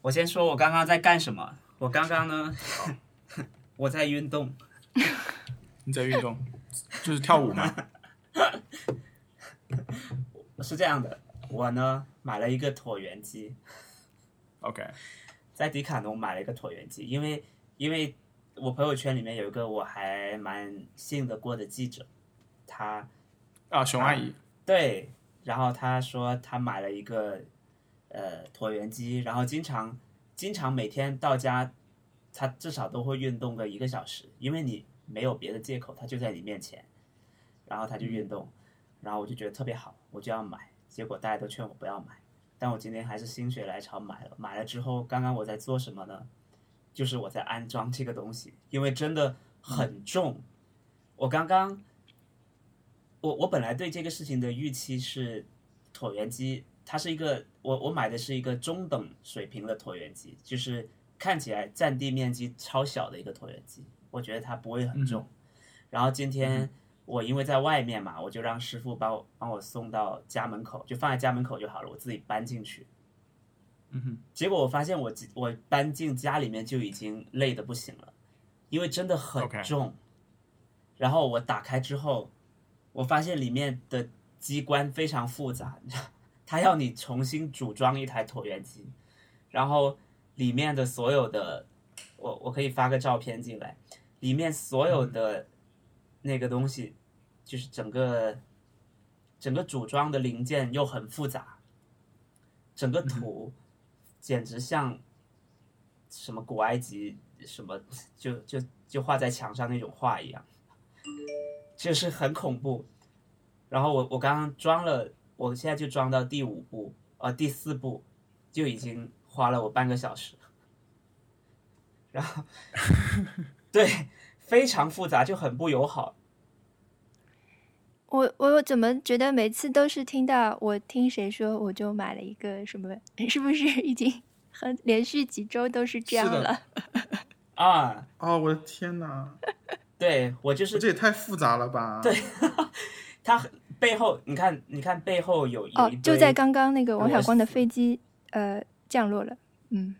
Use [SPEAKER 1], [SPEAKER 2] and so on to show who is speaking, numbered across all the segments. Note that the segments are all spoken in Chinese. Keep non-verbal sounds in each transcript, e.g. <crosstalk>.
[SPEAKER 1] 我先说我刚刚在干什么。我刚刚呢， <laughs> 我在运动，
[SPEAKER 2] 你在运动，就是跳
[SPEAKER 1] <laughs>
[SPEAKER 2] 舞吗？
[SPEAKER 1] 是这样的，我呢买了一个椭圆机，
[SPEAKER 2] OK，
[SPEAKER 1] 在迪卡侬买了一个椭圆机，因为因为我朋友圈里面有一个我还蛮信得过的记者，他
[SPEAKER 2] 啊，熊阿姨，
[SPEAKER 1] 对，然后他说他买了一个呃椭圆机，然后经常经常每天到家，他至少都会运动个一个小时，因为你没有别的借口，他就在你面前，然后他就运动，然后我就觉得特别好，我就要买，结果大家都劝我不要买，但我今天还是心血来潮买了，买了之后，刚刚我在做什么呢？就是我在安装这个东西，因为真的很重，我刚刚。我我本来对这个事情的预期是，椭圆机它是一个我我买的是一个中等水平的椭圆机，就是看起来占地面积超小的一个椭圆机，我觉得它不会很重。然后今天我因为在外面嘛，我就让师傅帮我帮我送到家门口，就放在家门口就好了，我自己搬进去。
[SPEAKER 2] 嗯哼，
[SPEAKER 1] 结果我发现我自我搬进家里面就已经累得不行了，因为真的很
[SPEAKER 2] OK
[SPEAKER 1] 重。然后我打开之后，我发现里面的机关非常复杂， <laughs> 它要你重新组装一台椭圆机，然后里面的所有的，我我可以发个照片进来，里面所有的那个东西，就是整个整个组装的零件又很复杂，整个图简直像什么古埃及什么就就就画在墙上那种画一样，就是很恐怖。然后我我刚刚装了，我现在就装到第五步，呃第四步，就已经花了我半个小时。然 <laughs> 后，对，非常复杂，就很不友好。
[SPEAKER 3] 我我怎么觉得每次都是听到我听谁说我就买了一个什么， <laughs> 是不是已经 <laughs> 很连续几周都是这样
[SPEAKER 2] 是的
[SPEAKER 3] 了？
[SPEAKER 1] 啊，
[SPEAKER 4] 哦，我的天哪，
[SPEAKER 1] 对我就是
[SPEAKER 4] 这也太复杂了吧？
[SPEAKER 1] 对他很背后，你看，你看背后有有
[SPEAKER 3] 哦
[SPEAKER 1] 一，
[SPEAKER 3] 就
[SPEAKER 1] 堆
[SPEAKER 3] 在刚刚那个
[SPEAKER 1] 跟
[SPEAKER 3] 王
[SPEAKER 1] 我
[SPEAKER 3] 小光的
[SPEAKER 1] 死
[SPEAKER 3] 飞机呃降落了，嗯，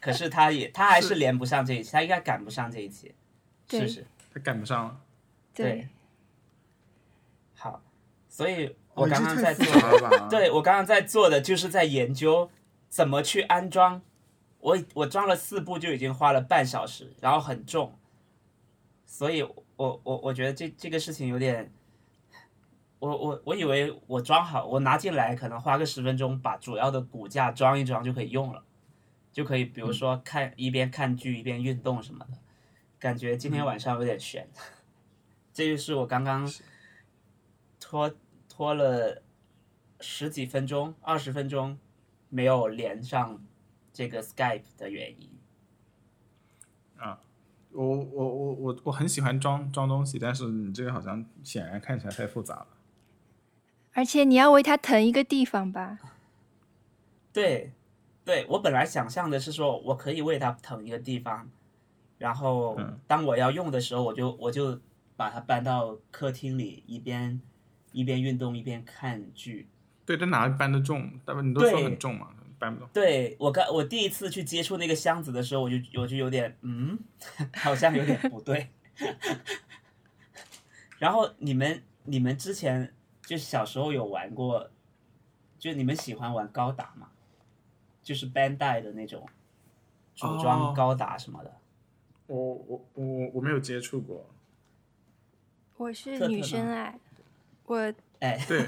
[SPEAKER 1] 可是他也他还是
[SPEAKER 2] 是
[SPEAKER 1] 连不上这一期，他应该赶不上这一期，是
[SPEAKER 3] 对
[SPEAKER 1] 不是？
[SPEAKER 2] 她赶不上了。
[SPEAKER 1] 对，好，所以
[SPEAKER 4] 哦，
[SPEAKER 1] 我
[SPEAKER 4] 你这
[SPEAKER 1] 刚刚在
[SPEAKER 4] 太复
[SPEAKER 1] 做，
[SPEAKER 4] 杂了吧？
[SPEAKER 1] <laughs> 对我刚刚在做的就是在研究怎么去安装。我我装了四步就已经花了半小时，然后很重，所以我我我觉得这这个事情有点，我我我以为我装好，我拿进来可能花个十分钟把主要的骨架装一装就可以用了，就可以比如说看、一边看剧一边运动什么的，感觉今天晚上有点悬。 <laughs> 这就是我刚刚拖拖了十几分钟、二十分钟没有连上这个 Skype 的原因。
[SPEAKER 2] 啊我我我我我很喜欢装装东西，但是你这个好像显然看起来太复杂了。
[SPEAKER 3] 而且你要为它腾一个地方吧，
[SPEAKER 1] 对，对我本来想象的是说，我可以为它腾一个地方，然后
[SPEAKER 2] 嗯
[SPEAKER 1] 当我要用的时候，我就我就把它搬到客厅里，一边一边运动一边看剧。
[SPEAKER 2] 对，这哪搬得重？但你都说
[SPEAKER 1] 对
[SPEAKER 2] 很重嘛，搬不动。
[SPEAKER 1] 对我刚我第一次去接触那个箱子的时候，我就我就有点嗯， <laughs> 好像有点不对。 <laughs> 然后你们你们之前就小时候有玩过，就你们喜欢玩高达吗？就是 Bandai 的那种组装
[SPEAKER 2] 哦
[SPEAKER 1] 高达什么的。
[SPEAKER 2] 我我我我没有接触过。
[SPEAKER 3] 我是
[SPEAKER 1] 特
[SPEAKER 3] 女
[SPEAKER 1] 特
[SPEAKER 3] 生
[SPEAKER 1] 呢
[SPEAKER 3] 爱，我
[SPEAKER 1] 哎，
[SPEAKER 2] 对，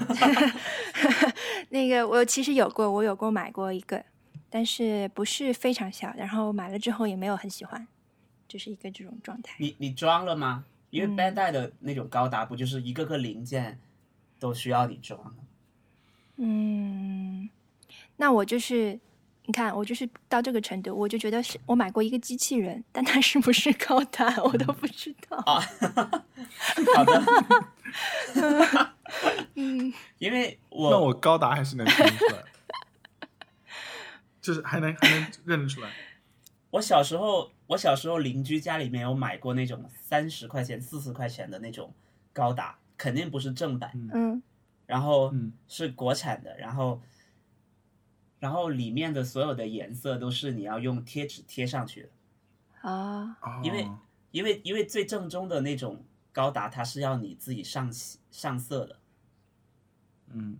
[SPEAKER 3] 那个我其实有过，我有过买过一个，但是不是非常小，然后买了之后也没有很喜欢，就是一个这种状态。
[SPEAKER 1] 你你装了吗？因为
[SPEAKER 3] 嗯
[SPEAKER 1] Bandai 的那种高达不就是一个个零件都需要你装的吗？
[SPEAKER 3] 嗯，那我就是，你看，我就是到这个程度，我就觉得是我买过一个机器人，但它是不是高达，我都不知道。
[SPEAKER 1] 好的，
[SPEAKER 3] 嗯，
[SPEAKER 1] 因为
[SPEAKER 2] 那我高达还是能听出
[SPEAKER 4] <laughs>
[SPEAKER 2] 来，就是还能还能认得出来。
[SPEAKER 1] 我小时候，我小时候邻居家里面有买过那种三十块钱、四十块钱的那种高达，肯定不是正版，
[SPEAKER 3] 嗯，
[SPEAKER 1] 然后
[SPEAKER 2] 嗯
[SPEAKER 1] 是国产的，然后然后里面的所有的颜色都是你要用贴纸贴上去的，
[SPEAKER 3] 啊，
[SPEAKER 2] 哦，
[SPEAKER 1] 因为因为因为最正宗的那种高达它是要你自己上漆上色的
[SPEAKER 2] 嗯，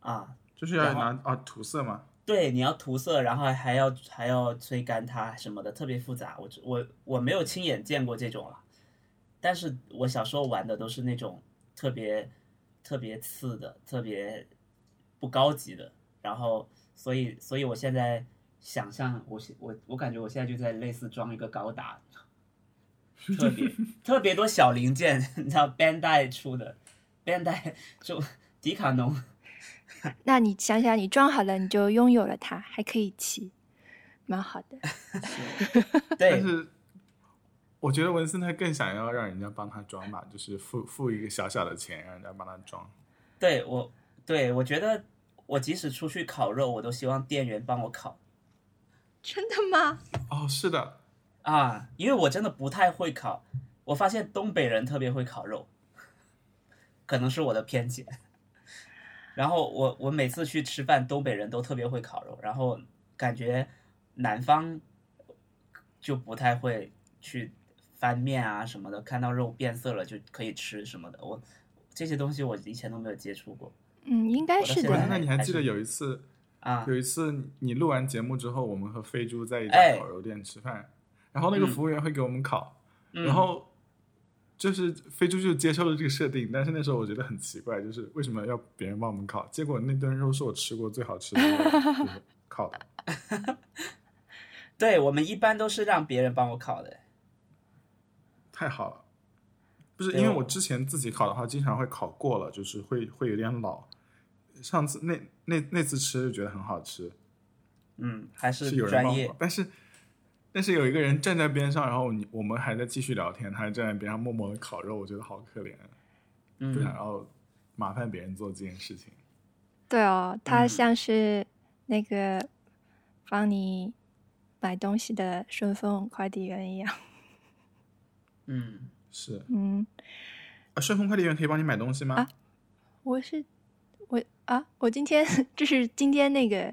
[SPEAKER 1] 啊，
[SPEAKER 2] 就是要
[SPEAKER 1] 然后
[SPEAKER 2] 拿啊涂色嘛，
[SPEAKER 1] 对，你要涂色，然后还要还要吹干它什么的，特别复杂。我我我没有亲眼见过这种了，但是我小时候玩的都是那种特别特别次的、特别不高级的。然后，所以所以我现在想象，我现我我感觉我现在就在类似装一个高达，特别特别多小零件，你知道 Bandai 出的，Bandai 就迪卡侬。
[SPEAKER 3] 那你想想，你装好了，你就拥有了它，还可以骑，蛮好的。
[SPEAKER 2] 但
[SPEAKER 1] 对，
[SPEAKER 2] 是我觉得文森特更想要让人家帮他装吧，就是付付一个小小的钱让人家帮他装。
[SPEAKER 1] 对我，对我觉得，我即使出去烤肉，我都希望店员帮我烤
[SPEAKER 3] 真的吗？
[SPEAKER 2] 哦，是的，
[SPEAKER 1] 啊，因为我真的不太会烤。我发现东北人特别会烤肉，可能是我的偏见。 <laughs> 然后我我每次去吃饭，东北人都特别会烤肉，然后感觉南方就不太会去翻面啊什么的，看到肉变色了就可以吃什么的。我这些东西我以前都没有接触过
[SPEAKER 3] 嗯，应该
[SPEAKER 1] 我的
[SPEAKER 3] 是
[SPEAKER 1] 现
[SPEAKER 2] 不
[SPEAKER 1] 在
[SPEAKER 2] 然
[SPEAKER 1] 还
[SPEAKER 2] 那
[SPEAKER 3] 的。
[SPEAKER 2] 你还
[SPEAKER 1] 还
[SPEAKER 2] 记
[SPEAKER 1] 是
[SPEAKER 2] 得有一次，
[SPEAKER 1] 啊。
[SPEAKER 2] 有一次你你录完节目之后，我们和飞猪在一家
[SPEAKER 1] 哎
[SPEAKER 2] 烤肉店吃饭，然后那个
[SPEAKER 1] 嗯
[SPEAKER 2] 服务员会给我们烤，
[SPEAKER 1] 嗯
[SPEAKER 2] 然后就是飞猪就接受了这个设定，但是那时候我觉得很奇怪，就是为什么要别人帮我们烤？结果那顿肉是我吃过最好吃的肉就是烤的。
[SPEAKER 1] 对我们一般都是让别人帮我烤的。嗯
[SPEAKER 2] 太好了。不是
[SPEAKER 1] 对
[SPEAKER 2] 因为
[SPEAKER 1] 我
[SPEAKER 2] 我之前自己烤的话，经常会烤过了，就是会会有点老。上次那那那次吃就觉得很好吃，
[SPEAKER 1] 嗯，还是
[SPEAKER 2] 有人
[SPEAKER 1] 专
[SPEAKER 2] 帮
[SPEAKER 1] 业
[SPEAKER 2] 我，但是但是有一个人站在边上，然后你我们还在继续聊天，他还站在边上默默的烤肉，我觉得好可怜，啊不想
[SPEAKER 1] 嗯，
[SPEAKER 2] 要麻烦别人做这件事情。
[SPEAKER 3] 对哦，它
[SPEAKER 1] 嗯
[SPEAKER 3] 像是那个帮你买东西的顺丰快递员一样。
[SPEAKER 1] 嗯，
[SPEAKER 2] 是，
[SPEAKER 3] 嗯，
[SPEAKER 2] 啊顺丰快递员可以帮你买东西吗？
[SPEAKER 3] 啊我是我啊，我今天 <laughs> 就是今天那个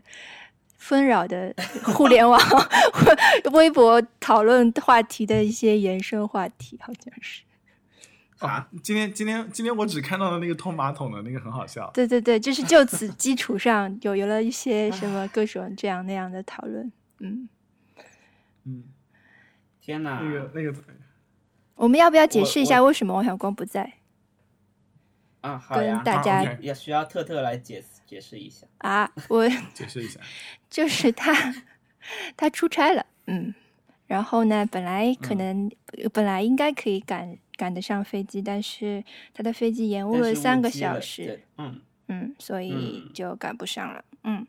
[SPEAKER 3] 纷扰
[SPEAKER 1] <laughs>
[SPEAKER 3] 的互联网 <laughs> 微博讨论话题的一些延伸话题，好像是。
[SPEAKER 1] 啊，
[SPEAKER 2] 哦今天今天今天我只看到了那个通马桶的那个很好笑，
[SPEAKER 3] 对对对，就是就
[SPEAKER 1] <laughs>
[SPEAKER 3] 此基础上有有了一些什么各种这样那样的讨论。嗯，
[SPEAKER 2] 嗯，
[SPEAKER 1] 天哪，
[SPEAKER 2] 那个那个
[SPEAKER 3] 我们要不要解
[SPEAKER 1] 我
[SPEAKER 3] 释一
[SPEAKER 1] 我
[SPEAKER 3] 下为什么王小光不在
[SPEAKER 1] 啊，好
[SPEAKER 3] 跟
[SPEAKER 1] 呀，
[SPEAKER 3] 大
[SPEAKER 2] 好
[SPEAKER 3] 家
[SPEAKER 2] ，OK
[SPEAKER 1] 也需要特特来解释解释一下。
[SPEAKER 3] 啊？我
[SPEAKER 2] 解释一下，
[SPEAKER 3] 就是他 <laughs> 他出差了，嗯，然后呢，本来
[SPEAKER 1] 嗯
[SPEAKER 3] 可能、本来应该可以赶赶得上飞机，但是他的飞机延误
[SPEAKER 1] 但
[SPEAKER 3] 了
[SPEAKER 1] 是
[SPEAKER 3] 三
[SPEAKER 1] 误
[SPEAKER 3] 个
[SPEAKER 1] 机
[SPEAKER 3] 小
[SPEAKER 1] 了
[SPEAKER 3] 时，
[SPEAKER 1] 对嗯，
[SPEAKER 3] 嗯，所以
[SPEAKER 1] 嗯
[SPEAKER 3] 就赶不上了，嗯。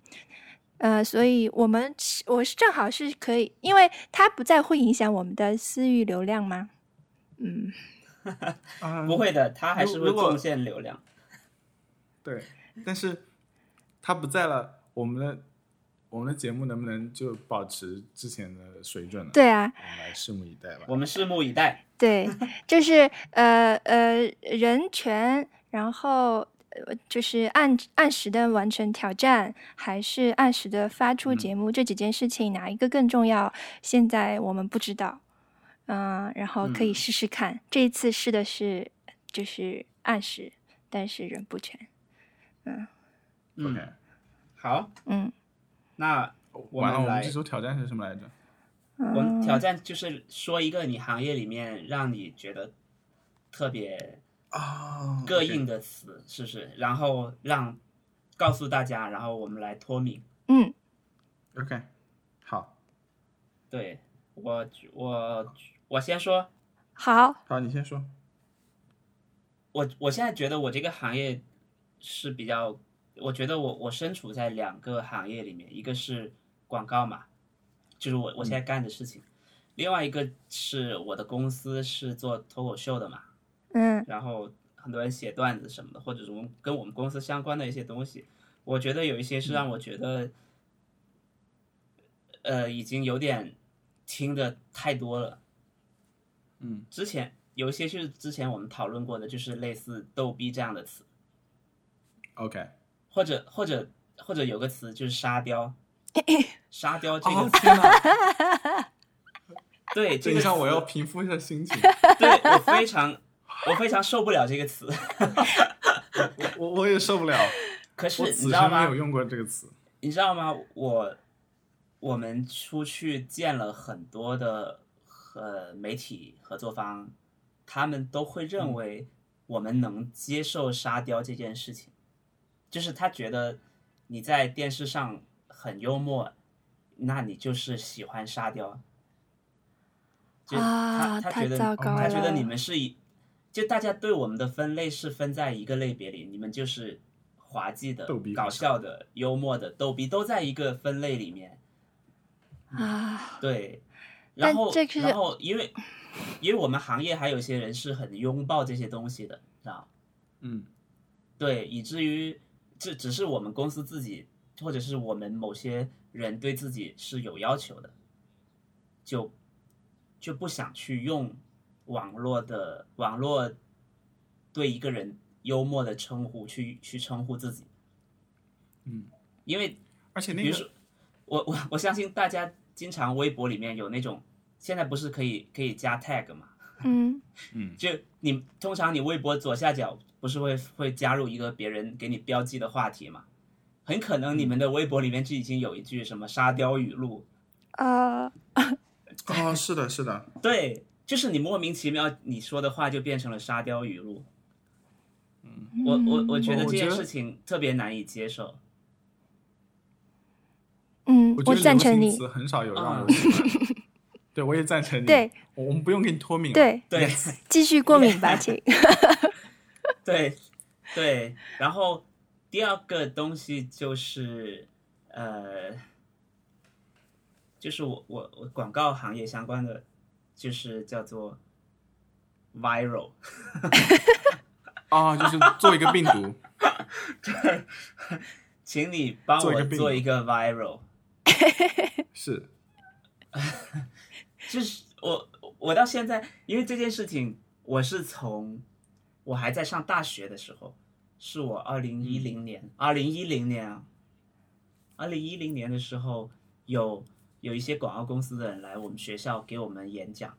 [SPEAKER 3] 呃，所以我们是我是正好是可以，因为他不在会影响我们的私域流量吗？嗯，
[SPEAKER 2] 啊，
[SPEAKER 1] 不会的，他还
[SPEAKER 2] 如
[SPEAKER 1] 是会
[SPEAKER 2] 如果
[SPEAKER 1] 贡献流量。
[SPEAKER 2] 对，但是他不在了，我们的我们的节目能不能就保持之前的水准呢？，
[SPEAKER 3] 对啊，
[SPEAKER 2] 我们来拭目以待吧。
[SPEAKER 1] 我们拭目以待。
[SPEAKER 3] 对，就是呃呃人权，然后呃就是按按时的完成挑战，还是按时的发
[SPEAKER 1] 嗯
[SPEAKER 3] 出节目，这几件事情哪一个更重要？现在我们不知道，嗯、然后可以
[SPEAKER 1] 嗯
[SPEAKER 3] 试试看。这一次试的是就是按时，但是人不全，
[SPEAKER 1] 嗯
[SPEAKER 2] OK，
[SPEAKER 1] 好，
[SPEAKER 3] 嗯
[SPEAKER 1] 那我
[SPEAKER 2] 完了，我
[SPEAKER 1] 们
[SPEAKER 2] 们
[SPEAKER 1] 来
[SPEAKER 2] 这周挑战是什么来着？
[SPEAKER 1] 我们挑
[SPEAKER 3] 嗯，
[SPEAKER 1] 战就是说一个你行业里面让你觉得特别
[SPEAKER 2] 啊
[SPEAKER 1] 膈应的词，是不是？然后让告诉大家，然后我们来脱敏。
[SPEAKER 3] 嗯，
[SPEAKER 2] OK，好，
[SPEAKER 1] 对我，我我先说，
[SPEAKER 3] 好，
[SPEAKER 2] 好，你先说。
[SPEAKER 1] 我我现在觉得我这个行业是比较，我觉得我我身处在两个行业里面，一个是广告嘛，就是我我现在干的事情，另外一个是我的公司是做脱口秀的嘛，
[SPEAKER 3] 嗯
[SPEAKER 1] 然后很多人写段子什么的，或者什么跟我们公司相关的一些东西，我觉得有一些是让我觉得，呃，已经有点听的太多了。
[SPEAKER 2] 嗯，
[SPEAKER 1] 之前有一些是之前我们讨论过的，就是类似“逗逼”这样的词，
[SPEAKER 2] OK，
[SPEAKER 1] 或者或者或者有个词就是“沙雕”，沙雕这
[SPEAKER 2] 哦
[SPEAKER 1] 个， <laughs>
[SPEAKER 2] 天哪！
[SPEAKER 1] 对这
[SPEAKER 2] 等
[SPEAKER 1] 个
[SPEAKER 2] 一下，
[SPEAKER 1] 词
[SPEAKER 2] 我要平复一下
[SPEAKER 1] <laughs>
[SPEAKER 2] 心情。
[SPEAKER 1] 对我非常我非常受不了这个词。
[SPEAKER 2] 我我也受不了，
[SPEAKER 1] 可是
[SPEAKER 2] 我
[SPEAKER 1] 你
[SPEAKER 2] 此
[SPEAKER 1] 知道
[SPEAKER 2] 生没
[SPEAKER 1] 吗
[SPEAKER 2] 有？用过这个词。
[SPEAKER 1] 你知道吗？我我们出去见了很多的呃媒体合作方，他们都会
[SPEAKER 3] 嗯
[SPEAKER 1] 认为我们能接受沙雕这件事情，就是他觉得你在电视上很幽默，那你就是喜欢沙雕。就
[SPEAKER 3] 啊
[SPEAKER 1] 他他
[SPEAKER 3] 太
[SPEAKER 1] 觉得
[SPEAKER 3] 糟糕
[SPEAKER 1] 他觉得
[SPEAKER 3] 了
[SPEAKER 1] 你们是一，就大家对我们的分类是分在一个类别里，你们就是滑稽的
[SPEAKER 2] 逗逼、
[SPEAKER 1] 搞笑的、幽默的、逗逼，都在一个分类里面。嗯
[SPEAKER 3] 啊，
[SPEAKER 1] 对，
[SPEAKER 3] 但
[SPEAKER 1] 然后
[SPEAKER 3] 这个是
[SPEAKER 1] 然后因为因为我们行业还有些人是很拥抱这些东西的，知道吗
[SPEAKER 2] 嗯，
[SPEAKER 1] 对，以至于这只是我们公司自己，或者是我们某些人对自己是有要求的，就就不想去用网络的网络对一个人幽默的称呼去去称呼自己，
[SPEAKER 2] 嗯，
[SPEAKER 1] 因为
[SPEAKER 2] 而且
[SPEAKER 1] 比
[SPEAKER 2] 那
[SPEAKER 1] 如
[SPEAKER 2] 个
[SPEAKER 1] 说，我我我相信大家经常微博里面有那种，现在不是可以可以加 tag 嘛？
[SPEAKER 3] 嗯
[SPEAKER 1] 就你通常你微博左下角不是会会加入一个别人给你标记的话题嘛？很可能你们的微博里面就已经有一句什么沙雕语录，
[SPEAKER 3] 啊，
[SPEAKER 4] 哦，是的，是的，
[SPEAKER 1] 对，就是你莫名其妙你说的话就变成了沙雕语录。我我我觉得
[SPEAKER 2] 我
[SPEAKER 1] 这
[SPEAKER 2] 我觉
[SPEAKER 1] 件
[SPEAKER 2] 得
[SPEAKER 1] 事情特别难以接受。
[SPEAKER 3] 嗯，
[SPEAKER 2] 觉
[SPEAKER 3] 我
[SPEAKER 2] 得
[SPEAKER 3] 赞
[SPEAKER 2] 流
[SPEAKER 3] 成
[SPEAKER 2] 行
[SPEAKER 3] 你，啊
[SPEAKER 2] 词很少有让
[SPEAKER 1] 嗯
[SPEAKER 2] 我喜欢。对，我也赞成你。
[SPEAKER 3] 对，
[SPEAKER 2] 我们不用给你脱敏。，
[SPEAKER 3] 对，
[SPEAKER 1] 对，
[SPEAKER 3] 继续过敏吧，请。 <laughs>
[SPEAKER 1] 对，对。然后第二个东西就是，呃，就是我我我广告行业相关的，就是叫做 viral，
[SPEAKER 2] 啊，就是做一个病毒。
[SPEAKER 1] 请你帮
[SPEAKER 2] 做一
[SPEAKER 1] 我
[SPEAKER 2] 个病
[SPEAKER 1] 做
[SPEAKER 2] 毒
[SPEAKER 1] 一个 viral。 <laughs>
[SPEAKER 2] 是，
[SPEAKER 1] 就是我我到现在，因为这件事情，我是从我还在上大学的时候，是我二零一零年，二零一零年啊，二零一零年的时候，有有一些广告公司的人来我们学校给我们演讲，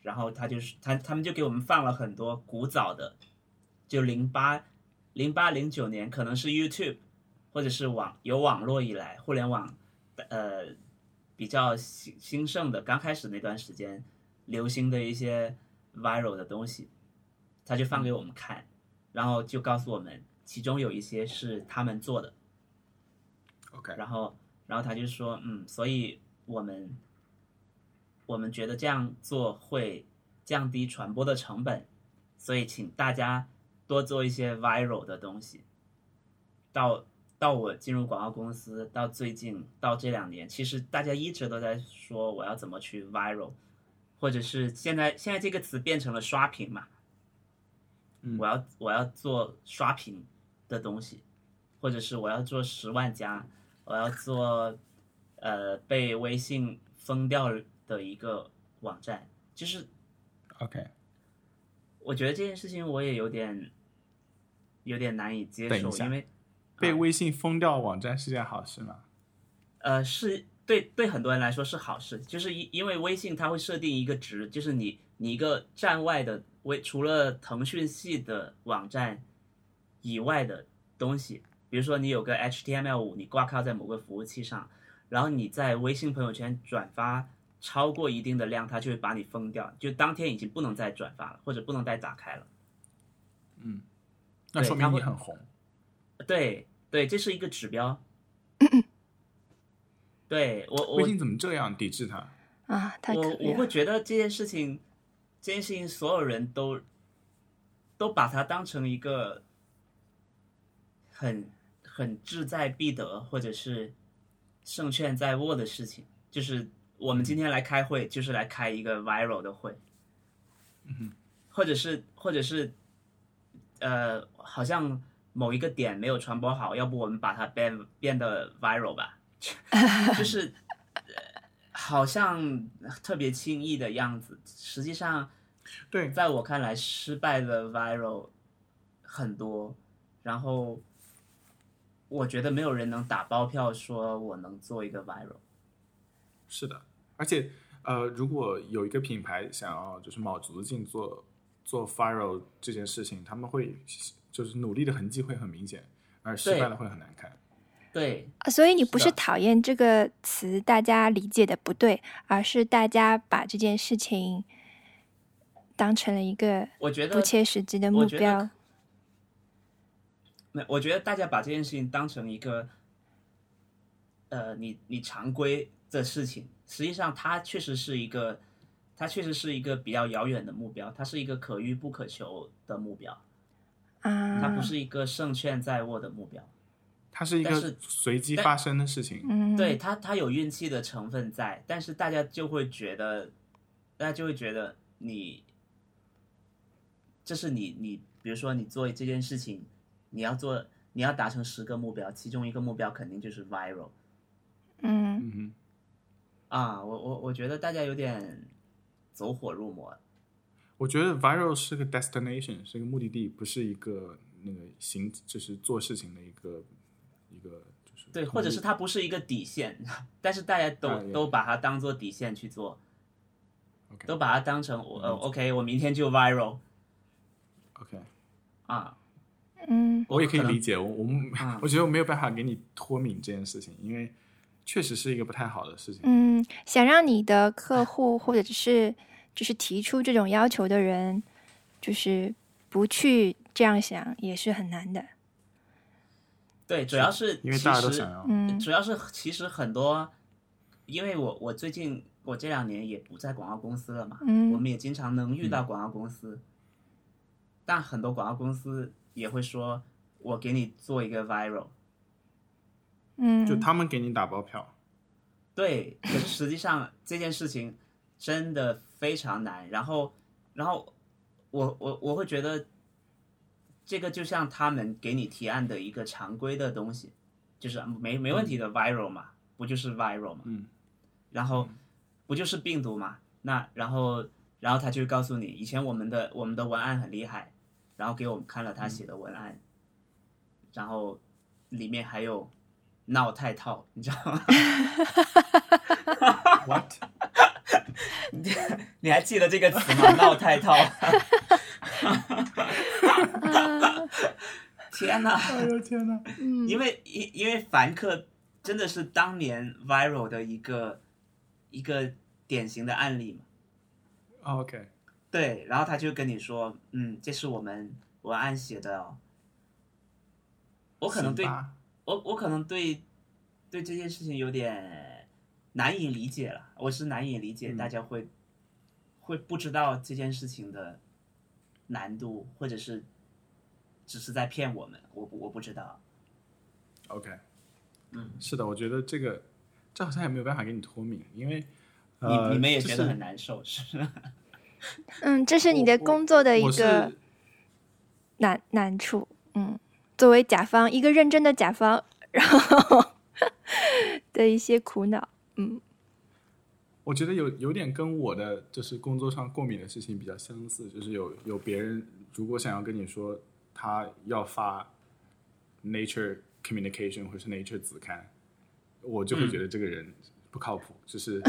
[SPEAKER 1] 然后他就是他他们就给我们放了很多古早的，就零八零八零九年，可能是 YouTube 或者是网有网络以来，互联网呃比较兴兴盛的刚开始那段时间流行的一些 viral 的东西，他就放给我们看，然后就告诉我们其中有一些是他们做的，
[SPEAKER 2] OK
[SPEAKER 1] 然后然后他就说，嗯，所以我们我们觉得这样做会降低传播的成本，所以请大家多做一些 viral 的东西。到到我进入广告公司，到最近到这两年，其实大家一直都在说我要怎么去 viral，或者是现在现在这个词变成了刷屏嘛，
[SPEAKER 2] 嗯
[SPEAKER 1] 我要我要做刷屏的东西，或者是我要做十万加，我要做呃被微信封掉的一个网站，就是
[SPEAKER 2] OK。
[SPEAKER 1] 我觉得这件事情我也有点有点难以接
[SPEAKER 2] 等一
[SPEAKER 1] 受，
[SPEAKER 2] 下
[SPEAKER 1] 因为
[SPEAKER 2] 被微信封掉网站是件好事吗？
[SPEAKER 1] 呃是对对很多人来说是好事，就是因因为微信它会设定一个值，就是你你一个站外的微除了腾讯系的网站以外的东西，比如说你有个 HTML 五，你挂靠在某个服务器上，然后你在微信朋友圈转发。超过一定的量，它就会把你封掉，就当天已经不能再转发了，或者不能再打开了。
[SPEAKER 2] 那
[SPEAKER 1] 对
[SPEAKER 2] 说
[SPEAKER 1] 它
[SPEAKER 2] 明
[SPEAKER 1] 会
[SPEAKER 2] 你很红。
[SPEAKER 1] 对对，这是一个指标。
[SPEAKER 2] <laughs>
[SPEAKER 1] 对我我
[SPEAKER 2] 微信怎么这样抵制它？
[SPEAKER 3] 啊，太可
[SPEAKER 1] 我
[SPEAKER 3] 以
[SPEAKER 1] 我
[SPEAKER 3] 了
[SPEAKER 1] 会觉得这件事情，这件事情所有人都都把它当成一个很很志在必得或者是胜券在握的事情。就是我们今天来开会，就是来开一个 viral 的会，或者是或者是呃，好像某一个点没有传播好，要不我们把它变变得 viral 吧， <laughs> 就是。好像呃特别轻易的样子，实际上
[SPEAKER 2] 对，
[SPEAKER 1] 在我看来，失败的 viral 很多，然后我觉得没有人能打包票说我能做一个 viral。
[SPEAKER 2] 是的，而且呃，如果有一个品牌想要就是卯足了劲做做 viral 这件事情，他们会就是努力的痕迹会很明显，而失败了会很难看。
[SPEAKER 1] 对，
[SPEAKER 3] 啊所以你不
[SPEAKER 2] 是
[SPEAKER 3] 是
[SPEAKER 2] 的
[SPEAKER 3] 讨厌这个词，大家理解的不对，而是大家把这件事情当成了一个
[SPEAKER 1] 我觉得
[SPEAKER 3] 不切实际的
[SPEAKER 1] 我
[SPEAKER 3] 目
[SPEAKER 1] 觉得
[SPEAKER 3] 标。
[SPEAKER 1] 那我觉得大家把这件事情当成一个，呃，你你常规的事情，实际上它确实是一个，它确实是一个比较遥远的目标，它是一个可遇不可求的目标，它
[SPEAKER 3] 啊
[SPEAKER 1] 不，是一个胜券在握的目标。
[SPEAKER 2] 它是一
[SPEAKER 1] 但
[SPEAKER 2] 个
[SPEAKER 1] 是
[SPEAKER 2] 随机
[SPEAKER 1] 但
[SPEAKER 2] 发生的事情，
[SPEAKER 3] 嗯，
[SPEAKER 1] 对，它，它有运气的成分在，但是大家就会觉得，大家就会觉得你，这是你你，比如说你做这件事情，你要做，你要达成十个目标，其中一个目标肯定就是 viral。
[SPEAKER 3] 嗯，
[SPEAKER 2] 嗯哼。
[SPEAKER 1] 啊，我我我觉得大家有点走火入魔。
[SPEAKER 2] 我觉得 viral 是个 destination，是一个目的地，不是一个那个行，就是做事情的一个一个就是
[SPEAKER 1] 对，或者是它不是一个底线， <laughs> 但是大家都、
[SPEAKER 2] 嗯啊也
[SPEAKER 1] 都把它当做底线去做，
[SPEAKER 2] OK
[SPEAKER 1] 都把它当成我、呃
[SPEAKER 2] 嗯
[SPEAKER 1] OK，我明天就 viral
[SPEAKER 2] OK，
[SPEAKER 1] 啊，
[SPEAKER 3] 嗯，
[SPEAKER 2] 我也可以
[SPEAKER 1] 可能
[SPEAKER 2] 理解，我我们、
[SPEAKER 1] 嗯
[SPEAKER 2] 我觉得我没有办法给你脱敏这件事情，因为确实是一个不太好的事情。
[SPEAKER 3] 嗯，想让你的客户或者是就是提出这种要求的人，就是不去这样想也是很难的。
[SPEAKER 1] 对，主要是
[SPEAKER 2] 因为
[SPEAKER 1] 其
[SPEAKER 2] 大家都
[SPEAKER 1] 实
[SPEAKER 2] 想要，
[SPEAKER 3] 嗯
[SPEAKER 1] 主要是其实很多，因为我我最近我这两年也不在广告公司了嘛，
[SPEAKER 3] 嗯
[SPEAKER 1] 我们也经常能遇到广告公司，但很多广告公司也会说，我给你做一个 viral，
[SPEAKER 3] 嗯，
[SPEAKER 2] 就他们给你打包票，
[SPEAKER 1] 对，可是实际上这件事情真的非常难。然后，然后我我我会觉得，这个就像他们给你提案的一个常规的东西，就是没没问题的 viral 嘛，不就是 viral 嘛？
[SPEAKER 2] 嗯。
[SPEAKER 1] 然后不就是病毒嘛？那然后然后他就告诉你，以前我们的我们的文案很厉害，然后给我们看了他写的文
[SPEAKER 2] 嗯
[SPEAKER 1] 案，然后里面还有闹太套，你知道吗？
[SPEAKER 3] 嗯
[SPEAKER 2] what？
[SPEAKER 1] 你还记得这个词 <laughs> 吗？闹太套。天哪！
[SPEAKER 2] 哎呦天哪！
[SPEAKER 1] 因为因因为凡客真的是当年 viral 的一个一个典型的案例嘛。
[SPEAKER 2] 哦 OK，
[SPEAKER 1] 对，然后他就跟你说，嗯，这是我们文案写的哦。我
[SPEAKER 2] 我
[SPEAKER 1] 可能对我我可能对对这件事情有点难以理解了，我是难以理解
[SPEAKER 2] 嗯
[SPEAKER 1] 大家会、会不知道这件事情的难度，或者是只是在骗我们，我不我不知道。
[SPEAKER 2] OK，
[SPEAKER 1] 嗯，
[SPEAKER 2] 是的，我觉得这个这好像也没有办法给你脱敏，因为
[SPEAKER 1] 你、
[SPEAKER 2] 呃
[SPEAKER 1] 你们也
[SPEAKER 2] 就
[SPEAKER 1] 觉得
[SPEAKER 2] 是
[SPEAKER 1] 很难受是 <laughs> 吗？
[SPEAKER 3] 嗯，这是你
[SPEAKER 2] 我
[SPEAKER 3] 的
[SPEAKER 2] 我
[SPEAKER 3] 工作的一
[SPEAKER 2] 我
[SPEAKER 3] 个
[SPEAKER 2] 是
[SPEAKER 3] 难难处。嗯，作为甲方，一个认真的甲方，然
[SPEAKER 2] <laughs>
[SPEAKER 3] 后的一些苦恼。
[SPEAKER 2] 我觉得有有点跟我的就是工作上过敏的事情比较相似，就是有有别人如果想要跟你说他要发 Nature Communication 或是 Nature 子刊，我就会觉得这个人不靠谱，就是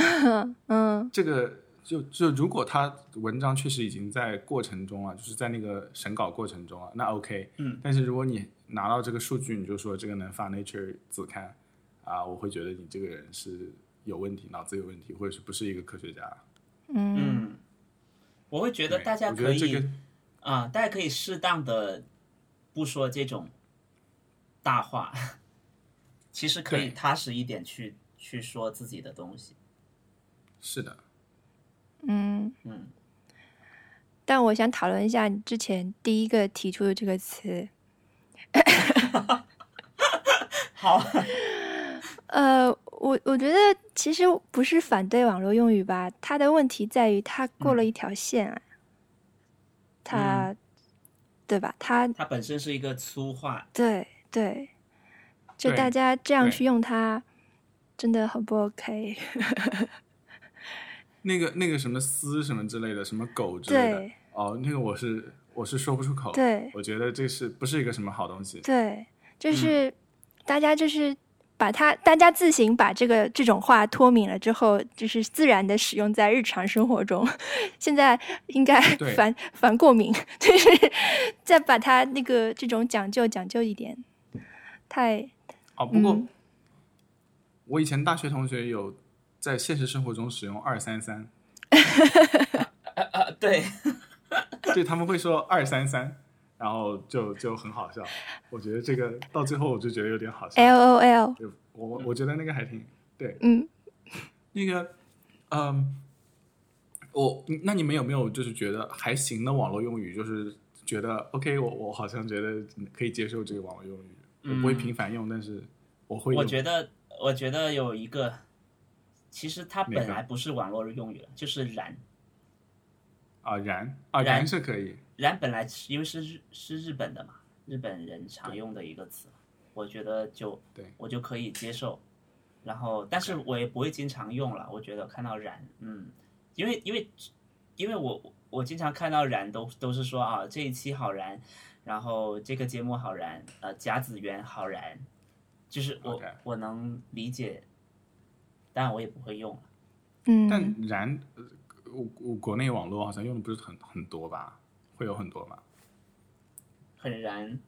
[SPEAKER 3] 嗯
[SPEAKER 2] 这个就就如果他文章确实已经在过程中啊，就是在那个审稿过程中啊，那 OK，
[SPEAKER 1] 嗯，
[SPEAKER 2] 但是如果你拿到这个数据，你就说这个能发 Nature 子刊啊，我会觉得你这个人是有问题，脑子有问题，或者是不是一个科学家。
[SPEAKER 3] 嗯
[SPEAKER 1] 嗯，我会觉
[SPEAKER 2] 觉
[SPEAKER 1] 得大家
[SPEAKER 2] 我觉
[SPEAKER 1] 可
[SPEAKER 2] 得
[SPEAKER 1] 以
[SPEAKER 2] 这个
[SPEAKER 1] 啊、大家可以适当的不说这种大话， <laughs> 其实可以
[SPEAKER 2] 对
[SPEAKER 1] 踏实一点去去说自己的东西。
[SPEAKER 2] 是的，
[SPEAKER 3] 嗯
[SPEAKER 1] 嗯，
[SPEAKER 3] 但我想讨论一下你之前第一个提出的这个词。
[SPEAKER 1] 好，
[SPEAKER 2] 嗯
[SPEAKER 3] 呃，我我觉得其实不是反对网络用语吧，它的问题在于它过
[SPEAKER 2] 嗯
[SPEAKER 3] 了一条线啊，它，对吧？它
[SPEAKER 1] 它本身是一个粗话，
[SPEAKER 3] 对对，就
[SPEAKER 2] 对
[SPEAKER 3] 大家这样
[SPEAKER 2] 对
[SPEAKER 3] 去用它，真的很不 OK。
[SPEAKER 2] 那个那个什么丝什么之类的，什么狗之类的
[SPEAKER 3] 对，
[SPEAKER 2] 哦，那个我是我是说不出口，
[SPEAKER 3] 对
[SPEAKER 1] 嗯
[SPEAKER 2] 我觉得这是不是一个什么好东西？
[SPEAKER 3] 对，就是大家就是把它，大家自行把这个这种话脱敏了之后，就是自然的使用在日常生活中。 <laughs> 现在应该
[SPEAKER 2] 对
[SPEAKER 3] 反反过敏， <laughs> 就是再把它那个这种讲究讲究一点，太
[SPEAKER 2] 哦，不过、
[SPEAKER 3] 嗯
[SPEAKER 2] 我以前大学同学有在现实生活中使用二三三，
[SPEAKER 1] 啊，对，
[SPEAKER 2] 对他们会说二三三，然后就就很好笑。我觉得这个到最后我就觉得有点好笑。
[SPEAKER 3] L O L，
[SPEAKER 2] 就我我我觉得那个还挺对，
[SPEAKER 3] 嗯，
[SPEAKER 2] 那个，嗯，我那你们有没有就是觉得还行的网络用语？就是觉得 OK，我我好像觉得可以接受这个网络用语，我不会频繁用，但是我会
[SPEAKER 1] 嗯
[SPEAKER 2] 用。
[SPEAKER 1] 我觉得，我觉得有一个，其实它
[SPEAKER 2] 哪个
[SPEAKER 1] 本来不是网络用语了，就是燃
[SPEAKER 2] 啊燃啊
[SPEAKER 1] 燃
[SPEAKER 2] 燃是可以，
[SPEAKER 1] 燃本来是因为是日是日本的嘛，日本人常用的一个词，我觉得就
[SPEAKER 2] 对
[SPEAKER 1] 我就可以接受。然后，但是我也不会经常用了。我觉得看到燃，嗯，因为因为因为我我经常看到燃都都是说啊这一期好燃，然后这个节目好燃，呃甲子园好燃，就是我
[SPEAKER 2] OK
[SPEAKER 1] 我能理解，但我也不会用了。
[SPEAKER 3] 嗯
[SPEAKER 2] 但，燃呃我我国内网络好像用的不是很很多吧？会有很多吧？
[SPEAKER 1] 很燃，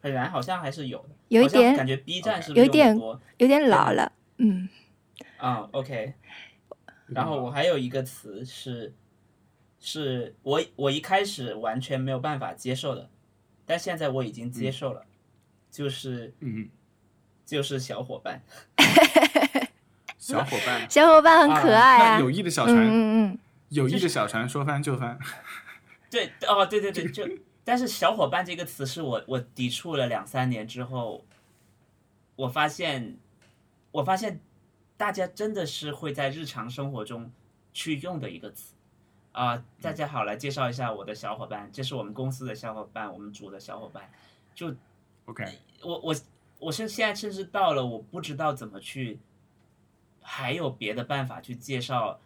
[SPEAKER 1] 很燃好像还是有的，
[SPEAKER 3] 有一
[SPEAKER 1] 好像
[SPEAKER 3] 点
[SPEAKER 1] 感觉 B 站是不是
[SPEAKER 3] 有一
[SPEAKER 1] 用得
[SPEAKER 3] 点
[SPEAKER 1] 多
[SPEAKER 3] 有点老了，嗯，，
[SPEAKER 1] 啊、o k
[SPEAKER 2] 嗯
[SPEAKER 1] 然后我还有一个词是，是我我一开始完全没有办法接受的，但现在我已经接受了，就是
[SPEAKER 2] 嗯，
[SPEAKER 1] 就是小伙伴，
[SPEAKER 2] 小伙
[SPEAKER 1] <laughs>
[SPEAKER 2] 伴
[SPEAKER 3] 小伙伴很可爱
[SPEAKER 2] 那
[SPEAKER 3] 啊，
[SPEAKER 2] 友谊的小
[SPEAKER 3] 嗯
[SPEAKER 2] 船，
[SPEAKER 3] 嗯嗯，
[SPEAKER 2] 友谊的小船说翻就翻。 <laughs>
[SPEAKER 1] 对，哦，对对对，就但是小伙伴这个词是我我抵触了两三年之后，我发现，我发现大家真的是会在日常生活中去用的一个词。啊、大家好，来介绍一下我的小伙伴，这是我们公司的小伙伴，我们组的小伙伴。
[SPEAKER 2] OK，
[SPEAKER 1] 我我我是现在甚至到了我不知道怎么去，还有别的办法去介绍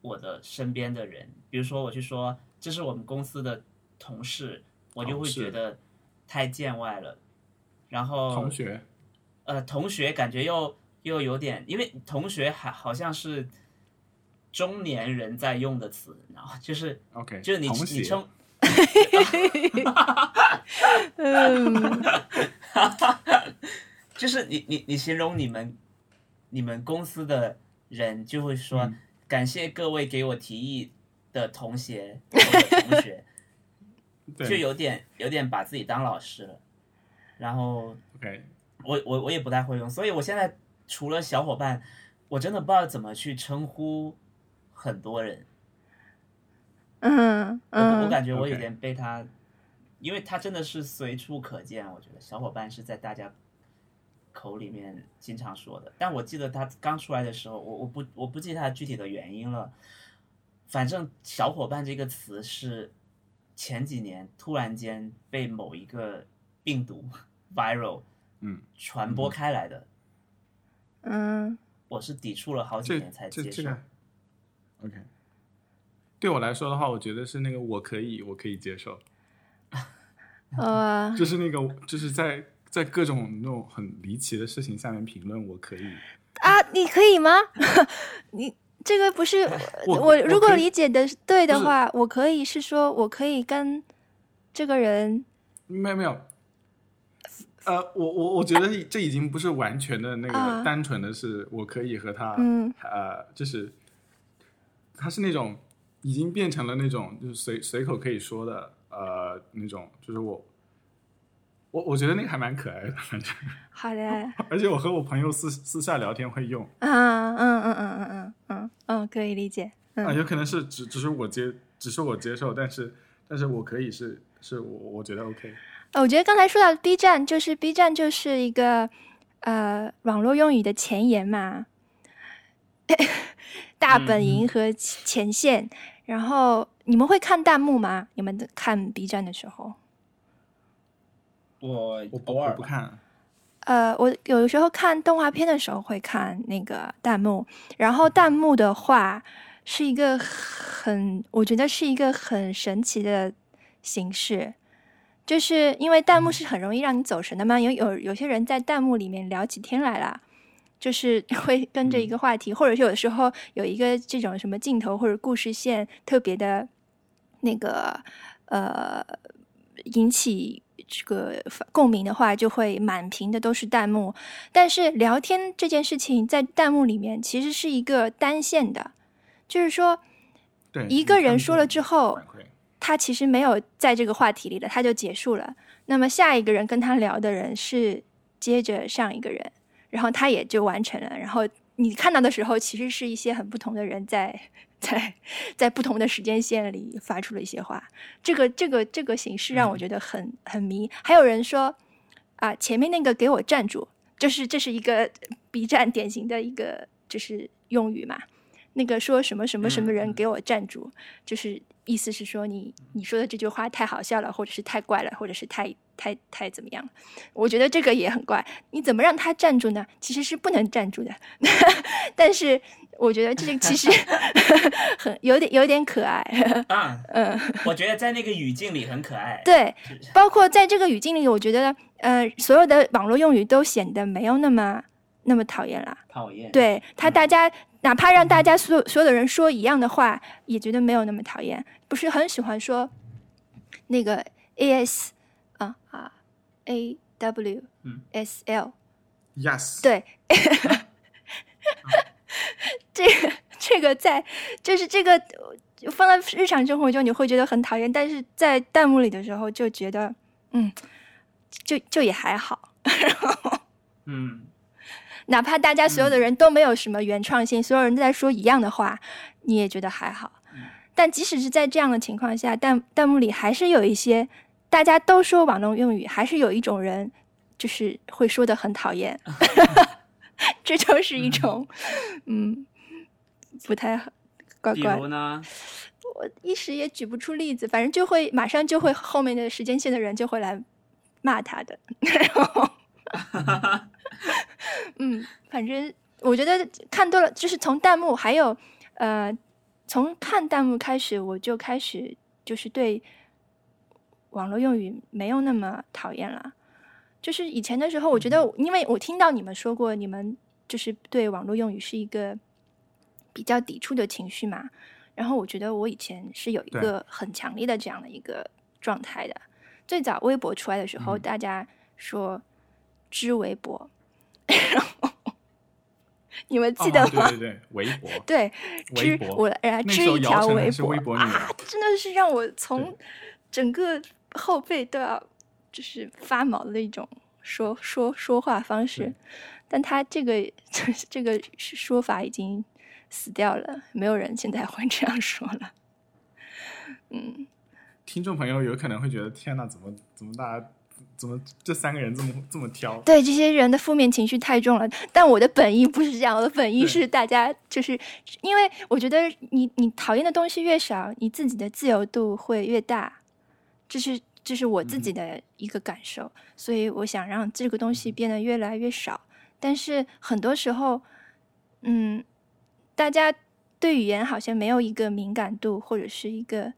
[SPEAKER 1] 我的身边的人，比如说我去说这是我们公司的同事，我就
[SPEAKER 2] 同
[SPEAKER 1] 会
[SPEAKER 2] 事
[SPEAKER 1] 觉得太见外了。然后
[SPEAKER 2] 同学，
[SPEAKER 1] 呃，同学感觉又又有点，因为同学还好像是中年人在用的词，然后就是
[SPEAKER 2] OK，
[SPEAKER 1] 就是你
[SPEAKER 2] 童
[SPEAKER 1] 你
[SPEAKER 2] 鞋
[SPEAKER 1] 称
[SPEAKER 3] 嗯，
[SPEAKER 1] 就是你你你形容你们你们公司的人就会说、感谢各位给我提议的同学或者同学，
[SPEAKER 2] 对
[SPEAKER 1] 就有点有点把自己当老师了。然后
[SPEAKER 2] OK，
[SPEAKER 1] 我我我也不太会用，所以我现在除了小伙伴，我真的不知道怎么去称呼很多人。
[SPEAKER 3] 嗯
[SPEAKER 1] 我我
[SPEAKER 3] 嗯，
[SPEAKER 1] 感觉我有
[SPEAKER 2] OK
[SPEAKER 1] 点被他，因为他真的是随处可见。我觉得小伙伴是在大家口里面经常说的，但我记得他刚出来的时候，我我不我不记得他具体的原因了。反正“小伙伴”这个词是前几年突然间被某一个病毒 <laughs> viral
[SPEAKER 2] 嗯，
[SPEAKER 1] 传播开来的，
[SPEAKER 3] 嗯
[SPEAKER 1] 我是抵触了好几
[SPEAKER 2] 这
[SPEAKER 1] 年才
[SPEAKER 2] 这
[SPEAKER 1] 接
[SPEAKER 2] 这
[SPEAKER 1] 受。
[SPEAKER 2] 个 OK，对我来说的话，我觉得是那个我可以，我可以接受，
[SPEAKER 1] <laughs>
[SPEAKER 3] 呃，
[SPEAKER 2] 就是那个就是在在各种那种很离奇的事情下面评论我可以，
[SPEAKER 3] 啊，你可以吗？ <laughs> 你这个不是
[SPEAKER 2] <laughs> 我
[SPEAKER 3] 我
[SPEAKER 2] 我
[SPEAKER 3] 如果
[SPEAKER 2] 可以
[SPEAKER 3] 理解的对
[SPEAKER 2] 不
[SPEAKER 3] 的
[SPEAKER 2] 是
[SPEAKER 3] 话，我可以是说我可以跟这个人，
[SPEAKER 2] 没有没有。呃，我我我觉得这已经不是完全的那
[SPEAKER 3] 啊
[SPEAKER 2] 个单纯的是我可以和他，
[SPEAKER 3] 嗯
[SPEAKER 2] 呃，就是他是那种已经变成了那种就是随随口可以说的，呃，那种就是我我我觉得那个还蛮可爱的，反正
[SPEAKER 3] 好的，啊
[SPEAKER 2] 而且我和我朋友私私下聊天会用，
[SPEAKER 3] 啊，嗯嗯嗯嗯嗯嗯嗯，可以理解，
[SPEAKER 2] 啊、
[SPEAKER 3] 嗯
[SPEAKER 2] 有可能是只只是我接，只是我接受，但是但是我可以是是我我觉得 OK，
[SPEAKER 3] 呃我觉得刚才说到 B 站，就是 B 站就是一个呃网络用语的前沿嘛， <laughs> 大本
[SPEAKER 2] 嗯
[SPEAKER 3] 营和前线。然后你们会看弹幕吗？你们看 B 站的时候？
[SPEAKER 1] 我
[SPEAKER 2] 我不
[SPEAKER 1] 偶
[SPEAKER 2] 我
[SPEAKER 1] 尔
[SPEAKER 2] 不
[SPEAKER 1] 吧，
[SPEAKER 2] 看，
[SPEAKER 3] 呃，我有的时候看动画片的时候会看那个弹幕，然后弹幕的话是一个很，我觉得是一个很神奇的形式，就是因为弹幕是很容易让你走神的嘛，有有有些人在弹幕里面聊起天来啦，就是 <laughs> 会跟着一个话题，或者是有时候有一个这种什么镜头或者故事线特别的，那个呃引起这个共鸣的话，就会满屏的都是弹幕。但是聊天这件事情在弹幕里面其实是一个单线的，就是说
[SPEAKER 2] 对，
[SPEAKER 3] 一个人说了之后
[SPEAKER 2] 反馈
[SPEAKER 3] 他其实没有在这个话题里了，他就结束了。那么下一个人跟他聊的人是接着上一个人，然后他也就完成了。然后你看到的时候，其实是一些很不同的人在在在不同的时间线里发出了一些话。这个这个这个形式让我觉得很、很迷。还有人说啊，前面那个给我站住，就是这是一个 B 站典型的一个就是用语嘛。那个说什么什么什么人给我站住，就是意思是说你你说的这句话太好笑了，或者是太怪了，或者是太太太怎么样了？我觉得这个也很怪，你怎么让他站住呢？其实是不能站住的， <laughs> 但是我觉得这个其实很有点有点可爱，
[SPEAKER 1] 啊，
[SPEAKER 3] 嗯。
[SPEAKER 1] 我觉得在那个语境里很可爱。
[SPEAKER 3] 对，包括在这个语境里，我觉得呃，所有的网络用语都显得没有那么那么讨厌啦。
[SPEAKER 1] 讨厌。，
[SPEAKER 3] 对他，大家哪怕让大家所有所有的人说一样的话，也觉得没有那么讨厌。不是很喜欢说那个 A S 啊啊 A W
[SPEAKER 1] 嗯
[SPEAKER 3] S L，、
[SPEAKER 4] Yes，
[SPEAKER 3] <laughs> 对，这个这个在就是这个呃放在日常生活中你会觉得很讨厌，但是在弹幕里的时候就觉得嗯，就就也还好。
[SPEAKER 1] 嗯，
[SPEAKER 3] 哪怕大家所有的人都没有什么原创性，所有人都在说一样的话，你也觉得还好。
[SPEAKER 1] 嗯
[SPEAKER 3] 但即使是在这样的情况下，弹弹幕里还是有一些大家都说网络用语，还是有一种人就是会说的很
[SPEAKER 1] <laughs>
[SPEAKER 3] 讨厌，这就是一种嗯不太好怪
[SPEAKER 1] 比
[SPEAKER 3] 怪
[SPEAKER 1] 如。呢？
[SPEAKER 3] 我一时也举不出例子，反正就会马上就会后面的时间线的人就会来骂他的， <laughs> 然后，嗯，反正我觉得看多了，就是从弹幕还有呃，从看弹幕开始，我就开始就是对网络用语没有那么讨厌了。就是以前的时候，我觉得我，因为我听到你们说过，你们就是对网络用语是一个比较抵触的情绪嘛。然后我觉得我以前是有一
[SPEAKER 2] 对
[SPEAKER 3] 个很强烈的这样的一个状态的。最早微博出来的时候，大家说知微博， <laughs> 然后你们记得
[SPEAKER 2] 哦
[SPEAKER 3] 吗？
[SPEAKER 2] 对对对，微博，
[SPEAKER 3] 对，
[SPEAKER 2] 微
[SPEAKER 3] 织
[SPEAKER 2] 博，
[SPEAKER 3] 我来
[SPEAKER 2] 那
[SPEAKER 3] 织
[SPEAKER 2] 时候
[SPEAKER 3] 一
[SPEAKER 2] 姚
[SPEAKER 3] 条
[SPEAKER 2] 晨
[SPEAKER 3] 围
[SPEAKER 2] 还是微博女
[SPEAKER 3] <laughs> 啊
[SPEAKER 2] 王，
[SPEAKER 3] 真的是让我从
[SPEAKER 2] 对
[SPEAKER 3] 整个后背都要就是发毛的那种说说说话方式
[SPEAKER 2] 对。
[SPEAKER 3] 但他这个这个是说法已经死掉了，没有人现在会这样说了。嗯，
[SPEAKER 2] 听众朋友有可能会觉得天呐，怎么怎么大家怎么这三个人这么这么挑？
[SPEAKER 3] 对，这些人的负面情绪太重了。但我的本意不是这样，我的本意
[SPEAKER 2] 对
[SPEAKER 3] 是大家就是因为我觉得你你讨厌的东西越少，你自己的自由度会越大，这是这是
[SPEAKER 2] 嗯
[SPEAKER 3] 我自己的一个感受。所以我想让这个东西变得越来越少。但是很多时候，嗯，大家对语言好像没有一个敏感度或者是一个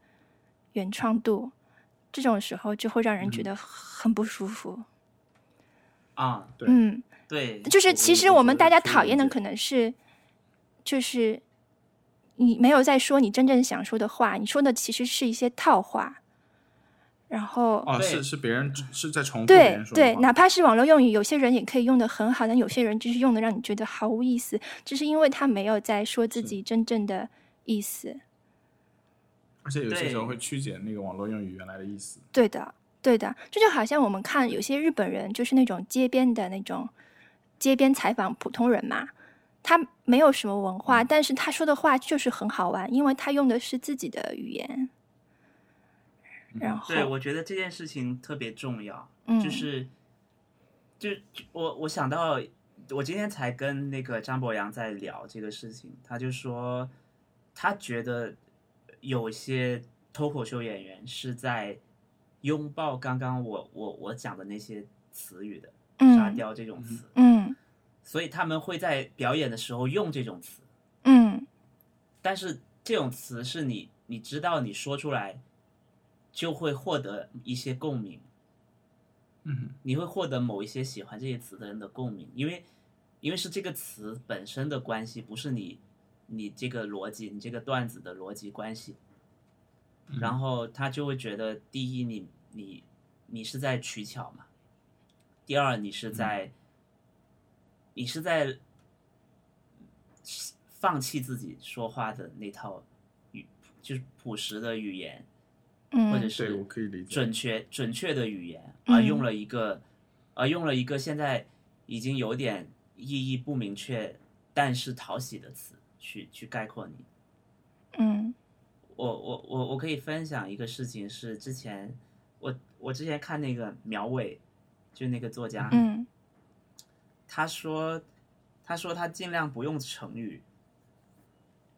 [SPEAKER 3] 原创度，这种时候就会让
[SPEAKER 2] 嗯
[SPEAKER 3] 人觉得很不舒服。
[SPEAKER 1] 啊，
[SPEAKER 2] 对
[SPEAKER 3] 嗯。
[SPEAKER 1] 对，
[SPEAKER 3] 就是其实我们大家讨厌的
[SPEAKER 2] 能。
[SPEAKER 3] 可能是，就是你没有在说你真正想说的话，你说的其实是一些套话，然后、
[SPEAKER 4] 哦，
[SPEAKER 1] 对
[SPEAKER 4] 是是别人是在重复别
[SPEAKER 3] 对
[SPEAKER 4] 人说的
[SPEAKER 3] 对，
[SPEAKER 4] 话
[SPEAKER 3] 哪怕是网络用语，有些人也可以用的很好，但有些人就是用的让你觉得毫无意思，就是因为他没有在说自
[SPEAKER 2] 是
[SPEAKER 3] 己真正的意思。
[SPEAKER 2] 而且有些
[SPEAKER 1] 对
[SPEAKER 2] 时候会曲解那个网络用语原来的意思。
[SPEAKER 3] 对的，对的，这就好像我们看有些日本人，就是那种街边的那种街边采访普通人嘛，他没有什么文化，
[SPEAKER 1] 嗯
[SPEAKER 3] 但是他说的话就是很好玩，因为他用的是自己的语言。
[SPEAKER 2] 嗯
[SPEAKER 3] 然后，
[SPEAKER 1] 嗯对，我觉得这件事情特别重要，
[SPEAKER 3] 嗯，
[SPEAKER 1] 就是，就就我我想到，我今天才跟那个张博洋在聊这个事情，他就说，他觉得有些脱口秀演员是在拥抱刚刚我我我讲的那些词语的沙
[SPEAKER 3] 嗯
[SPEAKER 1] 雕这种词，
[SPEAKER 3] 嗯
[SPEAKER 1] 所以他们会在表演的时候用这种词，
[SPEAKER 3] 嗯
[SPEAKER 1] 但是这种词是你你知道你说出来就会获得一些共鸣，
[SPEAKER 2] 嗯
[SPEAKER 1] 你会获得某一些喜欢这些词的人的共鸣，因为因为是这个词本身的关系，不是你你这个逻辑，你这个段子的逻辑关系。
[SPEAKER 2] 嗯
[SPEAKER 1] 然后他就会觉得，第一，你你你是在取巧嘛；第二，你
[SPEAKER 2] 嗯
[SPEAKER 1] 是在、你是在放弃自己说话的那套语，就是朴实的语言，或者
[SPEAKER 3] 嗯
[SPEAKER 1] 是
[SPEAKER 2] 对我可以理解。
[SPEAKER 1] 准确准确的语言，
[SPEAKER 3] 嗯
[SPEAKER 1] 而用了一个，而用了一个现在已经有点意义不明确，但是讨喜的词去去概括你。
[SPEAKER 3] 嗯
[SPEAKER 1] 我我我我可以分享一个事情，是之前我我之前看那个苗伟，就那个作家，
[SPEAKER 3] 嗯
[SPEAKER 1] 他说他说他尽量不用成语，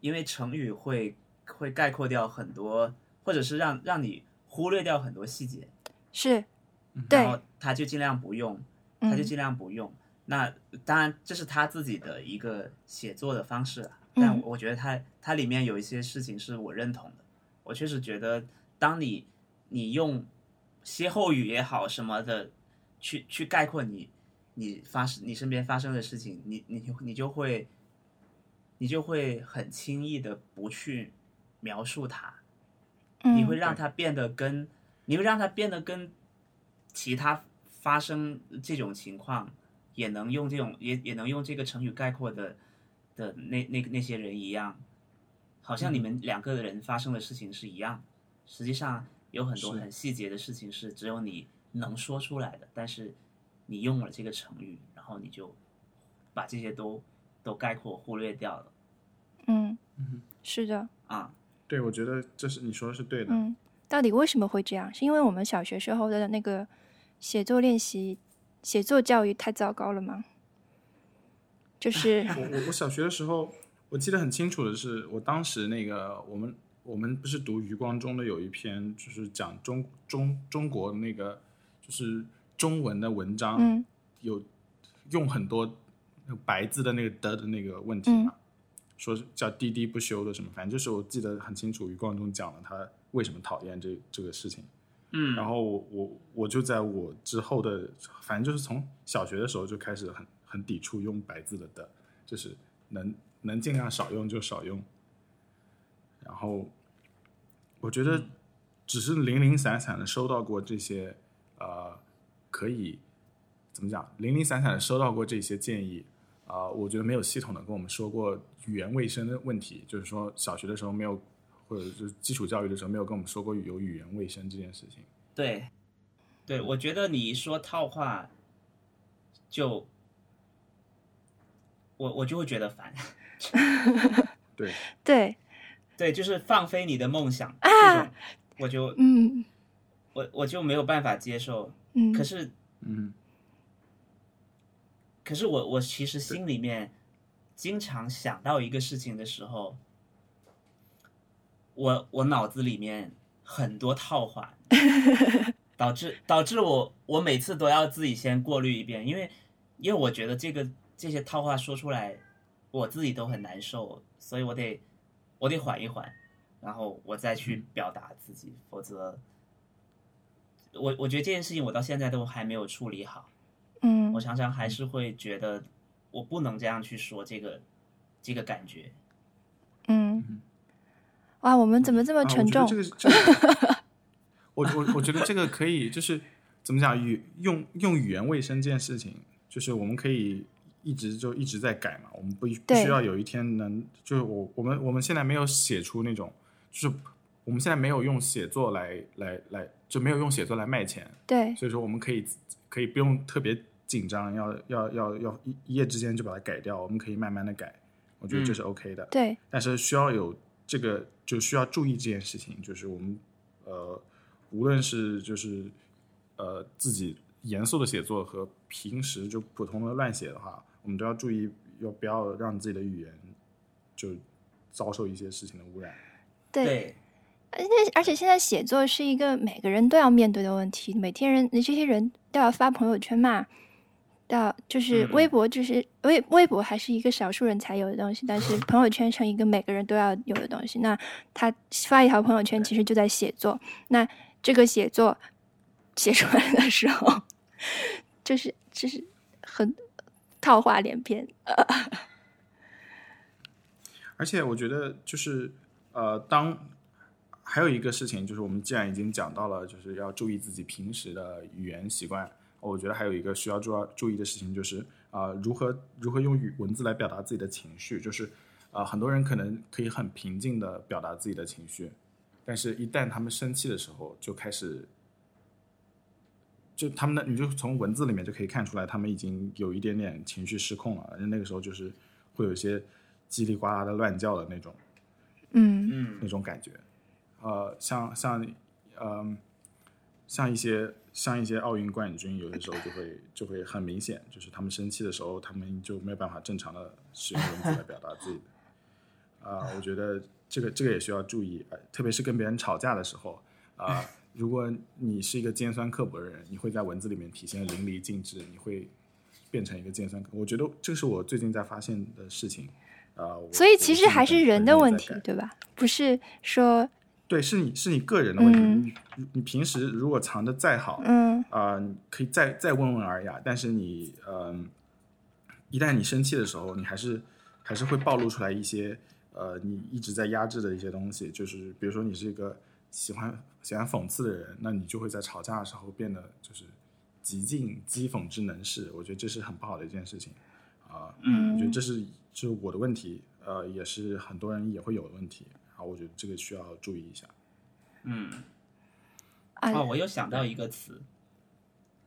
[SPEAKER 1] 因为成语会会概括掉很多，或者是让让你忽略掉很多细节。
[SPEAKER 3] 是
[SPEAKER 2] 嗯，
[SPEAKER 1] 然
[SPEAKER 3] 对
[SPEAKER 1] 后，他就尽量不用，他就
[SPEAKER 3] 嗯
[SPEAKER 1] 尽量不用。那当然这是他自己的一个写作的方式啊，
[SPEAKER 3] 嗯
[SPEAKER 1] 但我觉得他他里面有一些事情是我认同的。我确实觉得，当你你用歇后语也好什么的，去去概括你你发生你身边发生的事情，你你你就会你就会很轻易的不去描述它，你会
[SPEAKER 3] 嗯
[SPEAKER 1] 让它变得跟，你会让它变得跟其他发生这种情况，也能用这种也也能用这个成语概括的的那那那些人一样，好像你们两个人发生的事情是一样，实际上有很多
[SPEAKER 2] 是
[SPEAKER 1] 很细节的事情是只有你能说出来的，但是你用了这个成语，然后你就把这些都都概括忽略掉了
[SPEAKER 3] 嗯
[SPEAKER 2] 嗯
[SPEAKER 3] 是的，
[SPEAKER 1] 啊，
[SPEAKER 2] 对，我觉得这是你说的是对的。啊
[SPEAKER 3] 嗯，到底为什么会这样？是因为我们小学时候的那个写作练习、写作教育太糟糕了吗？就是
[SPEAKER 2] <laughs> 我我我小学的时候，我记得很清楚的是，我当时那个我们我们不是读余光中的有一篇，就是讲中中中国那个就是中文的文章，
[SPEAKER 3] 嗯
[SPEAKER 2] 有用很多那个白字的那个的的那个问题嘛，
[SPEAKER 3] 嗯
[SPEAKER 2] 说是叫滴滴不休的什么，反正就是我记得很清楚，余光中讲了他为什么讨厌这这个事情。
[SPEAKER 1] 嗯，
[SPEAKER 2] 然后我我我就在我之后的，反正就是从小学的时候就开始很很抵触用白字的的，就是能能尽量少用就少用。然后我觉得只是零零散散的收到过这些，呃，可以怎么讲？零零散散的收到过这些建议，啊、我觉得没有系统的跟我们说过语言卫生的问题，就是说小学的时候没有，或者就是基础教育的时候没有跟我们说过有语言卫生这件事情。
[SPEAKER 1] 对，对，我觉得你一说套话，就我我就会觉得烦。 <laughs>
[SPEAKER 2] 对，
[SPEAKER 3] 对，
[SPEAKER 1] 对，就是放飞你的梦想这种，我就
[SPEAKER 3] 嗯
[SPEAKER 1] 我我就没有办法接受。
[SPEAKER 3] 嗯，
[SPEAKER 1] 可是
[SPEAKER 2] 嗯，
[SPEAKER 1] 可是我我其实心里面经常想到一个事情的时候，我我脑子里面很多套话，导致导致我我每次都要自己先过滤一遍，因为因为我觉得这个这些套话说出来，我自己都很难受，所以我得我得缓一缓，然后我再去表达自己，否则我我觉得这件事情我到现在都还没有处理好。
[SPEAKER 3] 嗯
[SPEAKER 1] 我常常还是会觉得我不能这样去说这个这个感觉。
[SPEAKER 3] 嗯，哇，我们怎么这么
[SPEAKER 2] 啊
[SPEAKER 3] 沉
[SPEAKER 2] 我
[SPEAKER 3] 重
[SPEAKER 2] 觉？得这个，这个
[SPEAKER 3] <laughs>
[SPEAKER 2] 我我我觉得这个可以，就是怎么讲语用用语言卫生这件事情，就是我们可以一直就一直在改嘛，我们不不
[SPEAKER 3] 对
[SPEAKER 2] 需要有一天能，就是我我们我们现在没有写出那种，就是我们现在没有用写作来来来，就没有用写作来卖钱，
[SPEAKER 3] 对，
[SPEAKER 2] 所以说我们可以可以不用特别紧张，要要要要一一夜之间就把它改掉，我们可以慢慢的改，我觉得这是 OK 的。
[SPEAKER 3] 对，
[SPEAKER 2] 但是需要有这个，就需要注意这件事情，就是我们呃，无论是就是呃自己严肃的写作和平时就普通的乱写的话，我们都要注意，要不要让自己的语言就遭受一些事情的污染。
[SPEAKER 3] 对，而且而且现在写作是一个每个人都要面对的问题，每天人你这些人都要发朋友圈嘛，到就是
[SPEAKER 1] 嗯
[SPEAKER 3] 微博，就是、微微博还是一个少数人才有的东西，但是朋友圈成一个每个人都要有的东西。那他发一条朋友圈，其实就在写作。那这个写作写出来的时候，就是就是很套话连篇。
[SPEAKER 2] 而且我觉得就是呃，当还有一个事情就是，我们既然已经讲到了，就是要注意自己平时的语言习惯，我觉得还有一个需要注要注意的事情就是啊、呃，如何如何用语文字来表达自己的情绪，就是呃，很多人可能可以很平静的表达自己的情绪，但是一旦他们生气的时候，就开始。就他们的，你就从文字里面就可以看出来，他们已经有一点点情绪失控了。那个时候就是会有一些叽里呱啦的乱叫的那种，
[SPEAKER 3] 嗯
[SPEAKER 1] 嗯
[SPEAKER 2] 那种感觉。呃，像像嗯、像一些像一些奥运冠军，有的时候就会就会很明显，就是他们生气的时候，他们就没有办法正常的使用文字来表达自己的。啊、我觉得这个这个也需要注意，呃特别是跟别人吵架的时候啊。如果你是一个尖酸刻薄的人，你会在文字里面体现得淋漓尽致，你会变成一个尖酸刻。我觉得这是我最近在发现的事情。啊、我
[SPEAKER 3] 所以其实还是人的问
[SPEAKER 2] 我最近在
[SPEAKER 3] 题
[SPEAKER 2] 改，
[SPEAKER 3] 对吧？不是说
[SPEAKER 2] 对，是你是你个人的问题。
[SPEAKER 3] 嗯
[SPEAKER 2] 你你平时如果藏的再好，
[SPEAKER 3] 嗯
[SPEAKER 2] 啊，你可以再再温文尔啊雅，但是你嗯、一旦你生气的时候，你还是还是会暴露出来一些呃你一直在压制的一些东西，就是比如说你是一个喜欢喜欢讽刺的人，那你就会在吵架的时候变得就是极尽讥讽之能事，我觉得这是很不好的一件事情啊、我觉得
[SPEAKER 3] 嗯
[SPEAKER 2] 这是这是我的问题，呃，也是很多人也会有的问题，然后我觉得这个需要注意一下。
[SPEAKER 1] 嗯，
[SPEAKER 3] 啊
[SPEAKER 1] 哦，我又想到一个词，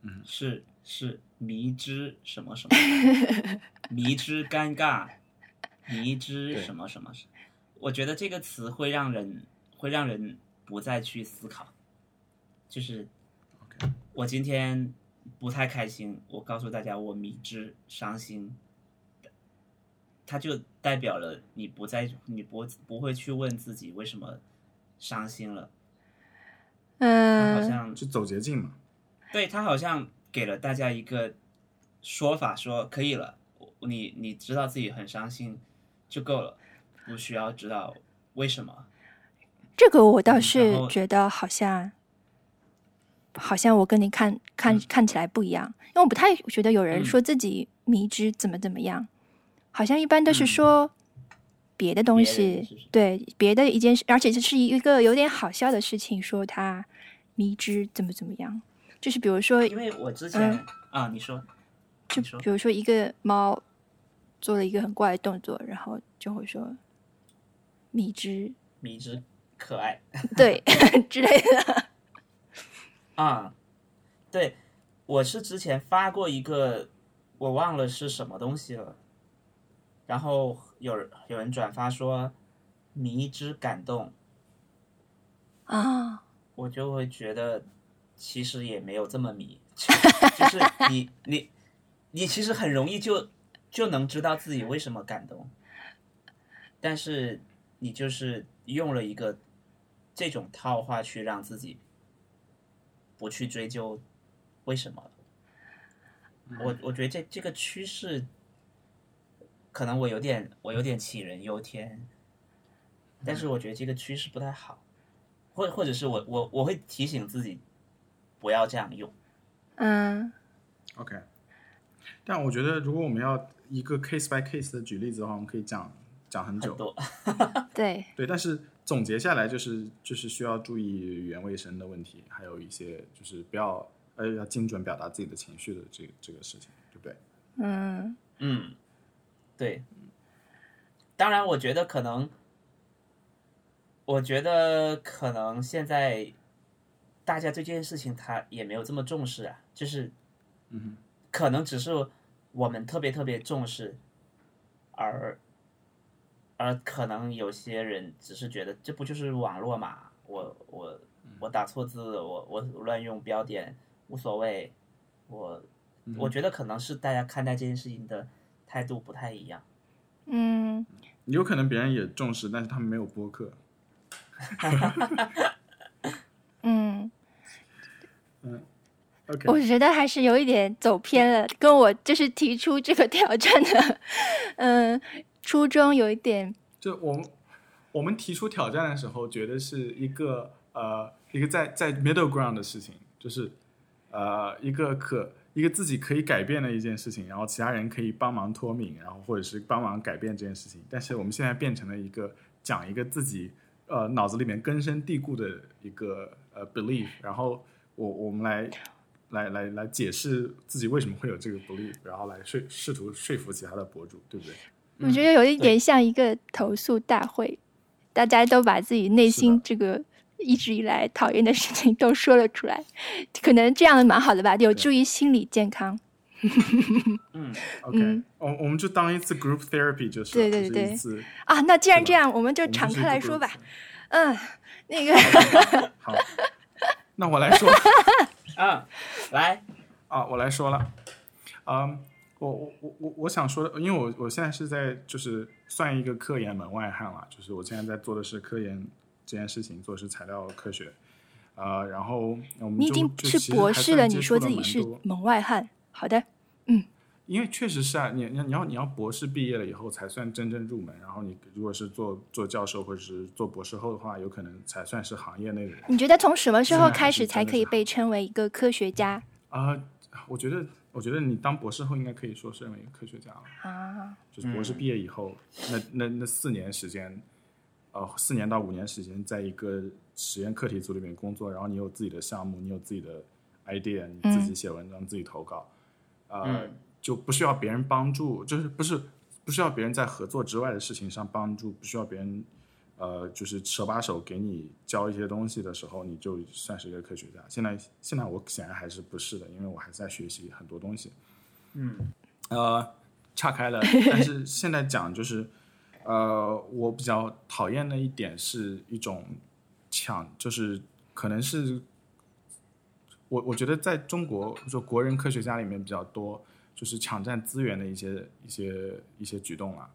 [SPEAKER 1] 嗯，是是迷之什么什么，迷之尴尬，迷之
[SPEAKER 2] 对
[SPEAKER 1] 什么什么，我觉得这个词会让人会让人不再去思考，就是我今天不太开心，我告诉大家我迷之伤心，它就代表了你不再你不不会去问自己为什么伤心了，它好
[SPEAKER 3] 嗯
[SPEAKER 1] 像
[SPEAKER 2] 就走捷径嘛，
[SPEAKER 1] 对他好像给了大家一个说法，说可以了，我你你知道自己很伤心就够了，不需要知道为什么。
[SPEAKER 3] 这个我倒
[SPEAKER 1] 嗯然
[SPEAKER 3] 是
[SPEAKER 1] 后
[SPEAKER 3] 觉得好像好像我跟你看看看起来不一样，因为我不太觉得有人
[SPEAKER 1] 嗯
[SPEAKER 3] 说自己迷之怎么怎么样，好像一般都是说别的东
[SPEAKER 1] 嗯别人
[SPEAKER 3] 西，
[SPEAKER 1] 是不是
[SPEAKER 3] 对别的一件事，而且这是一个有点好笑的事情，说他迷之怎么怎么样，就是比如说
[SPEAKER 1] 因为我之前、啊，你说，
[SPEAKER 3] 就
[SPEAKER 1] 你说
[SPEAKER 3] 比如说一个猫做了一个很怪的动作，然后就会说迷之
[SPEAKER 1] 迷之可爱 <laughs>
[SPEAKER 3] 对之类的，
[SPEAKER 1] 啊，对，我是之前发过一个，我忘了是什么东西了，然后有人有人转发说迷之感动，
[SPEAKER 3] 啊。
[SPEAKER 1] 我就会觉得其实也没有这么迷，就是你你你其实很容易就就能知道自己为什么感动，但是你就是用了一个这种套话去让自己不去追究为什么。我我觉得这这个趋势，可能我有点我有点杞人忧天，但是我觉得这个趋势不太好。或或者是我我我会提醒自己不要这样用。
[SPEAKER 3] 嗯
[SPEAKER 2] OK，但我觉得如果我们要一个 case by case 的举例子的话，我们可以讲讲很久。
[SPEAKER 1] 很多
[SPEAKER 3] 对，
[SPEAKER 2] 对，但是总结下来就是就是需要注意语言卫生的问题，还有一些就是不要呃要精准表达自己的情绪的这个这个事情，对不对？
[SPEAKER 3] 嗯
[SPEAKER 1] 嗯，对。当然，我觉得可能，我觉得可能现在大家对这件事情他也没有这么重视啊，就是，嗯，可能只是我们特别特别重视，而而可能有些人只是觉得这不就是网络嘛，我我我打错字，我我乱用标点无所谓，我我觉得可能是大家看待这件事情的态度不太一样。
[SPEAKER 3] 嗯，
[SPEAKER 2] 有可能别人也重视，但是他们没有播客。
[SPEAKER 3] 嗯，
[SPEAKER 2] OK，
[SPEAKER 3] 我觉得还是有一点走偏了，跟我就是提出这个挑战的，嗯，初衷有一点，
[SPEAKER 5] 就我们
[SPEAKER 2] 我们提出挑战的时候，觉得是一个呃一个在在 middle ground 的事情，就是呃一个可一个自己可以改变的一件事情，然后其他人可以帮忙脱敏，然后或者是帮忙改变这件事情。但是我们现在变成了一个讲一个自己呃脑子里面根深蒂固的一个呃 belief，然后我我们来来来来解释自己为什么会有这个 belief，然后来说试图说服其他的博主，对不对？
[SPEAKER 3] 我
[SPEAKER 2] 嗯
[SPEAKER 3] 觉得有一点像一个投诉大会，大家都把自己内
[SPEAKER 2] 是
[SPEAKER 3] 心
[SPEAKER 2] 的
[SPEAKER 3] 这个一直以来讨厌的事情都说了出来，可能这样蛮好的吧，有助于心理健康。
[SPEAKER 1] 嗯，
[SPEAKER 2] OK，、
[SPEAKER 3] 嗯
[SPEAKER 2] 我我们就当一次 group therapy 就是了，
[SPEAKER 3] 对对
[SPEAKER 2] 就是
[SPEAKER 3] 对
[SPEAKER 2] 一次
[SPEAKER 3] 啊，那既
[SPEAKER 2] 是
[SPEAKER 3] 然
[SPEAKER 2] 吧
[SPEAKER 3] 这样，我们就
[SPEAKER 2] 我们
[SPEAKER 3] 敞
[SPEAKER 2] 是
[SPEAKER 3] 开
[SPEAKER 2] 一
[SPEAKER 3] 来
[SPEAKER 2] 个
[SPEAKER 3] 说
[SPEAKER 2] group
[SPEAKER 3] 吧。嗯，那个
[SPEAKER 2] <laughs> 好，那我来说
[SPEAKER 1] 啊，来，
[SPEAKER 2] 啊，我来说了，嗯，我我我我我想说的，因为我我现在是在就是算一个科研门外汉了，就是我现在在做的是科研这件事情，做的是材料科学，呃，然后我们
[SPEAKER 3] 你已
[SPEAKER 2] 就
[SPEAKER 3] 经
[SPEAKER 2] 就是其实
[SPEAKER 3] 博
[SPEAKER 2] 还
[SPEAKER 3] 士
[SPEAKER 2] 算
[SPEAKER 3] 了，
[SPEAKER 2] 接
[SPEAKER 3] 你
[SPEAKER 2] 触
[SPEAKER 3] 说
[SPEAKER 2] 了
[SPEAKER 3] 自己
[SPEAKER 2] 蛮
[SPEAKER 3] 是
[SPEAKER 2] 多
[SPEAKER 3] 门外汉，好的，
[SPEAKER 2] 因为确实是啊，你你你要你要博士毕业了以后才算真正入门，然后你如果是做做教授或者是做博士后的话，有可能才算是行业内的人。
[SPEAKER 3] 你觉得从什么时
[SPEAKER 2] 现
[SPEAKER 1] 嗯
[SPEAKER 3] 候
[SPEAKER 2] 在还
[SPEAKER 3] 开
[SPEAKER 2] 是
[SPEAKER 3] 始才
[SPEAKER 2] 真的
[SPEAKER 3] 可以
[SPEAKER 2] 是
[SPEAKER 3] 被称为一个科学家
[SPEAKER 2] 啊、我觉得，我觉得你当博士后应该可以说是认为科学家了，
[SPEAKER 3] 啊？
[SPEAKER 2] 就是博士毕业以后，那那那四年时间，呃，四年到五年时间，在一个实验课题组里面工作，然后你有自己的项目，你有自己的 idea，你自己写文章，自己投稿，呃，
[SPEAKER 1] 嗯
[SPEAKER 2] 就不需要别人帮助，就是不是不需要别人在合作之外的事情上帮助，不需要别人。呃，就是手把手给你教一些东西的时候，你就算是一个科学家。现在现在我显然还是不是的，因为我还在学习很多东西。
[SPEAKER 1] 嗯
[SPEAKER 2] 呃，岔开了。但是现在讲就是，呃，我比较讨厌的一点是一种抢，就是可能是我我觉得在中国就国人科学家里面比较多，就是抢占资源的一些一些一些举动了、啊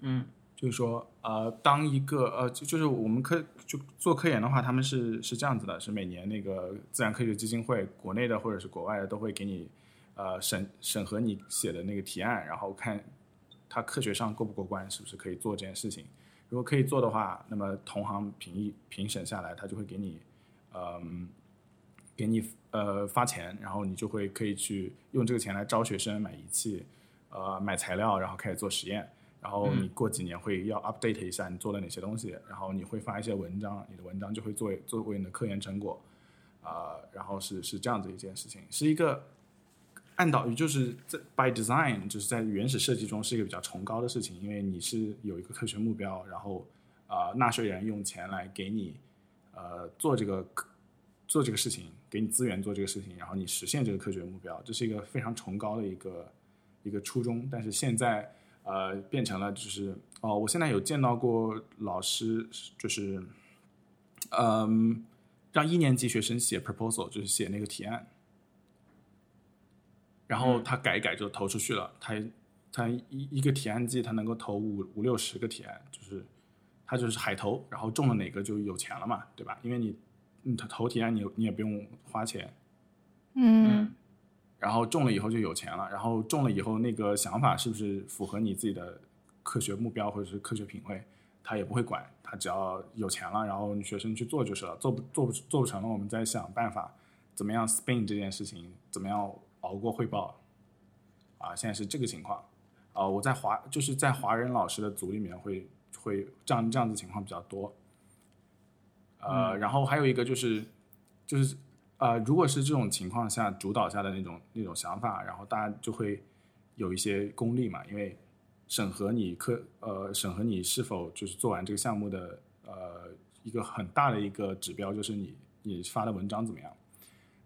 [SPEAKER 1] 嗯
[SPEAKER 2] 就是说，呃，当一个呃，就就是我们科就做科研的话，他们是是这样子的，是每年那个自然科学基金会，国内的或者是国外的都会给你，呃，审审核你写的那个提案，然后看它科学上过不过关，是不是可以做这件事情。如果可以做的话，那么同行评议评审下来，他就会给你，嗯、给你呃发钱，然后你就会可以去用这个钱来招学生、买仪器，呃，买材料，然后开始做实验。然后你过几年会要 update 一下你做了哪些东西，然后你会发一些文章，你的文章就会作为作为你的科研成果，啊、然后是是这样子一件事情，是一个按道理就是在 by design 就是在原始设计中是一个比较崇高的事情，因为你是有一个科学目标，然后啊纳税人用钱来给你呃做这个科做这个事情，给你资源做这个事情，然后你实现这个科学目标，这是一个非常崇高的一个一个初衷。但是现在呃变成了就是哦，我现在有见到过老师就是嗯让一年级学生写 proposal，就是写那个提案，然后他改一改就投出去了。他他一一个提案季，他能够投五五六十个提案，就是他就是海投，然后中了哪个就有钱了嘛，对吧？因为你你投投提案你你也不用花钱，
[SPEAKER 3] 嗯
[SPEAKER 1] 嗯
[SPEAKER 2] 然后中了以后就有钱了，然后中了以后那个想法是不是符合你自己的科学目标或者是科学品味，他也不会管，他只要有钱了，然后学生去做就是了，做不做不做不成了，我们再想办法怎么样 spin 这件事情，怎么样熬过汇报，啊，现在是这个情况，啊、我在华就是在华人老师的组里面会会这样这样子情况比较多，呃，然后还有一个就是就是呃，如果是这种情况下主导下的那种那种想法，然后大家就会有一些功利嘛，因为审核你科呃审核你是否就是做完这个项目的呃一个很大的一个指标就是你你发的文章怎么样。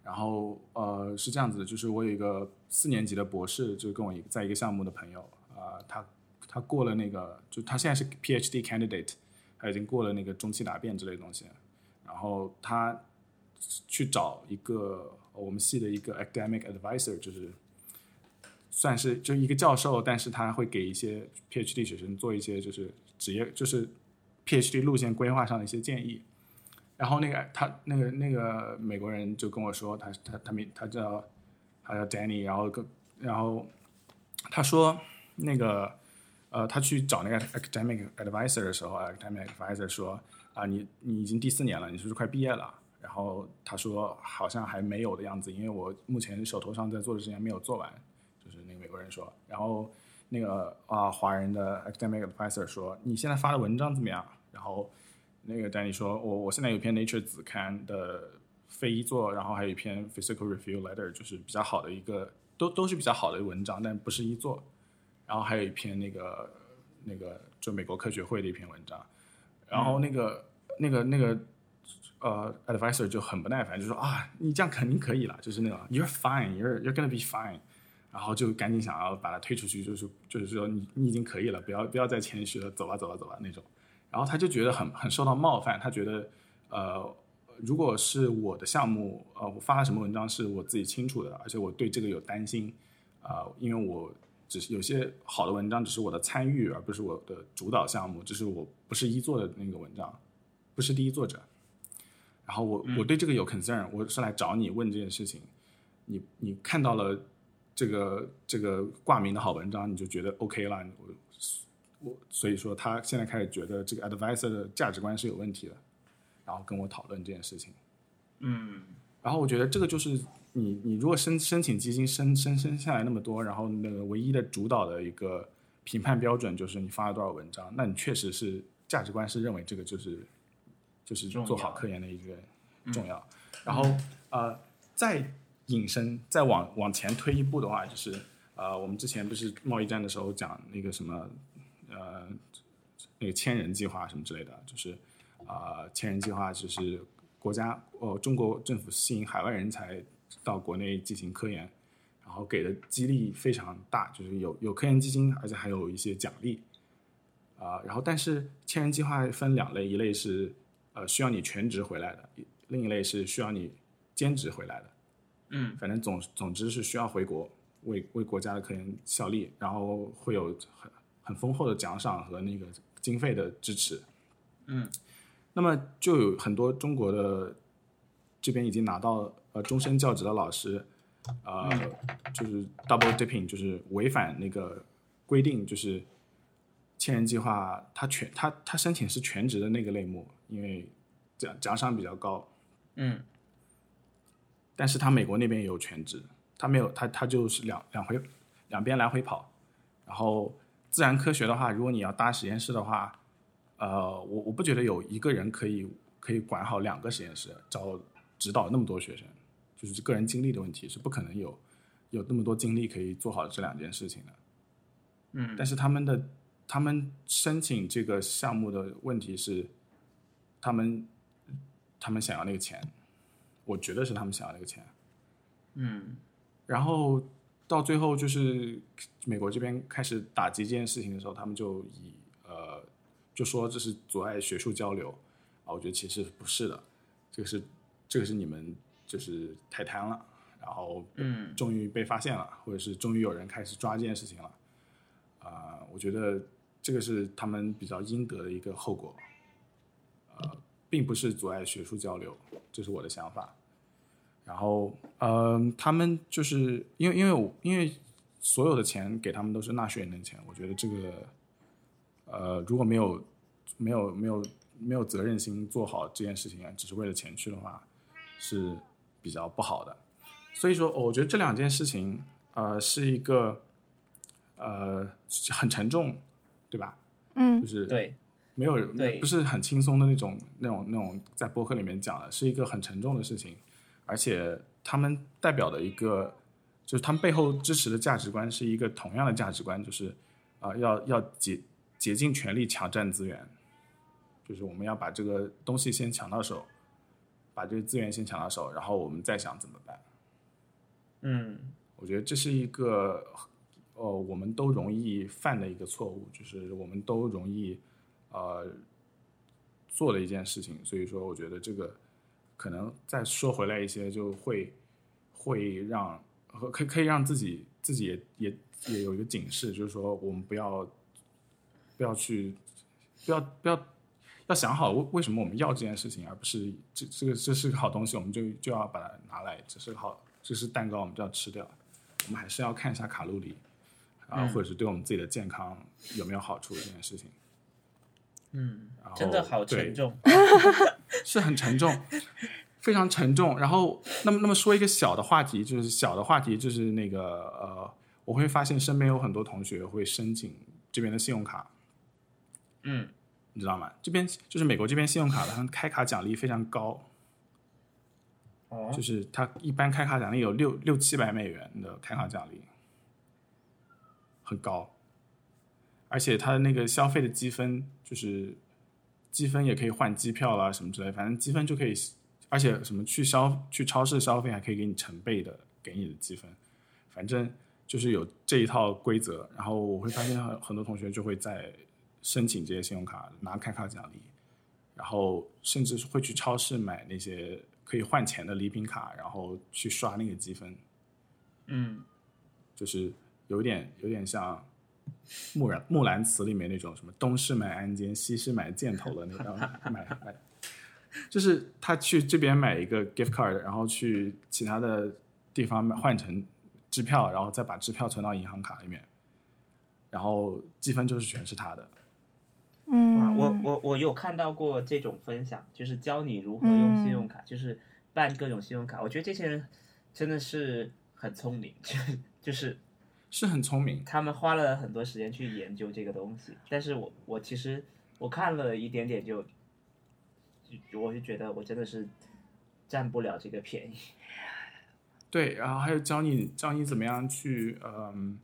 [SPEAKER 2] 然后呃是这样子的，就是我有一个四年级的博士，就跟我一个在一个项目的朋友，啊、他他过了那个，就他现在是 PhD candidate，他已经过了那个中期答辩之类的东西，然后他去找一个我们系的一个 academic advisor，就是算是就一个教授，但是他会给一些 PhD 学生做一些就是职业就是 PhD 路线规划上的一些建议。然后那个他那个那个美国人就跟我说，他他他名他叫他叫 Danny，然后跟然后他说那个呃，他去找那个 academic advisor 的时候，academic advisor 说啊、你你已经第四年了，你是不是快毕业了？然后他说好像还没有的样子，因为我目前手头上在做的事情还没有做完，就是那个美国人说，然后那个啊、华人的 academic advisor 说你现在发的文章怎么样？然后那个丹尼说我我现在有篇 Nature 子刊的非遗作，然后还有一篇 physical review letter，就是比较好的一个都都是比较好的文章，但不是一作，然后还有一篇那个那个就美国科学会的一篇文章，然后那个、那个那个呃 advisor 就很不耐烦，就说啊，你这样肯定可以了，就是那种 you're fine，you're you're gonna be fine，然后就赶紧想要把他推出去，就是就是说你你已经可以了，不要不要再谦虚了，走吧走吧走吧那种。然后他就觉得很很受到冒犯，他觉得呃，如果是我的项目，呃，我发了什么文章是我自己清楚的，而且我对这个有担心，啊、因为我只是有些好的文章只是我的参与，而不是我的主导项目，这是我不是一作的那个文章，不是第一作者。然后我我对这个有 concern，我是来找你问这件事情，你你看到了这个这个挂名的好文章，你就觉得 OK 了，我我所以说他现在开始觉得这个 advisor 的价值观是有问题的，然后跟我讨论这件事情。
[SPEAKER 1] 嗯，
[SPEAKER 2] 然后我觉得这个就是你你如果申申请基金申申申下来那么多，然后那个唯一的主导的一个评判标准就是你发了多少文章，那你确实是价值观是认为这个就是就是
[SPEAKER 1] 重要嗯
[SPEAKER 2] 做好科研的一个重要。然后呃，再引申再往往前推一步的话，就是呃，我们之前不是贸易战的时候讲那个什么呃那个千人计划什么之类的，就是啊，千人计划就是国家呃中国政府吸引海外人才到国内进行科研，然后给的激励非常大，就是有有科研基金，而且还有一些奖励啊、然后但是千人计划分两类，一类是呃需要你全职回来的，一另一类是需要你兼职回来的。
[SPEAKER 1] 嗯，
[SPEAKER 2] 反正总总之是需要回国为为国家的科研效力，然后会有很很丰厚的奖赏和那个经费的支持。那么就有很多中国的这边已经拿到呃终身教职的老师，呃，就是 double dipping，就是违反那个规定，就是千人计划，他全他他申请是全职的那个类目，因为奖奖赏比较高，
[SPEAKER 1] 嗯，
[SPEAKER 2] 但是他美国那边也有全职，他没有他他就是两两回两边来回跑，然后自然科学的话，如果你要搭实验室的话，呃，我我不觉得有一个人可以可以管好两个实验室，找指导那么多学生，就是个人精力的问题是不可能有有那么多精力可以做好这两件事情的。
[SPEAKER 1] 嗯，
[SPEAKER 2] 但是他们的他们申请这个项目的问题是，他们他们想要那个钱，我觉得是他们想要那个钱。
[SPEAKER 1] 嗯，
[SPEAKER 2] 然后到最后就是美国这边开始打击这件事情的时候，他们就以呃就说这是阻碍学术交流啊，我觉得其实不是的，这个是这个是你们就是太贪了，然后
[SPEAKER 1] 嗯
[SPEAKER 2] 终于被发现了，或者是终于有人开始抓这件事情了，啊、我觉得这个是他们比较应得的一个后果，呃，并不是阻碍学术交流，这是我的想法。然后，嗯，他们就是因为因为我因为所有的钱给他们都是纳税人的钱，我觉得这个，呃，如果没有没有没有没有责任心做好这件事情，只是为了钱去的话，是比较不好的。所以说，哦我觉得这两件事情，呃，是一个，呃，很沉重，对吧？
[SPEAKER 3] 嗯
[SPEAKER 2] 就是
[SPEAKER 1] 对，
[SPEAKER 2] 没有
[SPEAKER 1] 对
[SPEAKER 2] 不是很轻松的那种那种那种在播客里面讲的，是一个很沉重的事情，而且他们代表的一个就是他们背后支持的价值观是一个同样的价值观，就是啊、呃要要竭竭尽全力抢占资源，就是我们要把这个东西先抢到手，把这个资源先抢到手，然后我们再想怎么办。
[SPEAKER 1] 嗯
[SPEAKER 2] 我觉得这是一个呃，我们都容易犯的一个错误，就是我们都容易呃做的一件事情。所以说，我觉得这个可能再说回来一些，就会会让和可以可以让自己自己也也也有一个警示，就是说我们不要不要去不要不要。要想好为为什么我们要这件事情，而不是这这个这是个好东西，我们就就要把它拿来。这是个好，这是蛋糕，我们就要吃掉。我们还是要看一下卡路里，啊，
[SPEAKER 1] 嗯
[SPEAKER 2] 或者是对我们自己的健康有没有好处这件事情。
[SPEAKER 1] 嗯
[SPEAKER 2] 然，后
[SPEAKER 1] 真的好
[SPEAKER 2] 对
[SPEAKER 1] 沉重。
[SPEAKER 2] 是很沉重，非常沉重。然后，那么那么说一个小的话题，就是小的话题，就是那个呃，我会发现身边有很多同学会申请这边的信用卡，
[SPEAKER 1] 嗯，
[SPEAKER 2] 你知道吗？这边就是美国这边信用卡，他们开卡奖励非常高，
[SPEAKER 1] 哦
[SPEAKER 2] 就是他一般开卡奖励有六六七百美元的开卡奖励，很高。而且它的那个消费的积分，就是积分也可以换机票啦什么之类，反正积分就可以，而且什么去消去超市消费还可以给你成倍的给你的积分，反正就是有这一套规则。然后我会发现很很多同学就会在申请这些信用卡拿开卡奖励，然后甚至是会去超市买那些可以换钱的礼品卡，然后去刷那个积分，
[SPEAKER 1] 嗯，
[SPEAKER 2] 就是有点有点像。木兰木兰辞里面那种什么东市买鞍鞯，西市买箭头的那种买买，就是他去这边买一个 gift card，然后去其他的地方买换成支票，然后再把支票存到银行卡里面，然后积分就是全是他的。
[SPEAKER 1] 哇
[SPEAKER 3] 嗯，
[SPEAKER 1] 我我我有看到过这种分享，就是教你如
[SPEAKER 2] 嗯
[SPEAKER 1] 何用信用卡，就是办各种信用卡。我觉得这些人真的是很聪明， <laughs> 就是就是
[SPEAKER 2] 是很聪明，
[SPEAKER 1] 他们花了很多时间去研究这个东西。但是我我其实我看了一点点就，就我就觉得我真的是占不了这个便宜。
[SPEAKER 2] 对，然后还有教你教你怎么样去，嗯、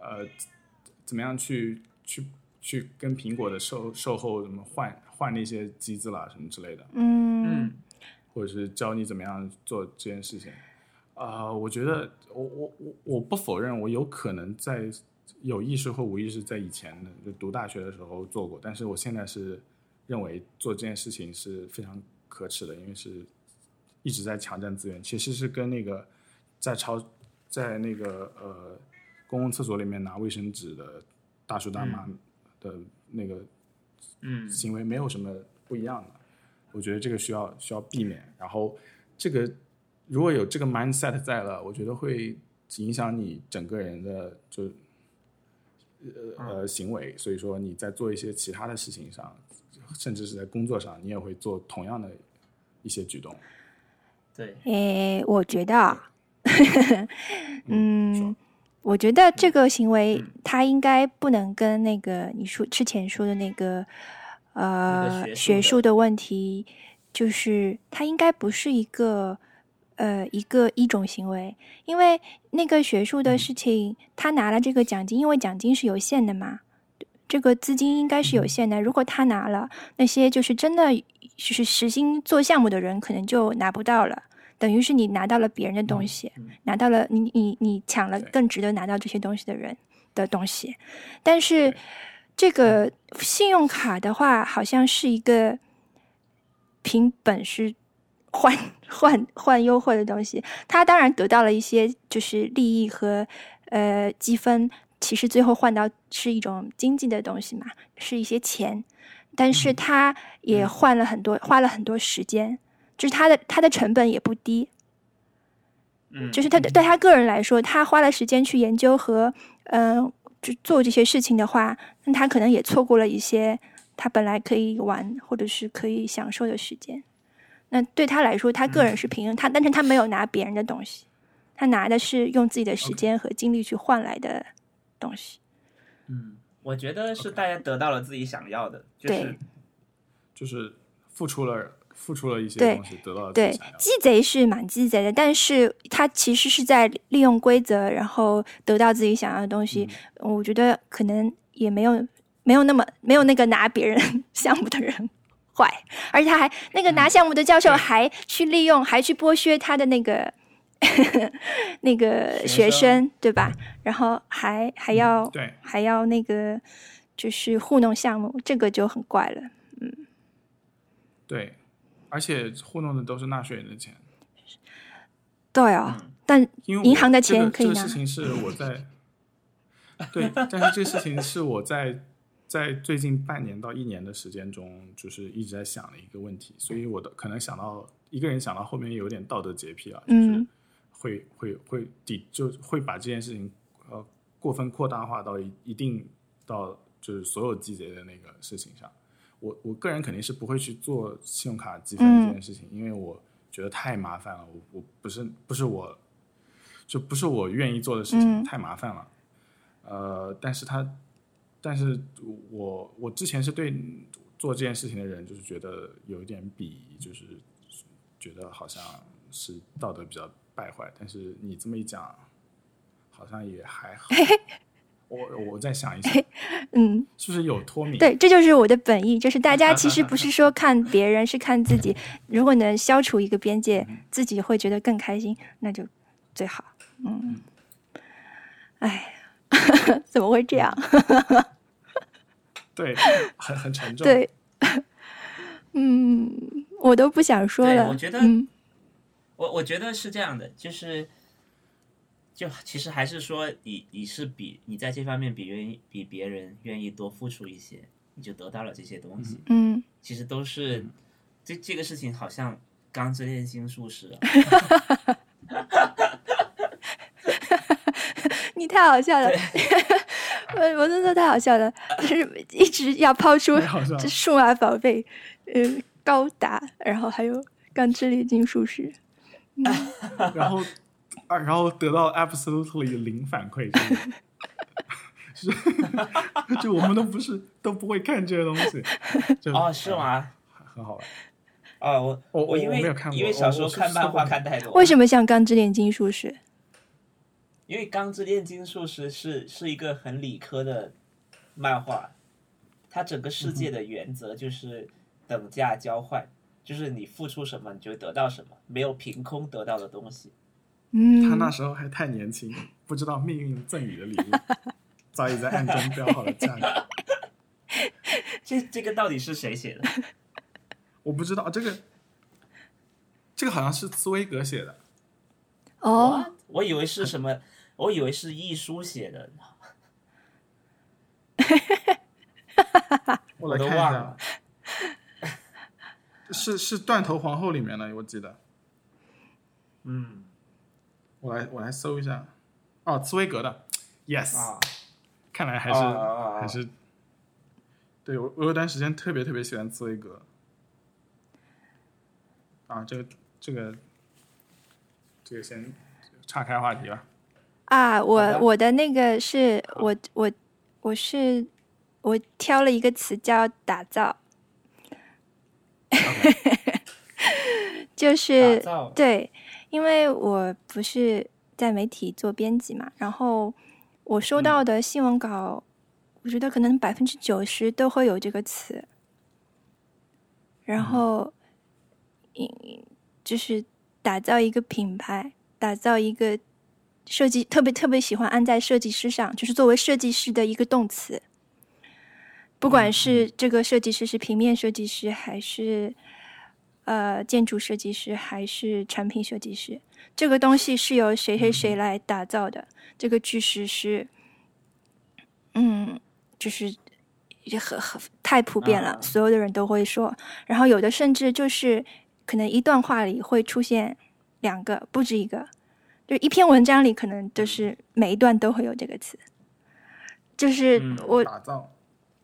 [SPEAKER 2] 呃，怎么样去去去跟苹果的售售后怎么换换那些机子啦什么之类的，
[SPEAKER 3] 嗯，
[SPEAKER 2] 或者是教你怎么样做这件事情。啊、我觉得我我我我不否认，我有可能在有意识或无意识在以前的就读大学的时候做过，但是我现在是认为做这件事情是非常可耻的，因为是一直在抢占资源，其实是跟那个在超在那个呃公共厕所里面拿卫生纸的大叔大妈的那个
[SPEAKER 1] 嗯
[SPEAKER 2] 行为没有什么不一样的。我觉得这个需要需要避免。然后这个如果有这个 mindset 在了，我觉得会影响你整个人的就呃呃行为。所以说你在做一些其他的事情上，甚至是在工作上，你也会做同样的一些举动。
[SPEAKER 1] 对，
[SPEAKER 3] 诶，我觉得啊，
[SPEAKER 2] 说
[SPEAKER 3] 嗯，我觉得这个行为
[SPEAKER 1] 嗯
[SPEAKER 3] 它应该不能跟那个你说之前说的那个
[SPEAKER 1] 那
[SPEAKER 3] 呃
[SPEAKER 1] 个学术
[SPEAKER 3] 学
[SPEAKER 1] 的
[SPEAKER 3] 术的问题，就是它应该不是一个呃一个一种行为，因为那个学术的事情，他拿了这个奖金，因为奖金是有限的嘛，这个资金应该是有限的。如果他拿了，那些就是真的就是实心做项目的人，可能就拿不到了。等于是你拿到了别人的
[SPEAKER 1] 嗯
[SPEAKER 3] 东西，拿到了你你你抢了
[SPEAKER 2] 对
[SPEAKER 3] 更值得拿到这些东西的人的东西，但是这个信用卡的话，好像是一个凭本事换 <laughs> 换换优惠的东西。他当然得到了一些就是利益和呃积分，其实最后换到是一种经济的东西嘛，是一些钱，但是他也换了很多，花了很多时间，就是他的他的成本也不低。
[SPEAKER 1] 嗯，
[SPEAKER 3] 就是他对他个人来说，他花了时间去研究和嗯、呃就做这些事情的话，那他可能也错过了一些他本来可以玩或者是可以享受的时间。那对他来说，他
[SPEAKER 1] 嗯
[SPEAKER 3] 个人是平衡，他但是他没有拿别人的东西，他拿的是用自己的时间和精力去换来的东西。
[SPEAKER 1] 嗯我觉得是大家得到了自己想要的，就是
[SPEAKER 3] 对
[SPEAKER 2] 就是付出了付出了一些
[SPEAKER 3] 对
[SPEAKER 2] 东西，得到了自己
[SPEAKER 3] 对
[SPEAKER 2] 想要，的啊
[SPEAKER 3] 鸡贼是蛮鸡贼的，但是他其实是在利用规则，然后得到自己想要的东西。嗯我觉得可能也没有没有那么没有那个拿别人 <laughs> 项目的人坏，而且他还那个拿项目的教授还去利用，还去剥削他的那个 <laughs> 那个学
[SPEAKER 1] 学生
[SPEAKER 3] 生，对吧？然后还还要、
[SPEAKER 2] 对。
[SPEAKER 3] 还要那个就是糊弄项目，这个就很怪了。
[SPEAKER 2] 对，而且糊弄的都是纳税人的钱，
[SPEAKER 3] 对哦，但
[SPEAKER 2] 因为我
[SPEAKER 3] 银行的
[SPEAKER 2] 这个
[SPEAKER 3] 钱可以
[SPEAKER 2] 这
[SPEAKER 3] 拿
[SPEAKER 2] 个事情是我在，对，但是这个事情是我在在最近半年到一年的时间中，就是一直在想的一个问题，所以我的可能想到一个人想到后面有点道德洁癖啊，就是
[SPEAKER 3] 嗯
[SPEAKER 2] 会会会抵就会把这件事情呃过分扩大化到一一定到就是所有季节的那个事情上。我我个人肯定是不会去做信用卡积分这件事情，因为我觉得太麻烦了，我我不是不是我，就不是我愿意做的事情，
[SPEAKER 3] 嗯
[SPEAKER 2] 太麻烦了。呃，但是他，但是我我之前是对做这件事情的人，就是觉得有一点鄙夷，就是觉得好像是道德比较败坏。但是你这么一讲，好像也还
[SPEAKER 3] <laughs>
[SPEAKER 2] 好。我我再想一想，
[SPEAKER 3] 嗯，
[SPEAKER 2] 是不是有脱敏？
[SPEAKER 3] 对，这就是我的本意，就是大家其实
[SPEAKER 2] <laughs>
[SPEAKER 3] 不是说看别人，是看自己。如果能消除一个边界，
[SPEAKER 2] 嗯
[SPEAKER 3] 自己会觉得更开心，那就最好。嗯，哎， <laughs> 怎么会这样？
[SPEAKER 2] 嗯
[SPEAKER 3] <laughs>
[SPEAKER 2] 对，很很沉重。
[SPEAKER 3] 对，嗯，我都不想说
[SPEAKER 1] 对
[SPEAKER 3] 了。
[SPEAKER 1] 我觉得
[SPEAKER 3] 嗯
[SPEAKER 1] 我我觉得是这样的，就是，就其实还是说你你是比你在这方面比愿意比别人愿意多付出一些，你就得到了这些东西。
[SPEAKER 3] 嗯，
[SPEAKER 1] 其实都是这这个事情好像钢之炼金术师、啊，
[SPEAKER 3] 你太好笑了，我 <laughs> 我真的太好笑了，就是一直要抛出
[SPEAKER 2] 太好笑了
[SPEAKER 3] 这数码宝贝，呃，高达，然后还有钢之炼金术师。
[SPEAKER 2] 然后啊，然后得到 absolutely 零反馈，就是 <laughs> 是就我们都不是都不会看这些东西，就哎
[SPEAKER 1] 哦，是？吗？
[SPEAKER 2] 很好玩，
[SPEAKER 1] 哦，我
[SPEAKER 2] 我我
[SPEAKER 1] 因为
[SPEAKER 2] 我没有看过
[SPEAKER 1] 因为小时候
[SPEAKER 2] 我我是
[SPEAKER 1] 看漫画看太多了，
[SPEAKER 3] 为什么像钢之炼金术师？
[SPEAKER 1] 因为《钢之炼金术师》是是一个很理科的漫画，它整个世
[SPEAKER 2] 嗯
[SPEAKER 1] 界的原则就是等价交换，就是你付出什么，你就会得到什么，没有凭空得到的东西。
[SPEAKER 3] 嗯，
[SPEAKER 2] 他那时候还太年轻，不知道命运赠予的礼物，早已在暗中标好了价格。
[SPEAKER 1] 这这个到底是谁写的？
[SPEAKER 2] 我不知道这个，这个好像是茨威格写的，
[SPEAKER 3] 哦，
[SPEAKER 1] What？我以为是什么，我以为是易舒写的，
[SPEAKER 2] <laughs> 我来
[SPEAKER 1] 都
[SPEAKER 2] 看一
[SPEAKER 1] 忘
[SPEAKER 2] 下
[SPEAKER 1] 了，。
[SPEAKER 2] 是是《断头皇后》里面的，我记得。
[SPEAKER 1] 嗯
[SPEAKER 2] 我来我来搜一下，哦，茨威格的，yes，、
[SPEAKER 1] 啊，
[SPEAKER 2] 看来还是、
[SPEAKER 1] 啊啊啊啊
[SPEAKER 2] 嗯还是，对我我有段时间特别特别喜欢茨威格，啊，这个这个这个先岔开话题吧，
[SPEAKER 3] 啊，
[SPEAKER 1] 好
[SPEAKER 3] 我
[SPEAKER 1] 的
[SPEAKER 3] 我的那个是我我我是我挑了一个词叫打造， <laughs> 就是
[SPEAKER 1] 打造
[SPEAKER 3] 对，因为我不是在媒体做编辑嘛，然后我收
[SPEAKER 1] 嗯
[SPEAKER 3] 到的新闻稿，我觉得可能百分之九十都会有这个词，然后，嗯，就是打造一个品牌，打造一个设计，特别特别喜欢安在设计师上，就是作为设计师的一个动词。不管是这个设计师是平面设计师，还是呃建筑设计师，还是产品设计师，这个东西是由谁谁谁来打造的，这个句式是，嗯，就是也很很太普遍了，
[SPEAKER 1] 啊
[SPEAKER 3] 所有的人都会说。然后有的甚至就是可能一段话里会出现两个，不止一个，就一篇文章里可能就是每一段都会有这个词。就是
[SPEAKER 1] 嗯
[SPEAKER 3] 我
[SPEAKER 2] 打造，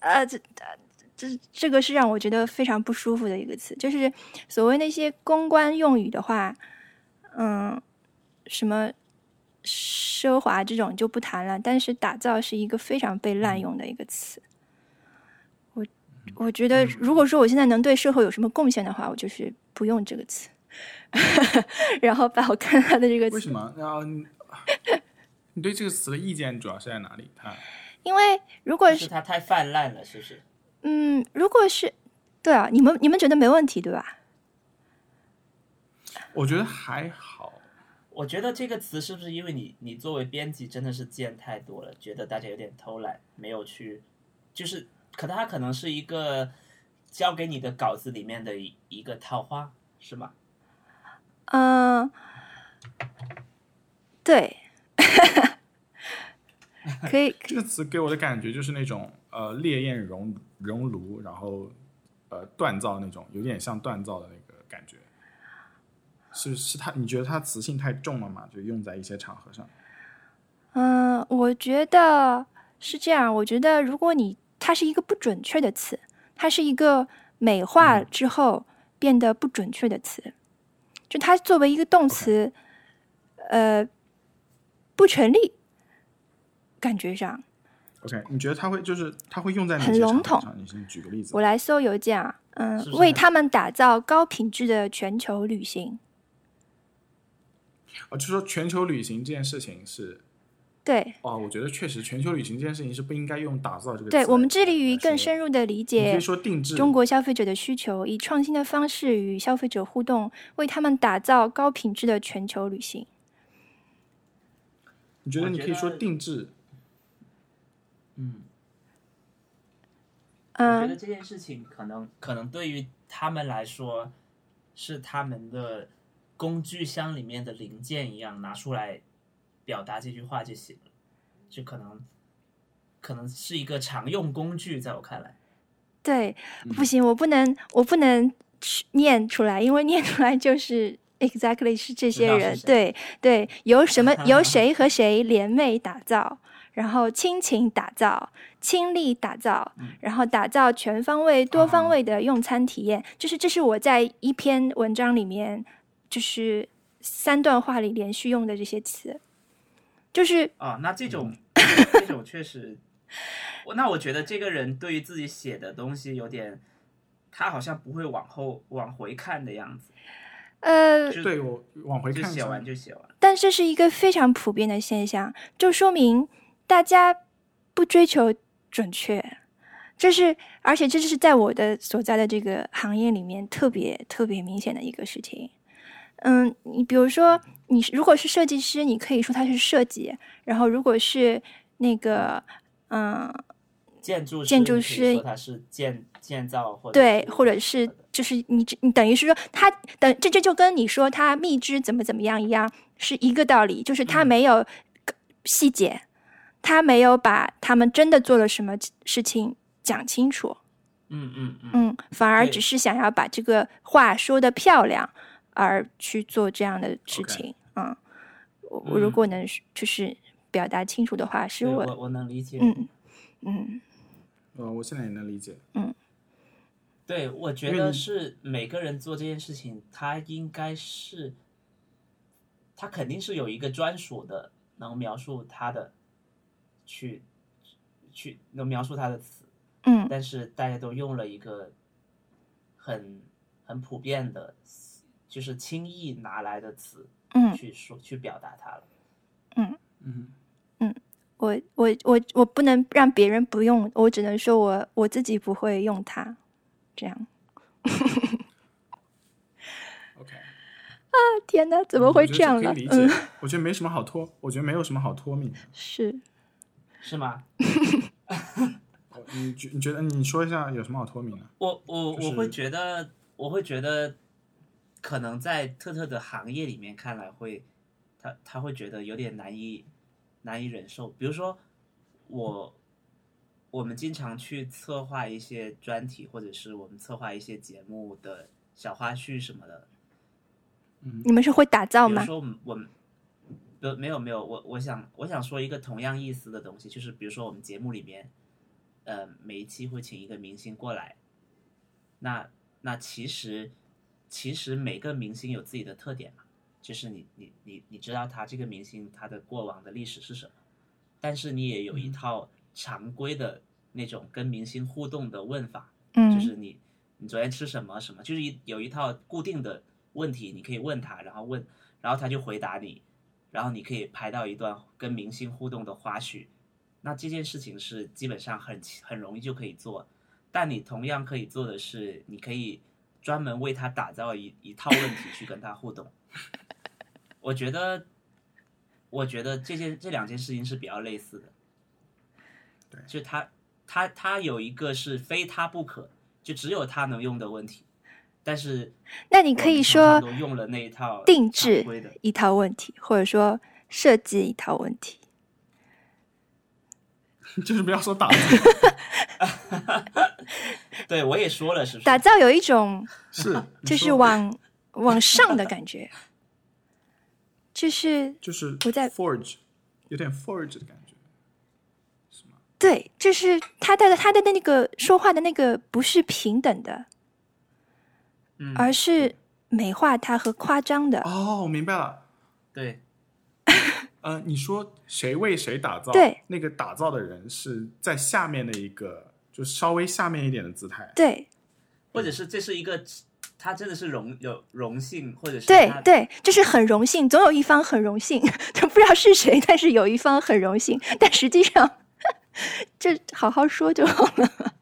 [SPEAKER 3] 啊，这啊这这个是让我觉得非常不舒服的一个词，就是所谓那些公关用语的话，嗯，什么奢华这种就不谈了，但是打造是一个非常被滥用的一个词。我我觉得，如果说我现在能对社会有什么贡献的话，我就是不用这个词， <laughs> 然后把我看到的这个
[SPEAKER 2] 为
[SPEAKER 3] 词
[SPEAKER 2] 什么？然后你 <laughs> 你对这个词的意见主要是在哪里？看，
[SPEAKER 3] 因为如果
[SPEAKER 1] 是它太泛滥了，是不是？
[SPEAKER 3] 嗯，如果是对啊，你们你们觉得没问题对吧？
[SPEAKER 2] 我觉得还好，
[SPEAKER 1] 我觉得这个词是不是因为你你作为编辑真的是见太多了，觉得大家有点偷懒，没有去，就是可能它可能是一个交给你的稿子里面的一一个套话，是吗？
[SPEAKER 3] 嗯，对，可以，
[SPEAKER 2] 这个词给我的感觉就是那种呃烈焰熔熔炉，然后呃锻造那种，有点像锻造的那个感觉。是是它，你觉得它词性太重了嘛？就用在一些场合上。
[SPEAKER 3] 嗯，我觉得是这样。我觉得如果你它是一个不准确的词，它是一个美化之后变得不准确的词，就它作为一个动词，呃，不成立，感觉上。
[SPEAKER 4] OK，你觉得他会就是他会用在哪
[SPEAKER 3] 很
[SPEAKER 4] 些场
[SPEAKER 3] 笼
[SPEAKER 4] 景
[SPEAKER 3] 统
[SPEAKER 4] 上？你先举个例子
[SPEAKER 3] 我。来搜邮件啊，嗯，
[SPEAKER 1] 是不是
[SPEAKER 3] 为
[SPEAKER 1] 很
[SPEAKER 3] 他们打造高品质的全球旅行。
[SPEAKER 4] 哦，就说全球旅行这件事情是
[SPEAKER 3] 对，
[SPEAKER 4] 哦，我觉得确实全球旅行这件事情是不应该用“打造”这个词来
[SPEAKER 3] 对
[SPEAKER 4] 来说的。
[SPEAKER 3] 我们致力于更深入的理
[SPEAKER 4] 你可
[SPEAKER 3] 解
[SPEAKER 4] 以说定制
[SPEAKER 3] 中国消费者的需求，以创新的方式与消费者互动，为他们打造高品质的全球旅行。
[SPEAKER 4] 你觉得
[SPEAKER 1] 我
[SPEAKER 4] 你
[SPEAKER 1] 觉
[SPEAKER 4] 可以说
[SPEAKER 1] 得
[SPEAKER 4] 定制
[SPEAKER 1] 嗯我觉
[SPEAKER 3] 嗯
[SPEAKER 1] 得，这件事情可能可能对于他们来说，是他们的工具箱里面的零件一样，拿出来表达这句话就行了。就可能可能是一个常用工具，在我看来，
[SPEAKER 3] 对，
[SPEAKER 1] 嗯
[SPEAKER 3] 不行，我不能，我不能去念出来，因为念出来就是 exactly 是这些
[SPEAKER 1] 道是
[SPEAKER 3] 人，
[SPEAKER 1] 谁
[SPEAKER 3] 对对，由
[SPEAKER 1] <laughs>
[SPEAKER 3] 什么由谁和谁联袂打造，然后亲情打造，亲力打造，
[SPEAKER 1] 嗯
[SPEAKER 3] 然后打造全方位、多
[SPEAKER 1] 啊
[SPEAKER 3] 方位的用餐体验，就是这是我在一篇文章里面，就是三段话里连续用的这些词，就是
[SPEAKER 1] 啊，那这种这种确实，我那我觉得这个人对于自己写的东西有点，他好像不会往后往回看的样子，
[SPEAKER 3] 呃，
[SPEAKER 1] 就
[SPEAKER 4] 对我往回
[SPEAKER 1] 就
[SPEAKER 4] 看一
[SPEAKER 1] 写
[SPEAKER 4] 下，
[SPEAKER 1] 完就写完。
[SPEAKER 3] 但这是一个非常普遍的现象，就说明大家不追求准确。这是，而且这是在我的所在的这个行业里面特别特别明显的一个事情。嗯，你比如说，你如果是设计师，你可以说他是设计；然后如果是那个，嗯，
[SPEAKER 1] 建筑
[SPEAKER 3] 建筑
[SPEAKER 1] 你可以
[SPEAKER 3] 师
[SPEAKER 1] 说他是建建造或者
[SPEAKER 3] 对，
[SPEAKER 1] 是嗯
[SPEAKER 3] 或者是就是你你等于是说他等这这就跟你说他蜜汁怎么怎么样一样是一个道理，就是
[SPEAKER 1] 嗯
[SPEAKER 3] 他没有细节，他没有把他们真的做了什么事情讲清楚，
[SPEAKER 1] 嗯嗯嗯
[SPEAKER 3] 嗯，反而
[SPEAKER 1] 对
[SPEAKER 3] 只是想要把这个话说的漂亮而去做这样的事
[SPEAKER 4] OK
[SPEAKER 3] 情，嗯，我我如
[SPEAKER 1] 嗯
[SPEAKER 3] 果能就是表达清楚的话，是
[SPEAKER 1] 对
[SPEAKER 3] 我
[SPEAKER 1] 我我能理解。
[SPEAKER 3] 嗯嗯
[SPEAKER 4] 呃，我现在也能理解。
[SPEAKER 1] 对，我
[SPEAKER 3] 嗯
[SPEAKER 1] 觉
[SPEAKER 4] 因为
[SPEAKER 1] 得
[SPEAKER 4] 你
[SPEAKER 1] 是每个人做这件事情，他应该是，他肯定是有一个专属的能描述他的，去去能描述他的词，
[SPEAKER 3] 嗯
[SPEAKER 1] 但是大家都用了一个很很普遍的，就是轻易拿来的词
[SPEAKER 3] 嗯，
[SPEAKER 1] 去说去表达它了。
[SPEAKER 4] 嗯
[SPEAKER 3] 我我我我不能让别人不用，我只能说我我自己不会用它，这样。啊
[SPEAKER 4] ，OK，
[SPEAKER 3] 天哪，怎么会这样
[SPEAKER 4] 我觉
[SPEAKER 3] 了
[SPEAKER 4] 得？这可以理
[SPEAKER 3] 嗯，
[SPEAKER 4] 解。我觉得没什么好脱，我觉得没有什么好脱敏的。
[SPEAKER 3] 是，
[SPEAKER 1] 是吗？
[SPEAKER 4] 我哦你觉你觉得你说一下有什么好脱敏的？ <laughs>
[SPEAKER 1] 我我
[SPEAKER 4] 就
[SPEAKER 1] 我会
[SPEAKER 4] 是
[SPEAKER 1] 觉得，我会觉得，可能在特特的行业里面看来会，他他会觉得有点难以难以忍受。比如说，我我们经常去策划一些专题，或者是我们策划一些节目的小花絮什么的。
[SPEAKER 3] 你们是会打造
[SPEAKER 1] 比如
[SPEAKER 3] 吗？
[SPEAKER 1] 说我们我们。不，没有没有，我我想我想说一个同样意思的东西，就是比如说我们节目里面，呃，每一期会请一个明星过来，那那其实其实每个明星有自己的特点嘛，就是你你你你知道他这个明星他的过往的历史是什么，但是你也有
[SPEAKER 3] 嗯
[SPEAKER 1] 一套常规的那种跟明星互动的问法，就
[SPEAKER 3] 嗯
[SPEAKER 1] 是你你昨天吃什么什么，就是一有一套固定的问题，你可以问他，然后问，然后他就回答你，然后你可以拍到一段跟明星互动的花絮。那这件事情是基本上很很容易就可以做，但你同样可以做的是，你可以专门为他打造一一套问题去跟他互动。我觉得，我觉得这件这两件事情是比较类似的。
[SPEAKER 4] 对
[SPEAKER 1] 就他他他有一个是非他不可，就只有他能用的问题，但是
[SPEAKER 3] 那你可以
[SPEAKER 1] 我们
[SPEAKER 3] 说
[SPEAKER 1] 常常都用了那一套
[SPEAKER 3] 定
[SPEAKER 1] 常
[SPEAKER 3] 制
[SPEAKER 1] 规的，
[SPEAKER 3] 一套问题，或者说设计一套问题。
[SPEAKER 4] 就是不要说打造，
[SPEAKER 1] 对我也说了是不是
[SPEAKER 3] 打造有一种
[SPEAKER 4] 是你
[SPEAKER 3] 就是
[SPEAKER 4] 说
[SPEAKER 3] 往往上的感觉，就是
[SPEAKER 4] 就是
[SPEAKER 3] 我在
[SPEAKER 4] forge，有点 forge 的感觉。
[SPEAKER 3] 对，就是他的他的那个说话的那个不是平等的，
[SPEAKER 1] 嗯
[SPEAKER 3] 而是美化它和夸张的。
[SPEAKER 2] 哦，我明白了。
[SPEAKER 1] 对，
[SPEAKER 2] 呃，你说谁为谁打造？
[SPEAKER 3] 对，
[SPEAKER 2] 那个打造的人是在下面的一个，就稍微下面一点的姿态。
[SPEAKER 3] 对
[SPEAKER 1] 或者是这是一个，他真的是荣有荣幸，或者是
[SPEAKER 3] 对
[SPEAKER 1] 他
[SPEAKER 3] 对，就是很荣幸，总有一方很荣幸， <laughs> 就不知道是谁，但是有一方很荣幸，但实际上 <laughs> 这好好说就好了。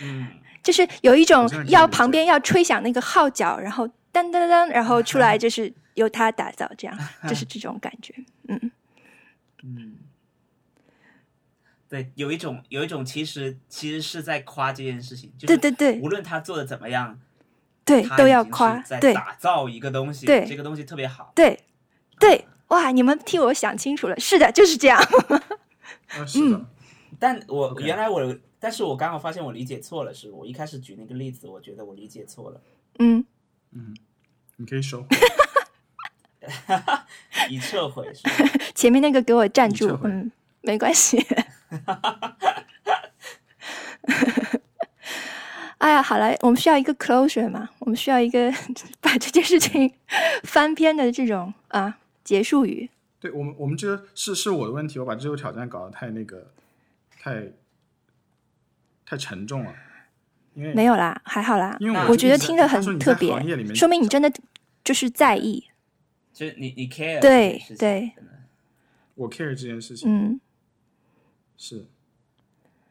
[SPEAKER 1] 嗯，
[SPEAKER 3] 就是有一种
[SPEAKER 2] 好像可以
[SPEAKER 3] 要
[SPEAKER 2] 理解
[SPEAKER 3] 旁边要吹响那个号角，然后当当当，然后出来就是由他打造，这
[SPEAKER 1] <laughs>
[SPEAKER 3] 样就是这种感觉。嗯，
[SPEAKER 1] 嗯，对，有一种有一种，其实其实是在夸这件事情，就
[SPEAKER 3] 对
[SPEAKER 1] 是
[SPEAKER 3] 对对
[SPEAKER 1] 无论他做的怎么样，
[SPEAKER 3] 对，
[SPEAKER 1] 他
[SPEAKER 3] 都
[SPEAKER 1] 已
[SPEAKER 3] 要
[SPEAKER 1] 经是
[SPEAKER 3] 夸，
[SPEAKER 1] 在
[SPEAKER 3] 对
[SPEAKER 1] 打造一个东西，
[SPEAKER 3] 对
[SPEAKER 1] 这个东西特别好，
[SPEAKER 3] 对对，哇，你们替我想清楚了，是的，就是这样。
[SPEAKER 4] 呃
[SPEAKER 2] 啊，是
[SPEAKER 3] 嗯
[SPEAKER 2] 的，
[SPEAKER 1] 但我
[SPEAKER 2] OK
[SPEAKER 1] 原来我，但是我刚好发现我理解错了，是我一开始举那个例子，我觉得我理解错了，
[SPEAKER 3] 嗯，
[SPEAKER 2] 你可以收。
[SPEAKER 1] 已撤回是吧？
[SPEAKER 3] <laughs> 前面那个给我站
[SPEAKER 2] 你撤
[SPEAKER 3] 住，
[SPEAKER 2] 回
[SPEAKER 3] 嗯，没关系。 <laughs> 哎呀，好了，我们需要一个 closure 嘛，我们需要一个 <laughs> 把这件事情翻篇的这种啊结束语。
[SPEAKER 2] 对我们，我们这是是我的问题，我把这个挑战搞得太那个，太太沉重了。因为
[SPEAKER 3] 没有啦，还好啦。
[SPEAKER 2] 嗯因为
[SPEAKER 1] 那
[SPEAKER 3] 我
[SPEAKER 2] 我
[SPEAKER 3] 觉得听得很特
[SPEAKER 2] 他说你在行业里
[SPEAKER 3] 别，
[SPEAKER 2] 面
[SPEAKER 3] 说明你真的就是在意。
[SPEAKER 1] 就是你你 care
[SPEAKER 3] 对
[SPEAKER 1] 这件事情
[SPEAKER 3] 对，
[SPEAKER 1] 真的
[SPEAKER 2] 我 care 这件事情、
[SPEAKER 3] 嗯
[SPEAKER 2] 是，啊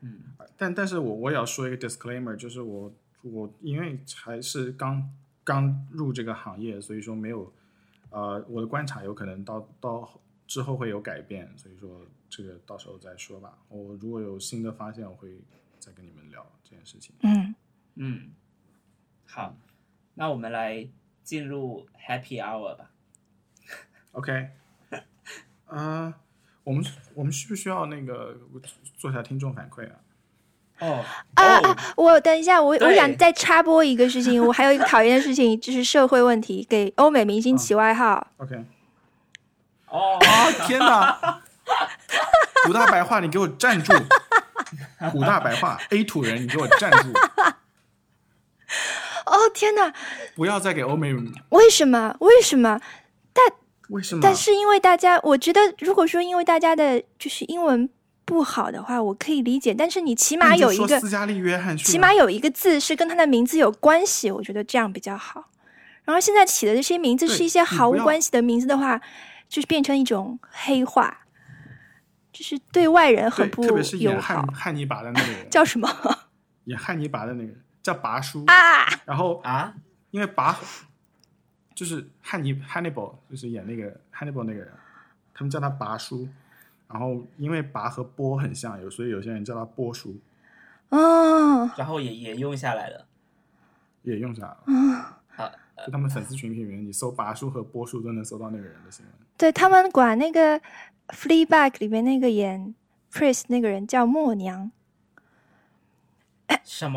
[SPEAKER 1] 嗯，
[SPEAKER 2] 但但是我我也要说一个 disclaimer，就是我我因为还是刚刚入这个行业，所以说没有，呃，我的观察有可能到到之后会有改变，所以说这个到时候再说吧。我如果有新的发现，我会再跟你们聊这件事情。
[SPEAKER 3] 嗯，
[SPEAKER 1] 嗯，好，那我们来进入 happy hour 吧。
[SPEAKER 2] OK，啊、我们我们需不需要那个做一下听众反馈啊？
[SPEAKER 1] 哦
[SPEAKER 3] 啊
[SPEAKER 1] 哦，
[SPEAKER 3] 我等一下，我我
[SPEAKER 1] 对
[SPEAKER 3] 想再插播一个事情，我还有一个讨厌的事情，就是社会问题，给欧美明星起外号。
[SPEAKER 2] OK，
[SPEAKER 1] 哦，
[SPEAKER 2] 啊天 <laughs> 哪！古大白话，你给我站 <laughs> 住！古大白话，A 土人，你给我站住！
[SPEAKER 3] 哦天哪，
[SPEAKER 2] 不要再给欧美，
[SPEAKER 3] 为什么？为什么？
[SPEAKER 2] 为什么？
[SPEAKER 3] 但是因为大家，我觉得如果说因为大家的就是英文不好的话，我可以理解，但是你起
[SPEAKER 2] 那
[SPEAKER 3] 码
[SPEAKER 2] 你就
[SPEAKER 3] 有一
[SPEAKER 2] 说
[SPEAKER 3] 个
[SPEAKER 2] 斯嘉丽约翰逊吧，啊
[SPEAKER 3] 起码有一个字是跟他的名字有关系，我觉得这样比较好。然后现在起的这些名字
[SPEAKER 2] 对
[SPEAKER 3] 是一些
[SPEAKER 2] 你
[SPEAKER 3] 毫
[SPEAKER 2] 不
[SPEAKER 3] 无
[SPEAKER 2] 要
[SPEAKER 3] 关系的名字的话，就是变成一种黑化，就是对外人
[SPEAKER 2] 对，
[SPEAKER 3] 很不
[SPEAKER 2] 特别是
[SPEAKER 3] 友
[SPEAKER 2] 演汉
[SPEAKER 3] 好。
[SPEAKER 2] 汉尼拔的那个人，
[SPEAKER 3] 叫
[SPEAKER 2] <laughs>
[SPEAKER 3] 什么
[SPEAKER 2] 演汉尼拔的那个人叫拔叔，
[SPEAKER 3] 啊？
[SPEAKER 2] 然后
[SPEAKER 1] 啊，
[SPEAKER 2] 因为拔就是汉尼 Hannibal，就是演那个 Hannibal 那个人，他们叫他拔叔。然后因为拔和波很像，有所以有些人叫他波叔，
[SPEAKER 3] 哦，
[SPEAKER 1] 然后也也用下来了。
[SPEAKER 2] 也用上了。
[SPEAKER 3] 哦
[SPEAKER 1] 好，
[SPEAKER 2] 就他们粉丝群里面，你搜拔叔和波叔都能搜到那个人的新闻。
[SPEAKER 3] 对他们管那个《Fleabag》里面那个演 Prince 那个人叫默娘，
[SPEAKER 1] 什
[SPEAKER 3] <laughs>
[SPEAKER 1] 么？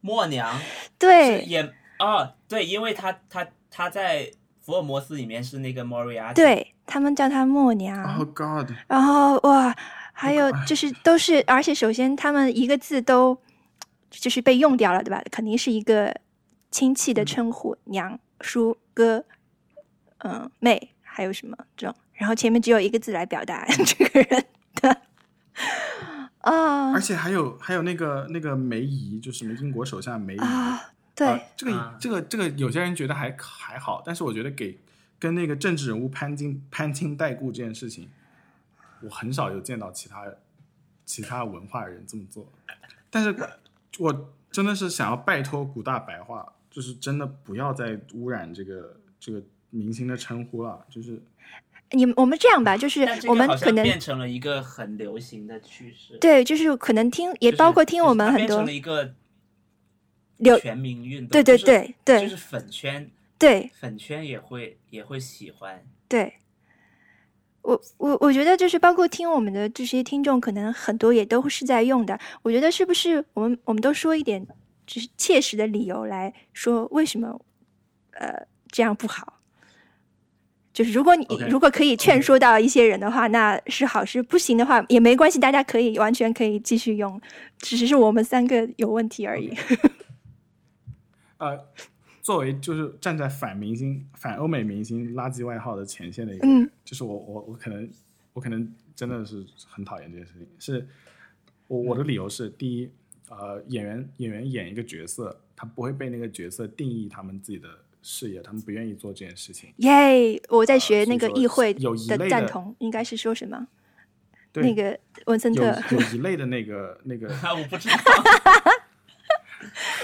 [SPEAKER 1] 默娘是
[SPEAKER 3] 对
[SPEAKER 1] 演哦，对，因为他他他在福尔摩斯里面是那个 Moriarty，，
[SPEAKER 3] 对，他们叫她默娘。
[SPEAKER 2] Oh God！
[SPEAKER 3] 然后哇，还有
[SPEAKER 2] 哎
[SPEAKER 3] 就是 <laughs> 都是，而且首先他们一个字都就是被用掉了，对吧？肯定是一个亲戚
[SPEAKER 1] 嗯
[SPEAKER 3] 的称呼，娘、叔、哥、嗯、妹，还有什么这种，然后前面只有一个字来表达 <laughs> 这个人的啊
[SPEAKER 2] 而且还有还有那个那个梅姨，就是什么英国首相梅姨，
[SPEAKER 3] 啊，对、
[SPEAKER 2] 啊这个
[SPEAKER 1] 啊
[SPEAKER 2] 这个这个，有些人觉得还还好，但是我觉得给跟那个政治人物攀亲攀亲带故这件事情，我很少有见到其他其他文化人这么做。但是我真的是想要拜托古大白话，就是真的不要再污染这个这个明星的称呼了，就是
[SPEAKER 3] 你们我们这样吧，就是
[SPEAKER 1] 啊但这
[SPEAKER 3] 我
[SPEAKER 1] 个
[SPEAKER 3] 们
[SPEAKER 1] 好
[SPEAKER 3] 可
[SPEAKER 1] 像
[SPEAKER 3] 能
[SPEAKER 1] 变成了一个很流行的趋势，
[SPEAKER 3] 对，就是可能听也
[SPEAKER 1] 就是，
[SPEAKER 3] 包括听
[SPEAKER 1] 就是
[SPEAKER 3] 我们
[SPEAKER 1] 它
[SPEAKER 3] 很
[SPEAKER 1] 变
[SPEAKER 3] 多
[SPEAKER 1] 成了一个
[SPEAKER 3] 流，
[SPEAKER 1] 全民运动，
[SPEAKER 3] 对对
[SPEAKER 1] 就是
[SPEAKER 3] 对对
[SPEAKER 1] 就是粉圈
[SPEAKER 3] 对。
[SPEAKER 1] 粉圈也会也会喜
[SPEAKER 2] <laughs>
[SPEAKER 1] 欢，
[SPEAKER 3] 对，我我我觉得就是包括听我们的这些听众，可能很多也都是在用的。我觉得是不是我们我们都说一点就是切实的理由来说为什么呃这样不好？就是如果你
[SPEAKER 2] OK，嗯
[SPEAKER 3] 如果可以劝说到一些人的话，那是好事；不行的话也没关系，大家可以完全可以继续用，只是我们三个有问题而已。
[SPEAKER 2] 呃，作为就是站在反明星、反欧美明星垃圾外号的前线的一个人，
[SPEAKER 3] <laughs> 嗯
[SPEAKER 2] 就是我我我可能我可能真的是很讨厌这件事情。是我我的理由是，第一，呃，演员演员演一个角色，他不会被那个角色定义他们自己的事业，他们不愿意做这件事情。
[SPEAKER 3] 耶！我在学
[SPEAKER 2] 啊所
[SPEAKER 3] 那
[SPEAKER 2] 以
[SPEAKER 3] 个
[SPEAKER 2] 说
[SPEAKER 3] 议会
[SPEAKER 2] 有一
[SPEAKER 3] 的
[SPEAKER 2] 类的
[SPEAKER 3] 赞同，应该是说什么？
[SPEAKER 2] 对，
[SPEAKER 3] 那个文森
[SPEAKER 2] 有
[SPEAKER 3] 特，
[SPEAKER 2] 有一类的那个那
[SPEAKER 3] <laughs>
[SPEAKER 2] 个
[SPEAKER 1] 啊，我不知道，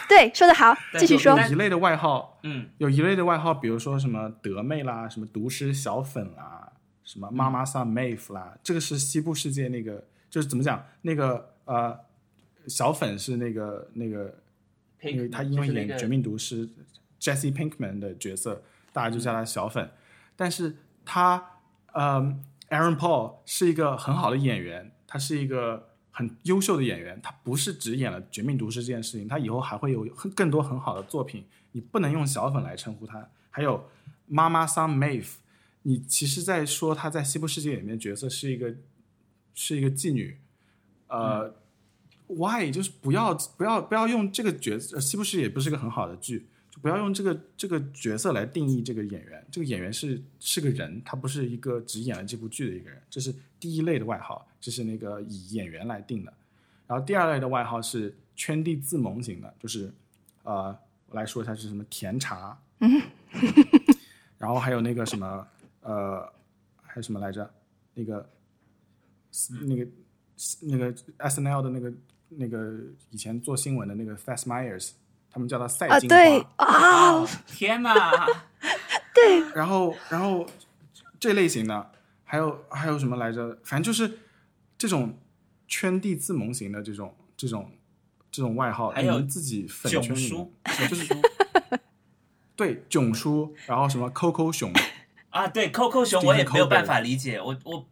[SPEAKER 3] 对，说的好，
[SPEAKER 1] <laughs> 但
[SPEAKER 3] 继续
[SPEAKER 1] 有
[SPEAKER 3] 说哦
[SPEAKER 1] 但。
[SPEAKER 2] 有一类的外号，
[SPEAKER 1] 嗯，
[SPEAKER 2] 有一类的外号，比如说什么德妹啦，什么毒师小粉啦，什么妈妈桑妹夫啦，这个是西部世界那个，就是怎么讲，那个呃，小粉是那个那个，因为他因为演《绝命毒师》Jesse Pinkman 的角色，大家就叫他小粉，但是他呃，Aaron Paul 是一个很好的演员，他是一个很优秀的演员，他不是只演了《绝命毒师》这件事情，他以后还会有很更多很好的作品，你不能用小粉来称呼他。还有妈妈桑 Maeve，你其实在说他在《西部世界》里面的角色是一个是一个妓女，呃。Why 就是不要不要不要用这个角色，呃西部世界也不是个很好的剧，就不要用这个这个角色来定义这个演员。这个演员是是个人，他不是一个只演了这部剧的一个人。这是第一类的外号，这是那个以演员来定的。然后第二类的外号是圈地自萌型的，就是呃，我来说一下是什么甜
[SPEAKER 3] <laughs>
[SPEAKER 2] 茶，然后还有那个什么呃，还有什么来着？那个那个那个 S N L 的那个那个以前做新闻的那个 Fast Myers，他们叫他赛
[SPEAKER 3] 啊，
[SPEAKER 2] 金花。
[SPEAKER 3] 对啊，
[SPEAKER 1] 哦，天哪！
[SPEAKER 2] 然后然后这类型的，还有还有什么来着？反正就是这种圈地自萌型的这种这种这种外号，
[SPEAKER 1] 还有
[SPEAKER 2] 你们自己粉
[SPEAKER 1] 囧
[SPEAKER 2] 圈里面
[SPEAKER 1] 叔， <laughs>
[SPEAKER 2] 就是对囧叔，然后什么 Coco 熊，
[SPEAKER 1] 啊，对扣扣熊，
[SPEAKER 2] Stephen
[SPEAKER 1] 我也没有办法理解，我我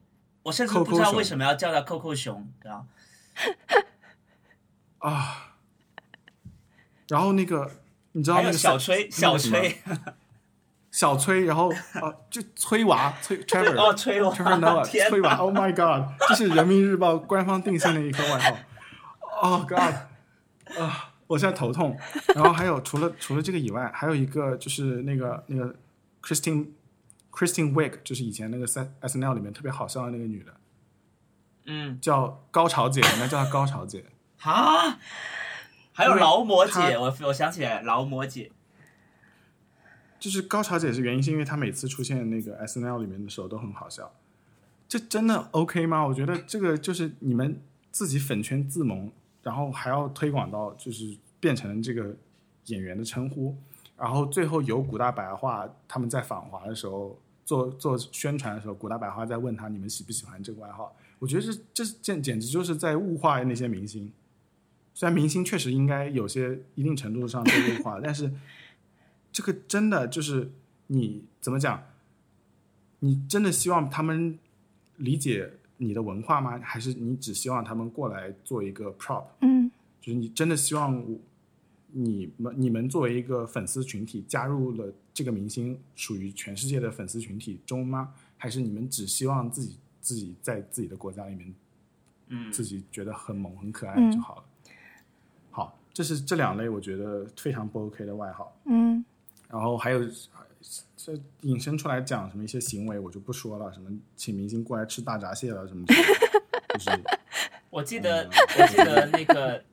[SPEAKER 1] 我甚至不知道
[SPEAKER 2] Coco 熊
[SPEAKER 1] 为什么要叫他扣扣熊，然后
[SPEAKER 2] 啊，然后那个你知道
[SPEAKER 1] 还
[SPEAKER 2] 那
[SPEAKER 1] 有
[SPEAKER 2] 个
[SPEAKER 1] 小
[SPEAKER 2] 是
[SPEAKER 1] 崔，
[SPEAKER 2] 那
[SPEAKER 1] 小
[SPEAKER 2] 个什么
[SPEAKER 1] 崔，
[SPEAKER 2] 小崔，然后啊就崔娃
[SPEAKER 1] <laughs>
[SPEAKER 2] 崔 Trevor
[SPEAKER 1] 哦，崔娃 <laughs>
[SPEAKER 2] Trevor Noah
[SPEAKER 1] 天
[SPEAKER 2] 崔娃
[SPEAKER 1] 哪，
[SPEAKER 2] ，Oh my God，这是人民日报官方定性的一个外号，Oh God，啊、我现在头痛。然后还有除了除了这个以外，还有一个就是那个那个 Christine Christine Wiig，就是以前那个 S S N L 里面特别好笑的那个女的，
[SPEAKER 1] 嗯，
[SPEAKER 2] 叫高潮姐，人家叫她高潮姐。
[SPEAKER 1] 啊，还有劳模姐，
[SPEAKER 2] 他
[SPEAKER 1] 我我想起来劳模姐，
[SPEAKER 2] 就是高潮姐是原因，是因为她每次出现那个 S N L 里面的时候都很好笑。这真的 OK 吗？我觉得这个就是你们自己粉圈自萌，然后还要推广到就是变成这个演员的称呼，然后最后有古大白话他们在访华的时候做做宣传的时候，古大白话在问他你们喜不喜欢这个外号？我觉得这这这简直就是在物化那些明星。虽然明星确实应该有些一定程度上被物化，但是这个真的就是你怎么讲？你真的希望他们理解你的文化吗？还是你只希望他们过来做一个 prop？
[SPEAKER 3] 嗯，
[SPEAKER 2] 就是你真的希望我你们你们作为一个粉丝群体加入了这个明星属于全世界的粉丝群体中吗？还是你们只希望自己自己在自己的国家里面
[SPEAKER 1] 嗯，
[SPEAKER 2] 自己觉得很萌很可爱
[SPEAKER 3] 嗯
[SPEAKER 2] 就好了？好，这是这两类我觉得非常不 OK 的外号。
[SPEAKER 3] 嗯
[SPEAKER 2] 然后还有这引申出来讲什么一些行为，我就不说了，什么请明星过来吃大闸蟹了什么之类的，就是
[SPEAKER 1] 我记得，
[SPEAKER 2] 嗯
[SPEAKER 1] 我记得那个，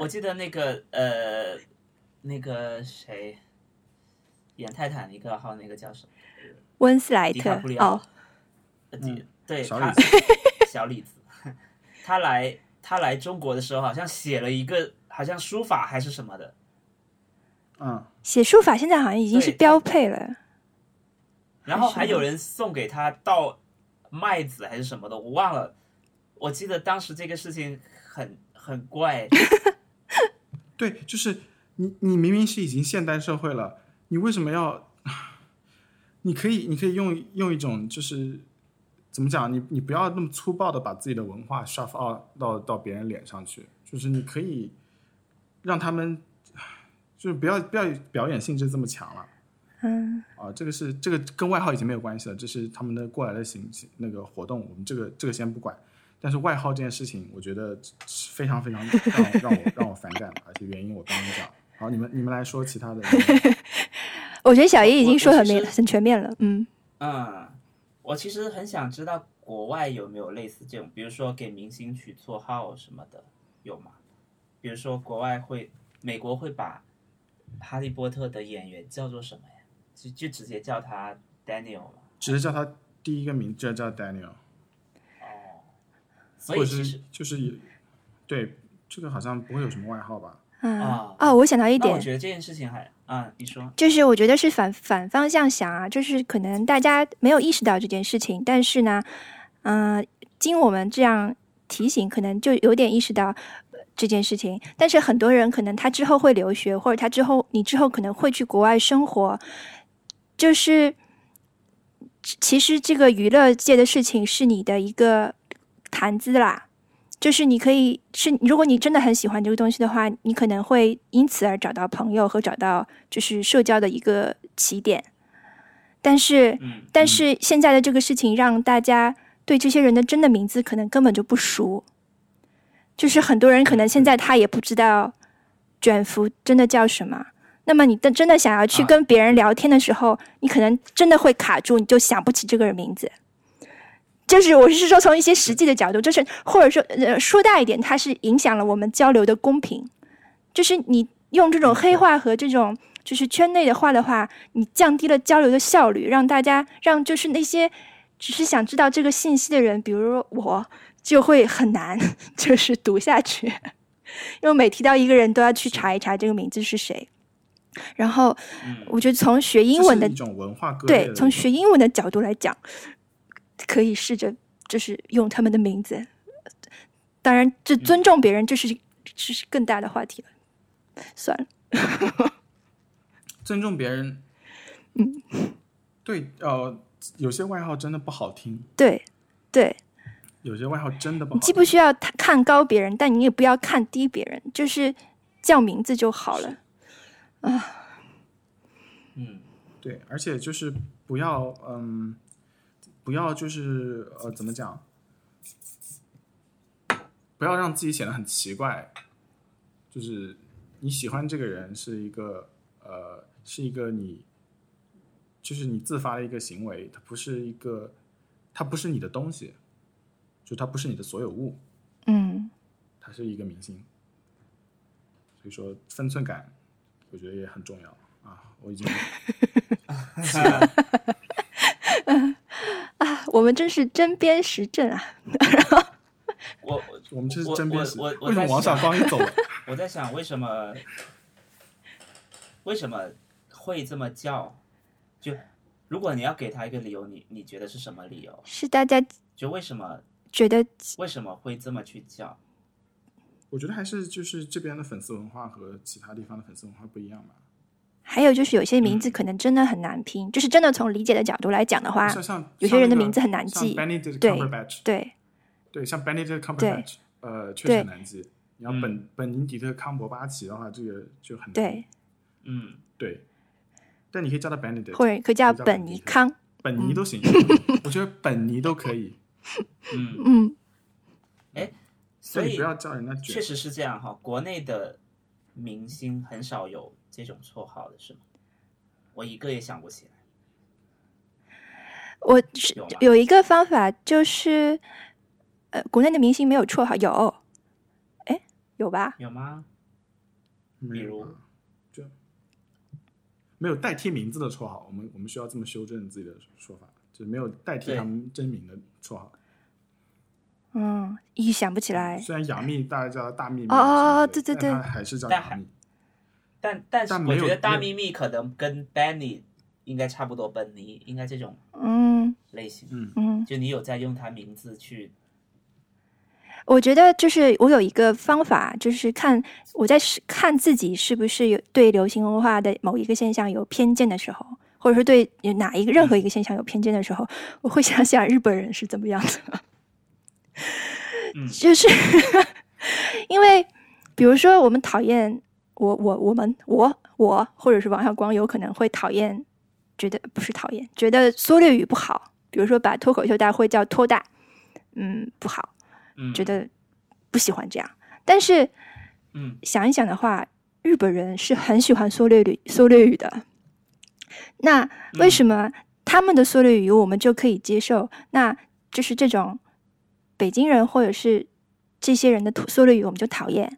[SPEAKER 1] 我记得那个，呃，那个谁，演《泰坦尼克号》那个叫什么？
[SPEAKER 3] 温斯莱
[SPEAKER 1] 迪
[SPEAKER 3] 特
[SPEAKER 1] 卡布里奥
[SPEAKER 3] 哦，
[SPEAKER 1] 呃对
[SPEAKER 2] 嗯小
[SPEAKER 1] 他
[SPEAKER 2] 李，
[SPEAKER 1] 小李子，他来他来中国的时候，好像写了一个，好像书法还是什么的。
[SPEAKER 2] 嗯，
[SPEAKER 3] 写书法现在好像已经是
[SPEAKER 1] 对
[SPEAKER 3] 标配了。
[SPEAKER 1] 然后还有人送给他稻麦子还是什么的，我忘了。我记得当时这个事情很很怪，
[SPEAKER 2] 对，就是你你明明是已经现代社会了，你为什么要？你可以你可以用用一种就是怎么讲，你你不要那么粗暴的把自己的文化 shove out 到到别人脸上去，就是你可以让他们就是不要不要表演性质这么强了。
[SPEAKER 3] 嗯，
[SPEAKER 2] 啊，这个是这个跟外号已经没有关系了，这是他们的过来的行行那个活动，我们这个这个先不管。但是
[SPEAKER 3] <laughs>
[SPEAKER 2] 外号这件事情，我觉得是非常非常让我让我让我反感的，而且原因我刚刚讲了，好，你们你们来说其他的。
[SPEAKER 3] 我觉得小姨已经说很
[SPEAKER 1] 我我
[SPEAKER 3] 面
[SPEAKER 1] 其实
[SPEAKER 3] 很全面了，嗯
[SPEAKER 1] 嗯，我其实很想知道国外有没有类似这种，比如说给明星取绰号什么的，有吗？比如说国外会，美国会把哈利波特的演员叫做什么呀？就就直接叫他 Daniel 嘛。
[SPEAKER 2] 只是叫他第一个名字叫 Daniel，
[SPEAKER 1] 所
[SPEAKER 2] 或
[SPEAKER 1] 以
[SPEAKER 2] 者
[SPEAKER 1] 其
[SPEAKER 2] 是
[SPEAKER 1] 实
[SPEAKER 2] 就是以对这个好像不会有什么外号吧？
[SPEAKER 3] 啊
[SPEAKER 1] 啊
[SPEAKER 3] 哦，我想到一
[SPEAKER 1] 那我
[SPEAKER 3] 点，
[SPEAKER 1] 觉得这件事情还啊、你说
[SPEAKER 3] 就是我觉得是反反方向想啊，就是可能大家没有意识到这件事情，但是呢，嗯、经我们这样提醒，可能就有点意识到呃这件事情。但是很多人可能他之后会留学，或者他之后你之后可能会去国外生活，就是其其实这个娱乐界的事情是你的一个谈资啦。就是你可以是，如果你真的很喜欢这个东西的话，你可能会因此而找到朋友和找到就是社交的一个起点。但是，
[SPEAKER 1] 嗯
[SPEAKER 3] 但是现在的这个事情让大家对这些人的真的名字可能根本就不熟，就是很多人可能现在他也不知道卷福真的叫什么。那么你真真的想要去
[SPEAKER 1] 啊
[SPEAKER 3] 跟别人聊天的时候，你可能真的会卡住，你就想不起这个人名字。就是我是说从一些实际的角度，就是或者说呃说大一点，它是影响了我们交流的公平。就是你用这种黑话和这种就是圈内的话的话，你降低了交流的效率，让大家让就是那些只是想知道这个信息的人，比如说我，就会很难 <laughs> 就是读下去，因为每提到一个人都要去查一查这个名字是谁。然后
[SPEAKER 1] 嗯
[SPEAKER 3] 我觉得从学英
[SPEAKER 2] 这
[SPEAKER 3] 文
[SPEAKER 2] 是
[SPEAKER 3] 的
[SPEAKER 2] 一种文化割裂的一
[SPEAKER 3] 对，
[SPEAKER 2] 种。
[SPEAKER 3] 从学英文的角度来讲，可以试着就是用他们的名字。当然，这
[SPEAKER 2] 嗯
[SPEAKER 3] 尊重别人，这是这是更大的话题了。算了，
[SPEAKER 2] 尊重别人。嗯，对，呃，有些外号真的不好听，
[SPEAKER 3] 对对，
[SPEAKER 2] 有些外号真的不好
[SPEAKER 3] 你既
[SPEAKER 2] 听。
[SPEAKER 3] 不需要看看高别人，但你也不要看低别人，就是叫名字就好了。
[SPEAKER 1] 嗯
[SPEAKER 2] 对，而且就是不要，嗯，不要就是呃，怎么讲？不要让自己显得很奇怪。就是你喜欢这个人是一个呃，是一个你，就是你自发的一个行为，它不是一个，它不是你的东西，就它不是你的所有物，
[SPEAKER 3] 嗯，
[SPEAKER 2] 他是一个明星，所以说分寸感，我觉得也很重要啊。我已经
[SPEAKER 3] 我们真是针砭时政啊！
[SPEAKER 1] 我我
[SPEAKER 2] 我们这是
[SPEAKER 1] 我
[SPEAKER 2] 针砭
[SPEAKER 1] 我
[SPEAKER 2] 时，
[SPEAKER 1] 我我
[SPEAKER 2] 为什么
[SPEAKER 1] 在
[SPEAKER 2] 王小
[SPEAKER 1] 想 <laughs>
[SPEAKER 2] 光一走了？
[SPEAKER 1] 我在想为什么为什么会这么叫？就如果你要给他一个理由，你你觉得是什么理由？
[SPEAKER 3] 是大家
[SPEAKER 1] 就为什么
[SPEAKER 3] 觉得
[SPEAKER 1] 为什么会这么去叫？
[SPEAKER 2] 我觉得还是就是这边的粉丝文化和其他地方的粉丝文化不一样吧。
[SPEAKER 3] 还有就是有些名字
[SPEAKER 2] 嗯
[SPEAKER 3] 可能真的很难拼，就是真的从理解的角度来讲的话，
[SPEAKER 2] 像像
[SPEAKER 3] 啊有些人的名字很难记
[SPEAKER 2] b e n e d i c t
[SPEAKER 3] 对
[SPEAKER 2] Cumberbatch，
[SPEAKER 3] 对
[SPEAKER 2] 对，像 Benedict Cumberbatch，呃，确实
[SPEAKER 3] 对
[SPEAKER 2] 很难记。你要本、本尼迪特康伯巴奇的话，这个就很难
[SPEAKER 3] 对，
[SPEAKER 1] 嗯，
[SPEAKER 2] 对但你可以叫他 Benedict，
[SPEAKER 3] 或者可以叫
[SPEAKER 2] 可以叫
[SPEAKER 3] 本
[SPEAKER 2] 本
[SPEAKER 3] 尼
[SPEAKER 2] 尼克
[SPEAKER 3] 康。
[SPEAKER 2] 本
[SPEAKER 3] 嗯
[SPEAKER 2] 尼都行，我觉得本尼都可以。
[SPEAKER 1] 嗯，
[SPEAKER 3] 嗯，
[SPEAKER 1] 所
[SPEAKER 2] 你
[SPEAKER 1] 以
[SPEAKER 2] 不要叫人家
[SPEAKER 1] 确
[SPEAKER 2] 卷，
[SPEAKER 1] 实是这样哈。国内的明星很少有这种绰号的，是吗？我一个也想不起来。
[SPEAKER 3] 我是
[SPEAKER 1] 有吗
[SPEAKER 2] 啊
[SPEAKER 3] 有一个方法，就是呃，国内的明星没有绰号，有，哎，有吧？
[SPEAKER 1] 有吗？
[SPEAKER 2] 没有
[SPEAKER 1] 比如
[SPEAKER 2] 吧就没有代替名字的绰号，我们我们需要这么修正自己的说法，就是没有代替
[SPEAKER 1] 对
[SPEAKER 2] 他们真名的绰号。
[SPEAKER 3] 嗯，一时想不起来。
[SPEAKER 2] 虽然杨幂大家叫她大幂幂
[SPEAKER 3] 哎哦哦哦
[SPEAKER 2] 什么之类的
[SPEAKER 3] 对对对
[SPEAKER 2] 但她还是叫
[SPEAKER 1] 但
[SPEAKER 2] 杨
[SPEAKER 1] 还
[SPEAKER 2] 幂。
[SPEAKER 1] 但但是
[SPEAKER 2] 但没
[SPEAKER 1] 我
[SPEAKER 2] 有
[SPEAKER 1] 觉得大咪
[SPEAKER 2] 没
[SPEAKER 1] 咪可能跟 Benny 应该差不多，本尼应该这种
[SPEAKER 3] 嗯
[SPEAKER 1] 类型。
[SPEAKER 2] 嗯，
[SPEAKER 3] 嗯，
[SPEAKER 1] 就你有在用他名字去
[SPEAKER 3] 我觉得就是我有一个方法，就是看我在是看自己是不是有对流行文化的某一个现象有偏见的时候，或者说对哪一个任何一个现象有偏见的时候，我会想想日本人是怎么样的。
[SPEAKER 1] 嗯
[SPEAKER 3] <laughs> 就是因为，比如说我们讨厌我我我们我我或者是王小光有可能会讨厌，觉得不是讨厌，觉得缩略语不好，比如说把脱口秀大会叫脱大，嗯不好，
[SPEAKER 1] 嗯
[SPEAKER 3] 觉得不喜欢这样。但是
[SPEAKER 1] 嗯
[SPEAKER 3] 想一想的话，日本人是很喜欢缩略语缩略语的。那为什么他们的缩略语我们就可以接受？那就是这种北京人或者是这些人的吐缩略语，我们就讨厌。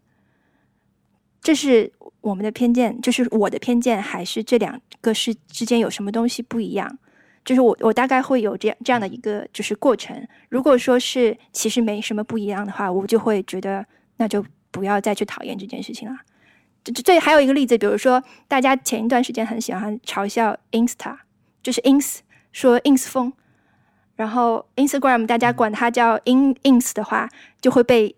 [SPEAKER 3] 这是我们的偏见，就是我的偏见，还是这两个是之间有什么东西不一样？就是我我大概会有这样这样的一个就是过程。如果说是其实没什么不一样的话，我就会觉得那就不要再去讨厌这件事情了。这这这还有一个例子，比如说大家前一段时间很喜欢嘲笑 Insta，就是 ins 说 ins 风，然后 Instagram 大家管它叫 in ins 的话，就会被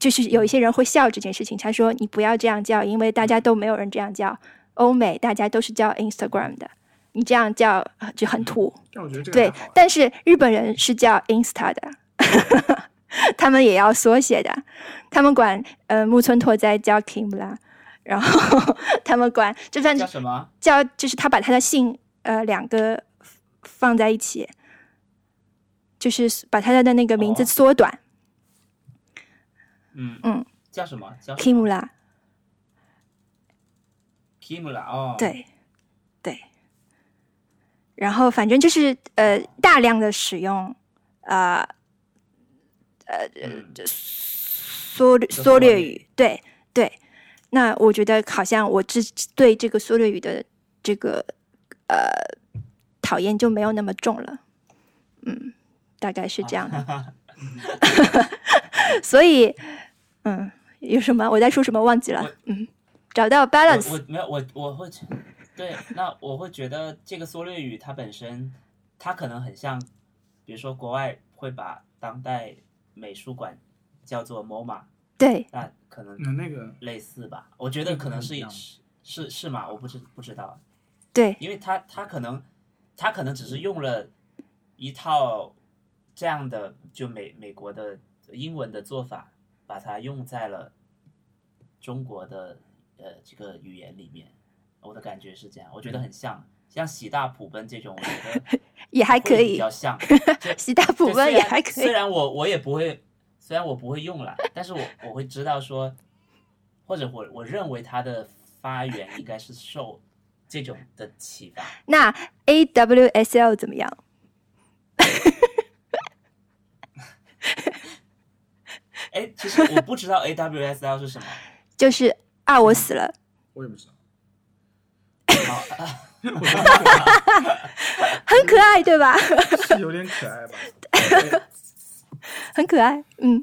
[SPEAKER 3] 就是有一些人会笑这件事情，他说你不要这样叫，因为大家都没有人这样叫，欧美大家都是叫 Instagram 的，你这样叫呃就很土。
[SPEAKER 2] 但我觉得这个
[SPEAKER 3] 对
[SPEAKER 2] 还好啊，
[SPEAKER 3] 但是日本人是叫 Insta 的， <laughs> 他们也要缩写的，他们管呃木村拓哉叫 Kim 啦，然后他们管就算
[SPEAKER 1] 叫什么？
[SPEAKER 3] 叫就是他把他的姓呃两个放在一起，就是把他的那个名字
[SPEAKER 1] 哦
[SPEAKER 3] 缩短、
[SPEAKER 1] 嗯
[SPEAKER 3] 嗯，
[SPEAKER 1] 叫什么？叫
[SPEAKER 3] Kim 啦，
[SPEAKER 1] Kim 了哦。，
[SPEAKER 3] 对对，然后反正就是呃大量的使用啊。呃
[SPEAKER 2] 呃
[SPEAKER 1] 嗯、
[SPEAKER 3] 缩略
[SPEAKER 1] 就
[SPEAKER 3] 缩
[SPEAKER 1] 缩
[SPEAKER 3] 略
[SPEAKER 1] 略
[SPEAKER 3] 语，对对。那我觉得好像我这对这个缩略语的这个呃讨厌就没有那么重了，嗯，大概是这样的。
[SPEAKER 1] 啊
[SPEAKER 3] <laughs> 所以，嗯，有什么我在说什么忘记了
[SPEAKER 1] 我，
[SPEAKER 3] 嗯，找到
[SPEAKER 1] 我
[SPEAKER 3] balance，
[SPEAKER 1] 我没有我我会觉对，那我会觉得这个缩略语它本身，它可能很像，比如说国外会把当代美术馆叫做 MoMA，
[SPEAKER 3] 对，
[SPEAKER 1] 那可能
[SPEAKER 2] 那那个
[SPEAKER 1] 类似吧。我觉得可能是
[SPEAKER 2] 嗯那个不
[SPEAKER 1] 是是是吗？我不知不知道，
[SPEAKER 3] 对，
[SPEAKER 1] 因为他他可能他可能只是用了一套这样的就美美国的英文的做法，把它用在了中国的呃这个语言里面。我的感觉是这样，我觉得很像，像喜大普奔这种，我觉得
[SPEAKER 3] 也 <laughs> 还可
[SPEAKER 1] 会比
[SPEAKER 3] 以
[SPEAKER 1] 较，
[SPEAKER 3] <laughs>
[SPEAKER 1] 像。
[SPEAKER 3] 喜大普
[SPEAKER 1] 对
[SPEAKER 3] 奔
[SPEAKER 1] 虽
[SPEAKER 3] 也
[SPEAKER 1] 然
[SPEAKER 3] 还可
[SPEAKER 1] 虽
[SPEAKER 3] 以，
[SPEAKER 1] 然我我也不会，虽然我不会用了，但是我我会知道说，或者我我认为它的发源应该是受这种的启发。
[SPEAKER 3] 那 A W S L 怎么样？
[SPEAKER 1] 哎，其实我不知道 AWSL 是什么。
[SPEAKER 3] <laughs> 就是啊，
[SPEAKER 1] 嗯
[SPEAKER 3] 我死了，
[SPEAKER 2] 我也不知道，
[SPEAKER 1] 好，
[SPEAKER 3] 很可爱，对吧？
[SPEAKER 2] 是有点可爱吧？
[SPEAKER 3] 哎很可爱，嗯，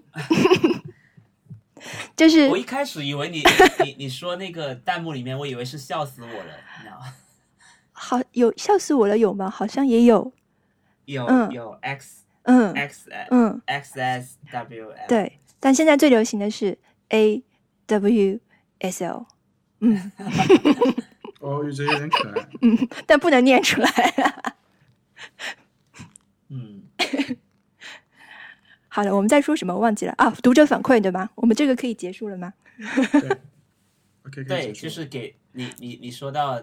[SPEAKER 3] <laughs> 就是
[SPEAKER 1] 我一开始以为你你你说那个弹幕里面，我以为是笑死我了，你知道吗？
[SPEAKER 3] 好有笑死我了，有吗？好像也有，
[SPEAKER 1] 有、
[SPEAKER 3] 嗯
[SPEAKER 1] 有 X
[SPEAKER 3] 嗯
[SPEAKER 1] X X
[SPEAKER 3] 嗯，
[SPEAKER 1] S W L，，
[SPEAKER 3] 对。但现在最流行的是 A W S L，
[SPEAKER 2] 哦，我觉得有点可爱。
[SPEAKER 3] 但不能念出来。 <laughs>
[SPEAKER 1] 嗯，
[SPEAKER 3] 好了，我们在说什么？我忘记了啊。读者反馈对吧？我们这个可以结束了吗？
[SPEAKER 2] OK，可以
[SPEAKER 1] 对，就
[SPEAKER 2] 结束了
[SPEAKER 1] 是给你你你说到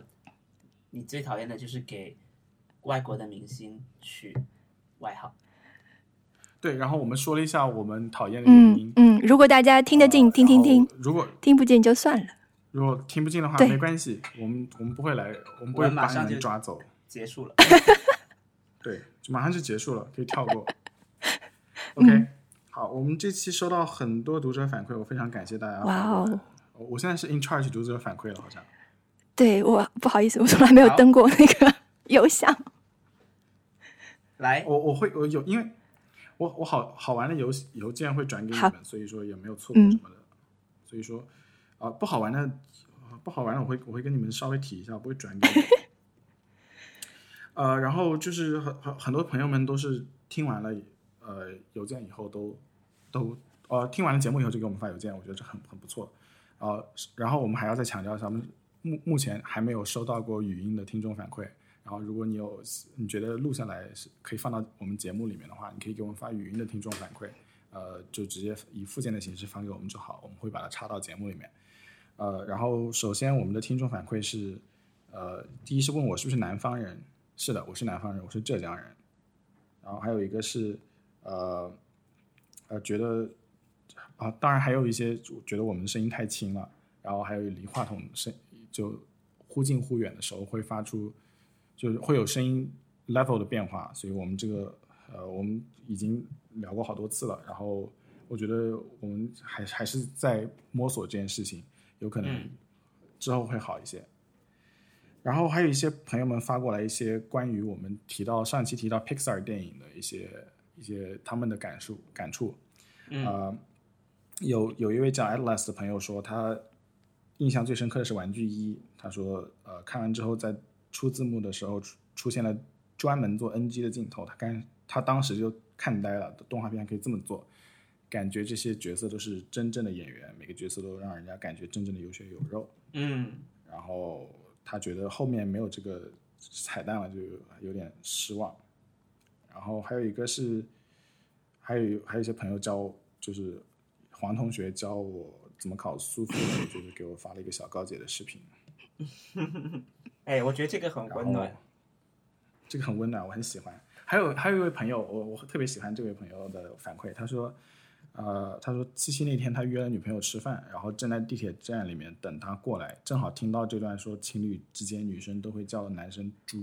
[SPEAKER 1] 你最讨厌的就是给外国的明星取外号，
[SPEAKER 2] 对。然后我们说了一下我们讨厌的原因
[SPEAKER 3] 嗯，嗯，如果大家听得进，
[SPEAKER 2] 呃
[SPEAKER 3] 听听听
[SPEAKER 2] 然；后如果
[SPEAKER 3] 听不进就算了。
[SPEAKER 2] 如果听不进的话，
[SPEAKER 3] 对
[SPEAKER 2] 没关系，我们我们不会来，我们不
[SPEAKER 1] 我
[SPEAKER 2] 会
[SPEAKER 1] 们马
[SPEAKER 2] 把你
[SPEAKER 1] 上
[SPEAKER 2] 们
[SPEAKER 1] 就
[SPEAKER 2] 抓走。
[SPEAKER 1] 结束了。
[SPEAKER 2] 对，就马上就结束了，可以跳
[SPEAKER 3] <laughs>
[SPEAKER 2] 过。OK，、好，
[SPEAKER 3] 嗯
[SPEAKER 2] 我们这期收到很多读者反馈，我非常感谢大家。
[SPEAKER 3] 哇哦！
[SPEAKER 2] 我我现在是 in charge 读者反馈了，好像。
[SPEAKER 3] 对我不好意思，我从来没有
[SPEAKER 1] 好
[SPEAKER 3] 登过那个 <laughs> 邮箱。
[SPEAKER 1] 来，
[SPEAKER 2] 我我会我有，因为我我好好玩的邮邮件会转给你
[SPEAKER 3] 好
[SPEAKER 2] 们，所以说也没有错过
[SPEAKER 3] 嗯
[SPEAKER 2] 什么的。所以说啊、不好玩的、呃不好玩的，我会我会跟你们稍微提一下，我不会转给你们。 <laughs> 呃，然后就是很很很多朋友们都是听完了呃邮件以后都都呃听完了节目以后就给我们发邮件，我觉得这很很不错。呃，然后我们还要再强调一下，我们目目前还没有收到过语音的听众反馈。然后，如果你有你觉得录下来是可以放到我们节目里面的话，你可以给我们发语音的听众反馈，呃，就直接以附件的形式发给我们就好，我们会把它插到节目里面。呃，然后首先我们的听众反馈是，呃，第一是问我是不是南方人，是的，我是南方人，我是浙江人。然后还有一个是，呃，呃，觉得啊，当然还有一些觉得我们的声音太轻了，然后还有离话筒声就忽近忽远的时候会发出，就是会有声音 level 的变化，所以我们这个呃我们已经聊过好多次了，然后我觉得我们还还是在摸索这件事情，有可能
[SPEAKER 1] 嗯
[SPEAKER 2] 之后会好一些。然后还有一些朋友们发过来一些关于我们提到上期提到 Pixar 电影的一些一些他们的感受感触，
[SPEAKER 1] 嗯
[SPEAKER 2] 有有一位叫 Atlas 的朋友说，他印象最深刻的是《玩具一》，他说，呃，看完之后在出字幕的时候出出现了专门做 NG 的镜头，他看他当时就看呆了，动画片还可以这么做，感觉这些角色都是真正的演员，每个角色都让人家感觉真正的有血有肉。
[SPEAKER 1] 嗯
[SPEAKER 2] 然后他觉得后面没有这个彩蛋了，就有点失望。然后还有一个是，还有还有一些朋友教，就是黄同学教我怎么考苏复的，就是给我发了一个小高姐的视频，
[SPEAKER 1] 哎，我觉得这个很
[SPEAKER 2] 然
[SPEAKER 1] 温
[SPEAKER 2] 后
[SPEAKER 1] 暖。
[SPEAKER 2] 这个很温暖，我很喜欢。还有还有一位朋友，我我特别喜欢这位朋友的反馈，他说，呃，他说七夕那天他约了女朋友吃饭，然后正在地铁站里面等她过来，正好听到这段说情侣之间女生都会叫男生猪，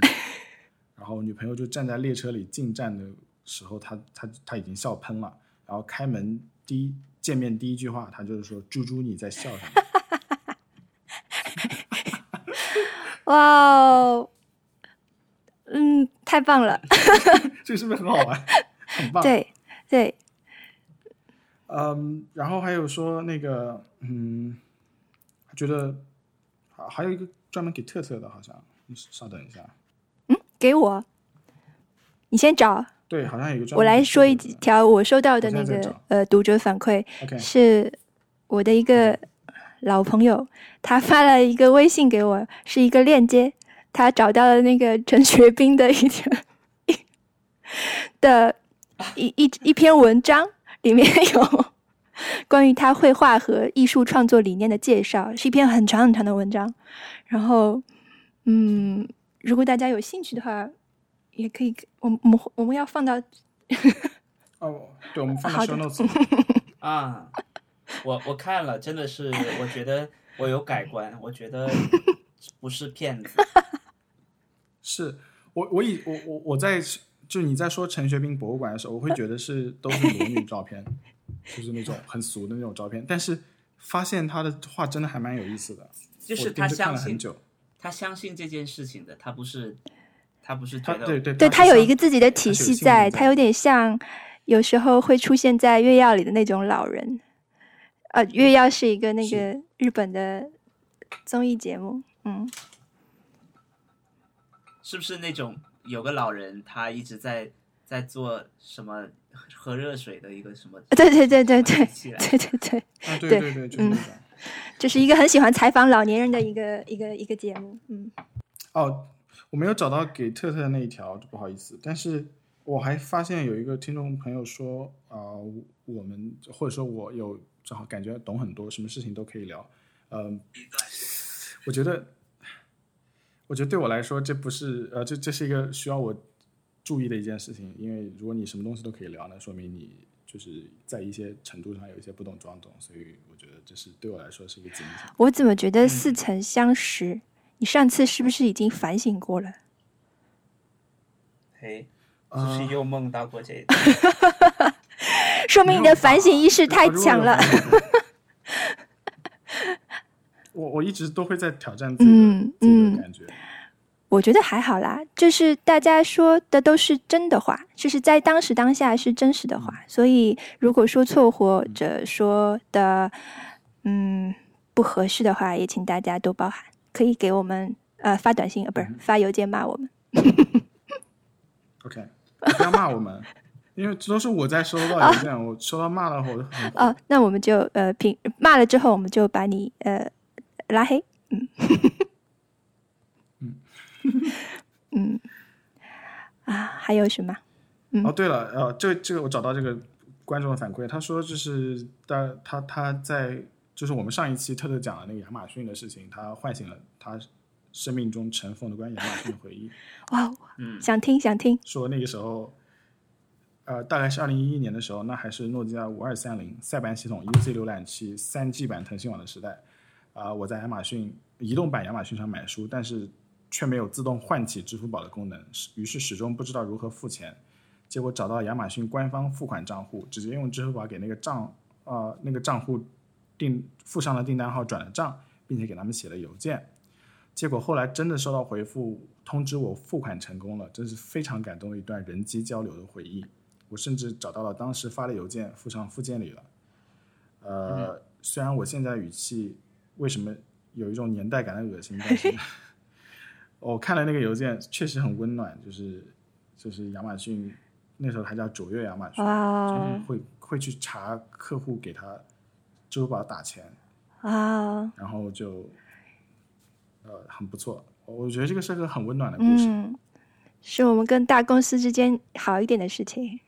[SPEAKER 2] 然后女朋友就站在列车里进站的时候，他他他已经笑喷了，然后开门第一见面第一句话，他就是说猪猪你在笑什么？ <laughs>
[SPEAKER 3] 哇哦，嗯，太棒了，
[SPEAKER 2] 这是不是很好玩？很棒。
[SPEAKER 3] 对对，
[SPEAKER 2] 嗯，然后还有说那个，嗯，觉得还还有一个专门给特特的，好像，你稍等一下，
[SPEAKER 3] 给我，你先找，
[SPEAKER 2] 对，好像有一个专门
[SPEAKER 3] 我来
[SPEAKER 2] 给
[SPEAKER 3] 说一
[SPEAKER 2] 特特的
[SPEAKER 3] 条我收到的
[SPEAKER 2] 我
[SPEAKER 3] 那
[SPEAKER 2] 现在在
[SPEAKER 3] 个
[SPEAKER 2] 找
[SPEAKER 3] 呃读者反馈， <laughs>
[SPEAKER 2] ，OK，
[SPEAKER 3] 是我的一个老朋友，他发了一个微信给我，是一个链接，他找到了那个陈学斌的一条的一一一篇文章，里面有关于他绘画和艺术创作理念的介绍，是一篇很长很长的文章。然后，嗯，如果大家有兴趣的话，也可以，我们我们我们要放到
[SPEAKER 2] 哦，对，我们放在
[SPEAKER 3] 好
[SPEAKER 2] show
[SPEAKER 3] 的
[SPEAKER 2] notes 里
[SPEAKER 1] 啊，我我看了，真的是，我觉得我有改观，我觉
[SPEAKER 2] <laughs>
[SPEAKER 1] 得不是骗子。
[SPEAKER 2] 是我我以我我我在就你在说陈学斌博物馆的时候，我会觉得
[SPEAKER 3] <laughs>
[SPEAKER 2] 是都是裸女照片，就是那种很俗的那种照片，但是发现他的画真的还蛮有意思的，
[SPEAKER 1] 就
[SPEAKER 2] 我
[SPEAKER 1] 是
[SPEAKER 2] 盯
[SPEAKER 1] 他
[SPEAKER 2] 着看
[SPEAKER 1] 相
[SPEAKER 2] 了很
[SPEAKER 1] 信，
[SPEAKER 2] 久，
[SPEAKER 1] 他相信这件事情的，他不是，他不是
[SPEAKER 2] 他
[SPEAKER 1] 觉得
[SPEAKER 2] 对对，
[SPEAKER 3] 对，
[SPEAKER 2] 他
[SPEAKER 3] 它
[SPEAKER 2] 是
[SPEAKER 3] 有
[SPEAKER 2] 像
[SPEAKER 3] 一个自己的
[SPEAKER 2] 是
[SPEAKER 3] 体
[SPEAKER 2] 有
[SPEAKER 3] 系
[SPEAKER 2] 信念
[SPEAKER 3] 在，
[SPEAKER 2] 在
[SPEAKER 3] 它有点像有时候会出现在《月曜》里的那种老人。呃，《月曜》是一个那
[SPEAKER 2] 是
[SPEAKER 3] 个日本的综艺节目，嗯，
[SPEAKER 1] 是不是那种有个老人他一直在在做什么喝热水的一个什么？
[SPEAKER 3] 呃对对对
[SPEAKER 2] <laughs>
[SPEAKER 3] 对对
[SPEAKER 1] 起来
[SPEAKER 3] 对对对，
[SPEAKER 2] 啊，对
[SPEAKER 3] 对
[SPEAKER 2] 对
[SPEAKER 3] 嗯
[SPEAKER 2] 对，就是那种。
[SPEAKER 3] 就是一个很喜欢采访老年人的一个一个一个节目，嗯，
[SPEAKER 2] 哦，我没有找到给特特的那一条，不好意思。但是我还发现有一个听众朋友说，啊、我们或者说我有正好感觉懂很多，什么事情都可以聊。嗯、我觉得，我觉得对我来说，这不是呃，这这是一个需要我注意的一件事情，因为如果你什么东西都可以聊，那说明你。就是在一些程度上有一些不懂装懂，所以我觉得这是对我来说是一个警醒。
[SPEAKER 3] 我怎么觉
[SPEAKER 2] 嗯
[SPEAKER 3] 得似曾相识？你上次是不是已经反省
[SPEAKER 2] <laughs>
[SPEAKER 3] 过了？
[SPEAKER 1] 嘿，是
[SPEAKER 2] 嗯
[SPEAKER 1] 不是又梦到过这
[SPEAKER 2] <laughs>
[SPEAKER 1] 一段？
[SPEAKER 3] 说明你的反
[SPEAKER 2] <laughs>
[SPEAKER 3] 省意识太强了。。
[SPEAKER 2] 我我一直都会在挑战自己的、
[SPEAKER 3] 嗯
[SPEAKER 2] 自己
[SPEAKER 3] 嗯
[SPEAKER 2] 的，感觉。
[SPEAKER 3] 我觉得还好啦，就是大家说的都是真的话，就是在当时当下是真实的话，所以如果说错或者说的嗯不合适的话，也请大家多包涵，可以给我们呃发短信呃不是发邮件骂我们，
[SPEAKER 2] OK，你不要骂我们， <laughs> 因为这都是我在收
[SPEAKER 3] 啊
[SPEAKER 2] 到邮件，我收到骂了我就很
[SPEAKER 3] 哦，那我们就呃评骂了之后，我们就把你呃拉黑。 <laughs> 嗯，嗯，啊，还有什么？嗯
[SPEAKER 2] 哦，对了，呃，这这个我找到这个观众的反馈，他说就是他他他在就是我们上一期特特讲了那个亚马逊的事情，他唤醒了他生命中尘封的关于亚马逊的回忆，
[SPEAKER 3] 哇哦，
[SPEAKER 1] 嗯
[SPEAKER 3] 想听想听，
[SPEAKER 2] 说那个时候。呃，大概是二零一一年的时候，那还是诺基亚五二三零塞班系统、UC 浏览器、三 G 版腾讯网的时代。啊、啊、我在亚马逊移动版亚马逊上买书，但是却没有自动唤起支付宝的功能，是于是始终不知道如何付钱。结果找到亚马逊官方付款账户，直接用支付宝给那个账呃那个账户订附上了订单号转了账，并且给他们写了邮件。结果后来真的收到回复，通知我付款成功了，真是非常感动的一段人机交流的回忆。我甚至找到了当时发的邮件，附上附件里了。呃，虽然我现在语气为什么有一种年代感的恶心，但是我看了那个邮件确实很温暖，就是就是亚马逊那时候还叫卓越亚马逊，
[SPEAKER 3] 哇
[SPEAKER 2] 就是
[SPEAKER 3] 哦
[SPEAKER 2] 会会去查客户给他支付宝打钱，
[SPEAKER 3] 哇哦，
[SPEAKER 2] 然后就呃很不错，我觉得这个是个很温暖的故事。
[SPEAKER 3] 嗯，是我们跟大公司之间好一点的事情。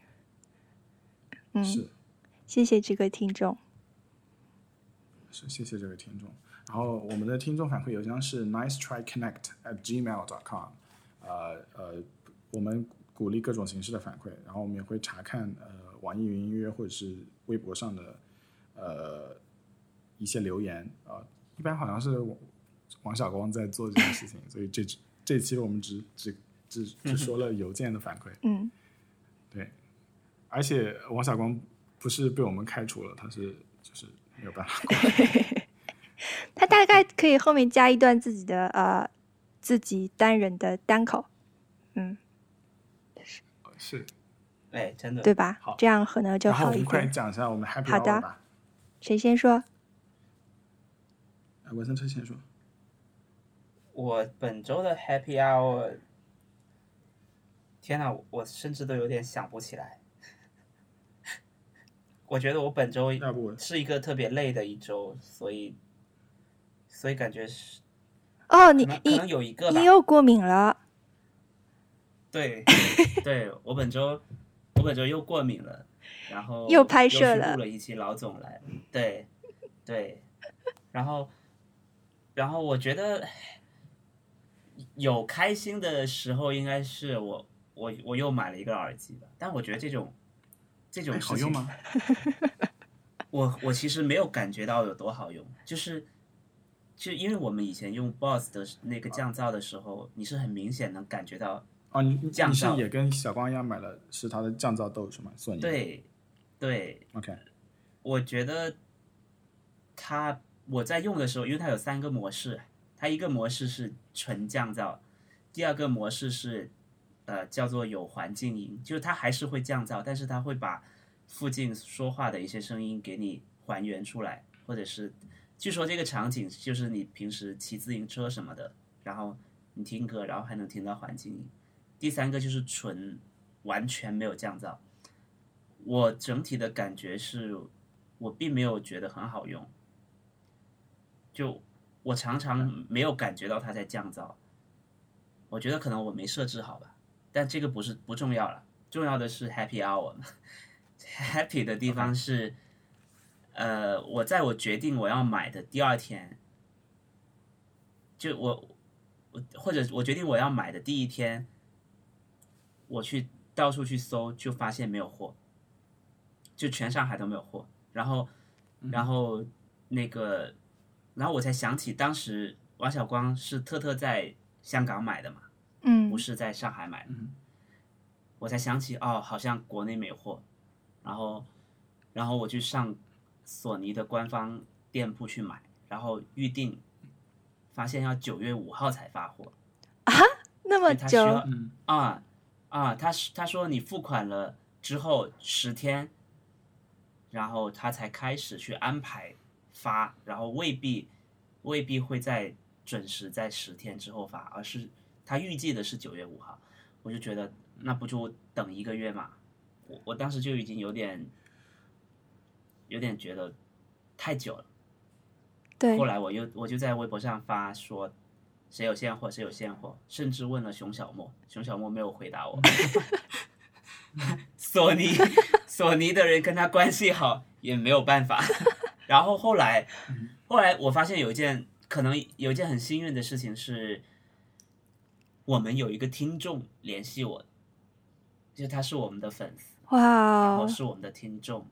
[SPEAKER 3] 嗯，
[SPEAKER 2] 是
[SPEAKER 3] 谢谢这个听众。
[SPEAKER 2] 是，谢谢这位听众。然后我们的听众反馈邮箱是 nice try connect at gmail dot com，呃呃，我们鼓励各种形式的反馈，然后我们也会查看呃网易云音乐或者是微博上的呃一些留言啊、呃一般好像是王王小光在做这件事情，所以这这期我们只只只只说了邮件的反馈，
[SPEAKER 3] 嗯，
[SPEAKER 2] 而且王小光不是被我们开除了，他是就是没有办法。
[SPEAKER 3] 他大概可以后面加一段自己的呃自己单人的单口，
[SPEAKER 2] 是，
[SPEAKER 1] 哎，真的
[SPEAKER 3] 对吧？
[SPEAKER 2] 好
[SPEAKER 3] 这样可能就
[SPEAKER 2] 然后
[SPEAKER 3] 好
[SPEAKER 2] 我
[SPEAKER 3] 一
[SPEAKER 2] 们快
[SPEAKER 3] 点。
[SPEAKER 2] 讲一下我们 Happy
[SPEAKER 3] 好的
[SPEAKER 2] Hour 吧。
[SPEAKER 3] 谁先说？
[SPEAKER 2] 啊，文森特先说。
[SPEAKER 1] 我本周的 Happy Hour，天呐，我甚至都有点想不起来。我觉得我本周
[SPEAKER 2] 要不我
[SPEAKER 1] 是一个特别累的一周，所以，所以感觉是
[SPEAKER 3] 哦，
[SPEAKER 1] 可
[SPEAKER 3] 你
[SPEAKER 1] 能可
[SPEAKER 3] 你
[SPEAKER 1] 能有一个吧
[SPEAKER 3] 你。又过敏了。 <laughs>
[SPEAKER 1] 对，对我本周我本周又过敏了，然后
[SPEAKER 3] 又拍摄
[SPEAKER 1] 又去
[SPEAKER 3] 了
[SPEAKER 1] 录了一期老总来，对对，然后然后我觉得有开心的时候，应该是我我我又买了一个耳机吧，但我觉得这种这种
[SPEAKER 2] 哎，
[SPEAKER 1] 事情
[SPEAKER 2] 好用吗？
[SPEAKER 1] 我我其实没有感觉到有多好用，就是就因为我们以前用 Boss 的那个降噪的时候，你是很明显能感觉到
[SPEAKER 2] 哦，你你
[SPEAKER 1] 降
[SPEAKER 2] 你是
[SPEAKER 1] 噪
[SPEAKER 2] 也跟小光一样买了是它的降噪豆是吗？索尼的。
[SPEAKER 1] 对对
[SPEAKER 2] OK，
[SPEAKER 1] 我觉得它我在用的时候，因为它有三个模式，它一个模式是纯降噪，第二个模式是呃叫做有环境音，就是它还是会降噪，但是它会把附近说话的一些声音给你还原出来，或者是据说这个场景就是你平时骑自行车什么的，然后你听歌，然后还能听到环境音。第三个就是纯完全没有降噪。我整体的感觉是，我并没有觉得很好用，就我常常没有感觉到它在降噪。我觉得可能我没设置好吧，但这个不是不重要了，重要的是 Happy Hour。Happy 的地方是，呃，我在我决定我要买的第二天，就我我或者我决定我要买的第一天，我去到处去搜，就发现没有货。就全上海都没有货。然后，然后那个，然后我才想起当时王小光是特特在香港买的嘛，
[SPEAKER 3] 嗯
[SPEAKER 1] 不是在上海
[SPEAKER 4] 嗯
[SPEAKER 1] 买的。我才想起哦，好像国内没货。然后，然后我去上索尼的官方店铺去买，然后预定，发现要九月五号才发货。
[SPEAKER 3] 那
[SPEAKER 1] 所
[SPEAKER 3] 么
[SPEAKER 1] 以他需要
[SPEAKER 3] 久，
[SPEAKER 2] 嗯
[SPEAKER 1] 啊啊，他是他说你付款了之后十天，然后他才开始去安排发，然后未必未必会在准时在十天之后发，而是他预计的是九月五号，我就觉得那不就等一个月嘛，我我当时就已经有点有点觉得太久了。
[SPEAKER 3] 对
[SPEAKER 1] 后，来我又我就在微博上发说，谁有现货谁有现货，甚至问了熊小莫，熊小莫没有回答我。索尼索尼的人跟他关系好也没有办法。然后后来后来我发现有一件可能有一件很幸运的事情是，我们有一个听众联系我，就是他是我们的粉丝。
[SPEAKER 3] 哇
[SPEAKER 1] 然后
[SPEAKER 3] 哦，
[SPEAKER 1] 是我们的听众，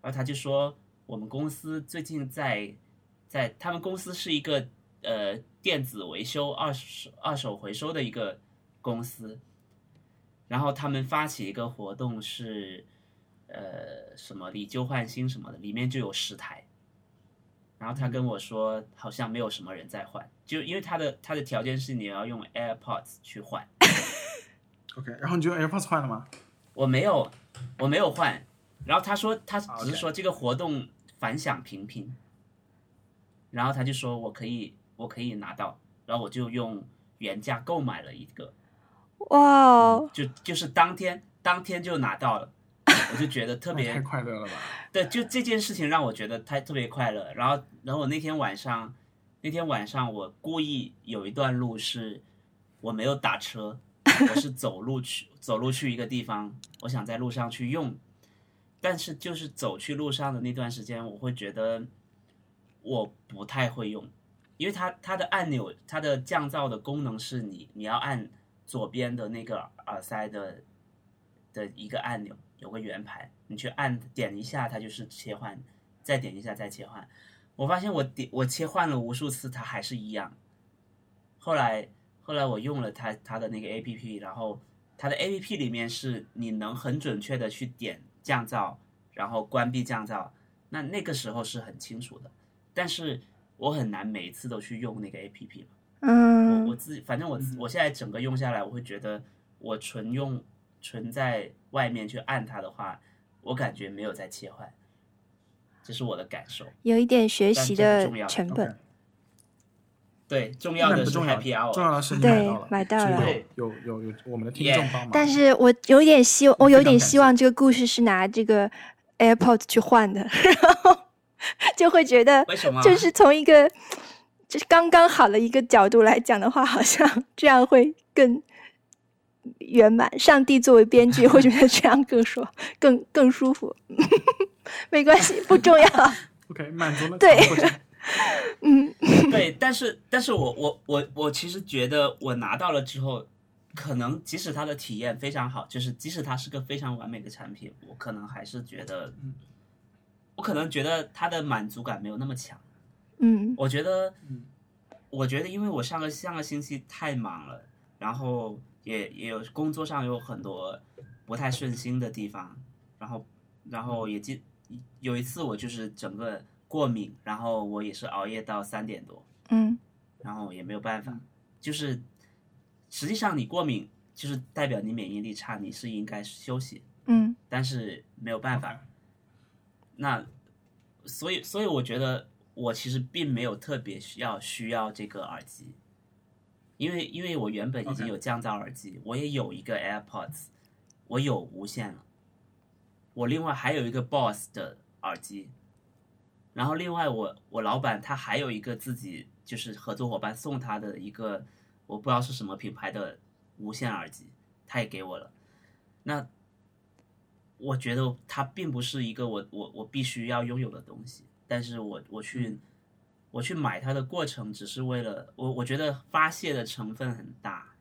[SPEAKER 1] 然后他就说我们公司最近在在他们公司是一个呃电子维修二手二手回收的一个公司，然后他们发起一个活动是呃什么以旧换新什么的，里面就有十台。然后他跟我说，好像没有什么人在换，就因为他的他的条件是你要用 AirPods 去换，
[SPEAKER 4] OK，然后你就用 AirPods 换了吗？
[SPEAKER 1] 我没有，我没有换。然后他说，他只是说这个活动反响平平。然后他就说我可以，我可以拿到。然后我就用原价购买了一个，
[SPEAKER 3] 哇哦，
[SPEAKER 1] 就就是当天当天就拿到了，我就觉得特
[SPEAKER 4] 那哦也太
[SPEAKER 1] 别
[SPEAKER 4] 快乐了吧！
[SPEAKER 1] 对，就这件事情让我觉得他特别快乐。然后，然后我那天晚上，那天晚上我故意有一段路是我没有打车，我是走路去，走路去一个地方，我想在路上去用。但是就是走去路上的那段时间，我会觉得我不太会用，因为它它的按钮，它的降噪的功能是你你要按左边的那个耳塞的的一个按钮，有个圆盘，你去按点一下，它就是切换，再点一下再切换。我发现我点我切换了无数次，它还是一样。后来后来我用了它它的那个 A P P，然后它的 A P P 里面是你能很准确的去点降噪，然后关闭降噪，那那个时候是很清楚的。但是我很难每一次都去用那个 A P P 了。我我
[SPEAKER 3] 嗯，
[SPEAKER 1] 自己，反正我自我现在整个用下来，我会觉得我纯用纯在外面去按它的话，我感觉没有在切换，这是我的感受。
[SPEAKER 3] 有一点学
[SPEAKER 1] 但
[SPEAKER 3] 习
[SPEAKER 1] 这很
[SPEAKER 3] 的
[SPEAKER 1] 重要
[SPEAKER 3] 成
[SPEAKER 4] OK
[SPEAKER 3] 本，
[SPEAKER 1] 对，重要
[SPEAKER 4] 那
[SPEAKER 1] 的
[SPEAKER 4] 不
[SPEAKER 1] 是
[SPEAKER 4] 重要，
[SPEAKER 1] Happy Hour，
[SPEAKER 4] 重要的是你
[SPEAKER 3] 对
[SPEAKER 4] 买到了，
[SPEAKER 3] 买到
[SPEAKER 4] 所以
[SPEAKER 1] 了
[SPEAKER 4] 有有有有我们的听众
[SPEAKER 1] Yeah
[SPEAKER 4] 帮忙。
[SPEAKER 3] 但是我有点希望，我有
[SPEAKER 4] 非常
[SPEAKER 3] 点
[SPEAKER 4] 感
[SPEAKER 3] 希望这个故事是拿这个 AirPods 去换的， <laughs> 然后就会觉得
[SPEAKER 1] 为什么？啊
[SPEAKER 3] 就是从一个就是刚刚好的一个角度来讲的话，好像 <laughs> 这样会更圆满。上帝作为编剧，我觉得这样更爽，更更舒服。 <laughs> 没关系，不重要。
[SPEAKER 4] OK，满足了
[SPEAKER 3] 对
[SPEAKER 4] 强迫症
[SPEAKER 1] 对，但是但是我我我我其实觉得我拿到了之后，可能即使它的体验非常好，就是即使它是个非常完美的产品，我可能还是觉得，我可能觉得它的满足感没有那么强。
[SPEAKER 3] 嗯
[SPEAKER 1] 我觉得，我觉得，因为我上个上个星期太忙了，然后也也有工作上有很多不太顺心的地方，然后然后也记有一次我就是整个过敏，然后我也是熬夜到三点多，
[SPEAKER 3] 嗯
[SPEAKER 1] 然后也没有办法，就是实际上你过敏就是代表你免疫力差，你是应该休息，
[SPEAKER 3] 嗯
[SPEAKER 1] 但是没有办法。那所以，所以我觉得我其实并没有特别需要需要这个耳机，因为因为我原本已经
[SPEAKER 4] OK
[SPEAKER 1] 有降噪耳机我也有一个 AirPods，我有无线了，我另外还有一个 Boss 的耳机，然后另外我我老板他还有一个自己就是合作伙伴送他的一个我不知道是什么品牌的无线耳机，他也给我了。那我觉得它并不是一个我我我必须要拥有的东西，但是我我去我去买它的过程，只是为了我我觉得发泄的成分很大，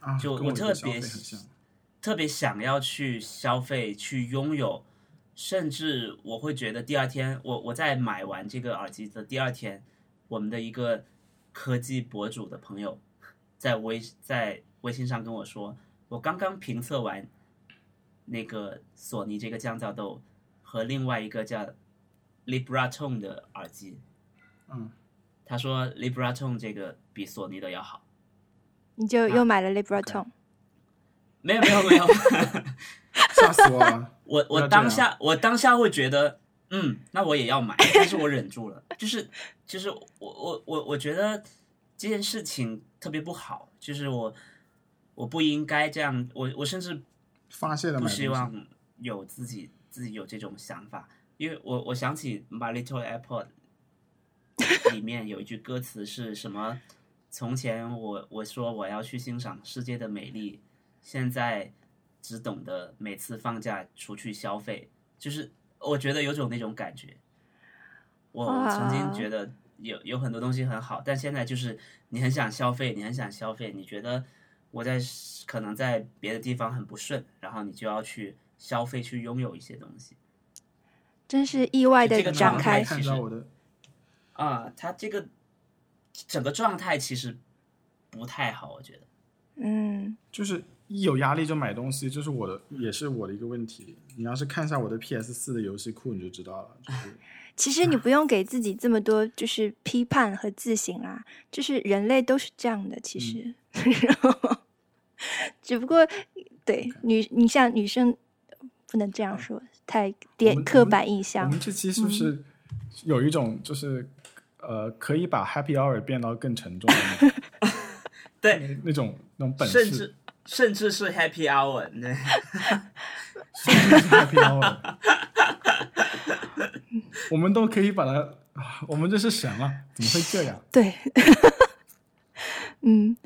[SPEAKER 4] 啊，
[SPEAKER 1] 就
[SPEAKER 4] 跟
[SPEAKER 1] 我
[SPEAKER 4] 我
[SPEAKER 1] 特
[SPEAKER 4] 的消
[SPEAKER 1] 别
[SPEAKER 4] 费很像。
[SPEAKER 1] 特别想要去消费去拥有，甚至我会觉得第二天我我在买完这个耳机的第二天，我们的一个科技博主的朋友在微在微信上跟我说，我刚刚评测完那个索尼这个降噪豆和另外一个叫 Libratone 的耳机，
[SPEAKER 4] 嗯，
[SPEAKER 1] 他说 Libratone 这个比索尼的要好。
[SPEAKER 3] 你
[SPEAKER 1] 啊
[SPEAKER 3] 就又买了 Libretone，、
[SPEAKER 1] 没有没有没 <laughs> 有，
[SPEAKER 4] 吓死我了！
[SPEAKER 1] 我
[SPEAKER 4] 不
[SPEAKER 1] 我
[SPEAKER 4] 要这
[SPEAKER 1] 当
[SPEAKER 4] 样
[SPEAKER 1] 下我当下会觉得，嗯，那我也
[SPEAKER 4] <laughs>
[SPEAKER 1] 要买，但是我忍住了，就是就是我我我我觉得这件事情特别不好，就是我我不应该这样，我我甚至
[SPEAKER 4] 发泄的
[SPEAKER 1] 不
[SPEAKER 4] 买
[SPEAKER 1] 希
[SPEAKER 4] 东西
[SPEAKER 1] 望有自己自己有这种想法，因为我我想起《My Little Airport》里
[SPEAKER 4] <laughs>
[SPEAKER 1] 面有一句歌词是什么？从前我我说我要去欣赏世界的美丽，现在只懂得每次放假出去消费，就是我觉得有种那种感觉。我我曾经
[SPEAKER 3] 哇
[SPEAKER 1] 觉得有有很多东西很好，但现在就是你很想消费，你很想消费，你觉得我在可能在别的地方很不顺，然后你就要去消费去拥有一些东西。
[SPEAKER 3] 真是意外
[SPEAKER 1] 这
[SPEAKER 3] 的
[SPEAKER 1] 个
[SPEAKER 3] 展
[SPEAKER 1] 状
[SPEAKER 3] 开
[SPEAKER 1] 态。
[SPEAKER 4] 看到我的，
[SPEAKER 1] 啊，他这个整个状态其实不太好，我觉得。
[SPEAKER 3] 嗯，
[SPEAKER 2] 就是一有压力就买东西，这是我的，也是我的一个问题。你要是看一下我的 PS 四的游戏库，你就知道了。就是
[SPEAKER 3] 其实你不用给自己这么多就是批判和自省啦，就是人类都是这样的，其实，
[SPEAKER 2] 嗯
[SPEAKER 3] <laughs> 然后只不过对女，你像女生不能这样说，太点
[SPEAKER 2] 们
[SPEAKER 3] 刻
[SPEAKER 2] 嗯我们
[SPEAKER 3] 板印
[SPEAKER 2] 我
[SPEAKER 3] 象
[SPEAKER 2] 们。这期是不是有一种就是呃，可以把 Happy Hour 变到更沉重的那种
[SPEAKER 1] <laughs> 对，
[SPEAKER 2] 那种那种本事，
[SPEAKER 1] 甚至甚至是 Happy Hour 那。
[SPEAKER 2] 甚至是
[SPEAKER 1] <laughs>
[SPEAKER 2] Happy Hour，我们都可以把它，啊我们这是神啊！怎么会这样？
[SPEAKER 3] 对，嗯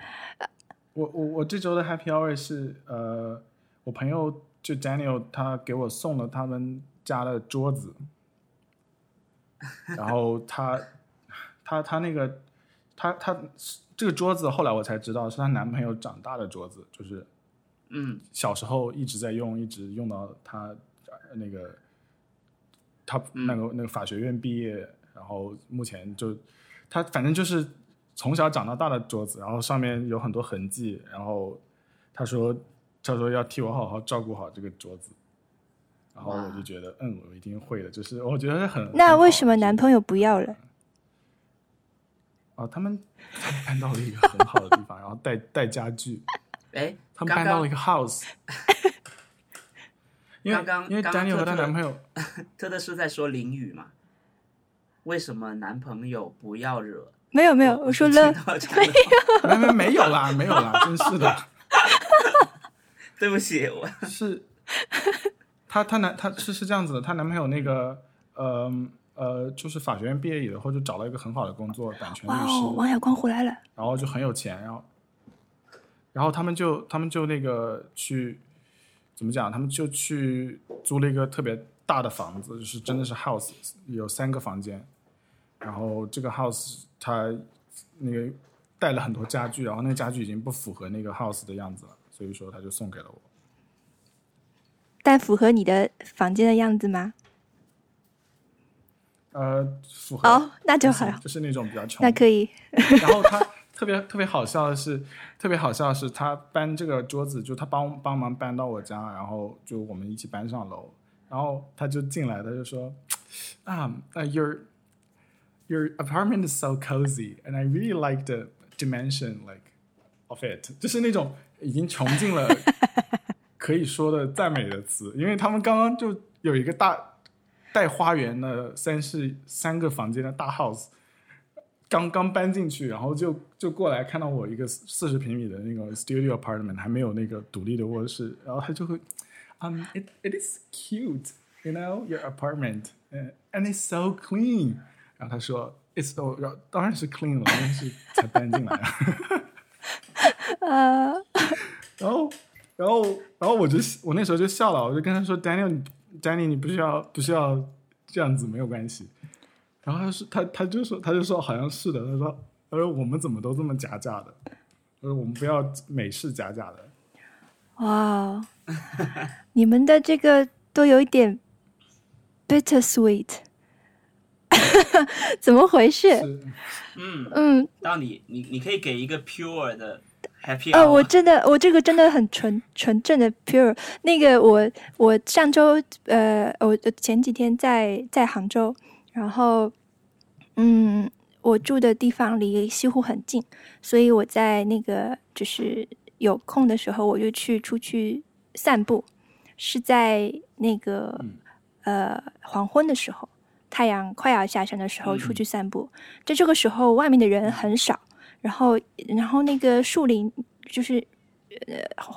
[SPEAKER 2] 我我我这周的 Happy Hour 是呃，我朋友就 Daniel 他给我送了他们家的桌子，然后他他他那个他他这个桌子后来我才知道是她男朋友长大的桌子，就是
[SPEAKER 1] 嗯，
[SPEAKER 2] 小时候一直在用，一直用到他呃那个他那个那个法学院毕业，然后目前就他反正就是从小长到大的桌子，然后上面有很多痕迹，然后他说他说要替我好好照顾好这个桌子，然后我就觉得嗯，我一定会的，就是我觉得很
[SPEAKER 3] 那为什么
[SPEAKER 2] 男
[SPEAKER 3] 男朋友不要了？
[SPEAKER 2] 嗯啊他们 <laughs> 他们搬到了一个很好的地方，然后带带家具，
[SPEAKER 1] 哎，
[SPEAKER 2] 他
[SPEAKER 1] 刚刚
[SPEAKER 2] 们搬到了一
[SPEAKER 1] <laughs>
[SPEAKER 2] 个 house。因为
[SPEAKER 1] 刚刚
[SPEAKER 2] 因为
[SPEAKER 1] 刚刚
[SPEAKER 2] Daniel 和她
[SPEAKER 1] 特特
[SPEAKER 2] 男朋友
[SPEAKER 1] 特特是在说淋雨嘛？为什么男朋友不要惹？
[SPEAKER 3] 没有没有，我说了， <laughs>
[SPEAKER 1] 听到这个
[SPEAKER 2] 没没没有啦， <laughs> 没有啦，真是的，
[SPEAKER 1] <laughs> 对不起，我
[SPEAKER 2] 是她她男她是是这样子的，她男朋友那个呃呃，就是法学院毕业以后就找了一个很好的工作，版权律
[SPEAKER 3] 哇
[SPEAKER 2] 师，
[SPEAKER 3] 哦，王小光回来了，
[SPEAKER 2] 然后就很有钱，然后然后他们就他们就那个去怎么讲，他们就去租了一个特别大的房子，就是真的是 house，有三个房间，然后这个 house 它那个带了很多家具，然后那个家具已经不符合那个 house 的样子了，所以说他就送给了我。
[SPEAKER 3] 但符合你的房间的样子吗？
[SPEAKER 2] 呃，符合
[SPEAKER 3] 哦，那就
[SPEAKER 2] 行
[SPEAKER 3] 好，
[SPEAKER 2] 就是那种比较穷，
[SPEAKER 3] 那可以。
[SPEAKER 2] 然后他特别特别好笑的是，特别好笑的是，他搬这个桌子，就他帮帮忙搬到我家，然后就我们一起搬上楼，然后他就进来，他就说，啊、u your your apartment is so cozy, and I really like the dimension like of it，就是那种已经穷尽了可以说的赞美的词，因为他们刚刚就有一个大带花园的三室三个房间的大 house。刚刚搬进去，然后就就过来看到我一个四十平米的那个 studio apartment，还没有那个独立的卧室，然后他就会，um it it is cute, you know your apartment, uh, and it's so clean。然后他说 it's so，然后当然是 clean 了，因为是才搬进来啊。
[SPEAKER 3] 呃，
[SPEAKER 2] 然后，然后，然后我就我那时候就笑了，我就跟他说：“Daniel，你 Daniel，你不需要不需要这样子，没有关系。”然后他说他他就说他就说好像是的，他说他说我们怎么都这么假假的，他说我们不要美式假假的。
[SPEAKER 3] 哇哦，你们的这个都有一点 bittersweet，怎么回事？
[SPEAKER 2] 是
[SPEAKER 1] 嗯，
[SPEAKER 3] 嗯，
[SPEAKER 1] 到你你你可以给一个 pure 的 happy
[SPEAKER 3] 呃，我
[SPEAKER 1] hour。
[SPEAKER 3] 真的，我这个真的很纯 <laughs> 纯正的 pure。那个我我上周呃，我我前几天在在杭州，然后嗯，我住的地方离西湖很近，所以我在那个就是有空的时候，我就去出去散步，是在那个、呃黄昏的时候，太阳快要下山的时候出去散步。在这个时候，外面的人很少，然后然后那个树林就是呃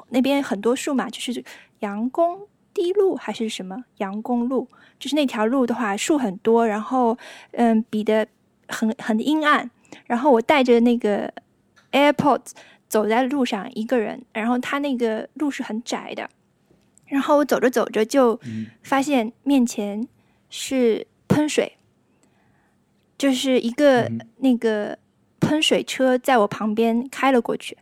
[SPEAKER 3] 那边很多树嘛，就是杨公堤路还是什么杨公路，就是那条路的话，树很多，然后嗯比的很很阴暗，然后我带着那个 AirPods 走在路上一个人，然后它那个路是很窄的，然后我走着走着就发现面前是喷水，就是一个
[SPEAKER 2] 嗯
[SPEAKER 3] 那个喷水车在我旁边开了过去。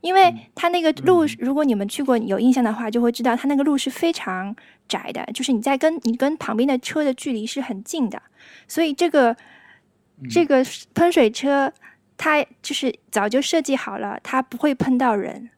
[SPEAKER 3] 因为它那个路，如果你们去过有印象的话，就会知道它那个路是非常窄的，就是你在跟你跟旁边的车的距离是很近的，所以这个这个喷水车它就是早就设计好了，它不会喷到人，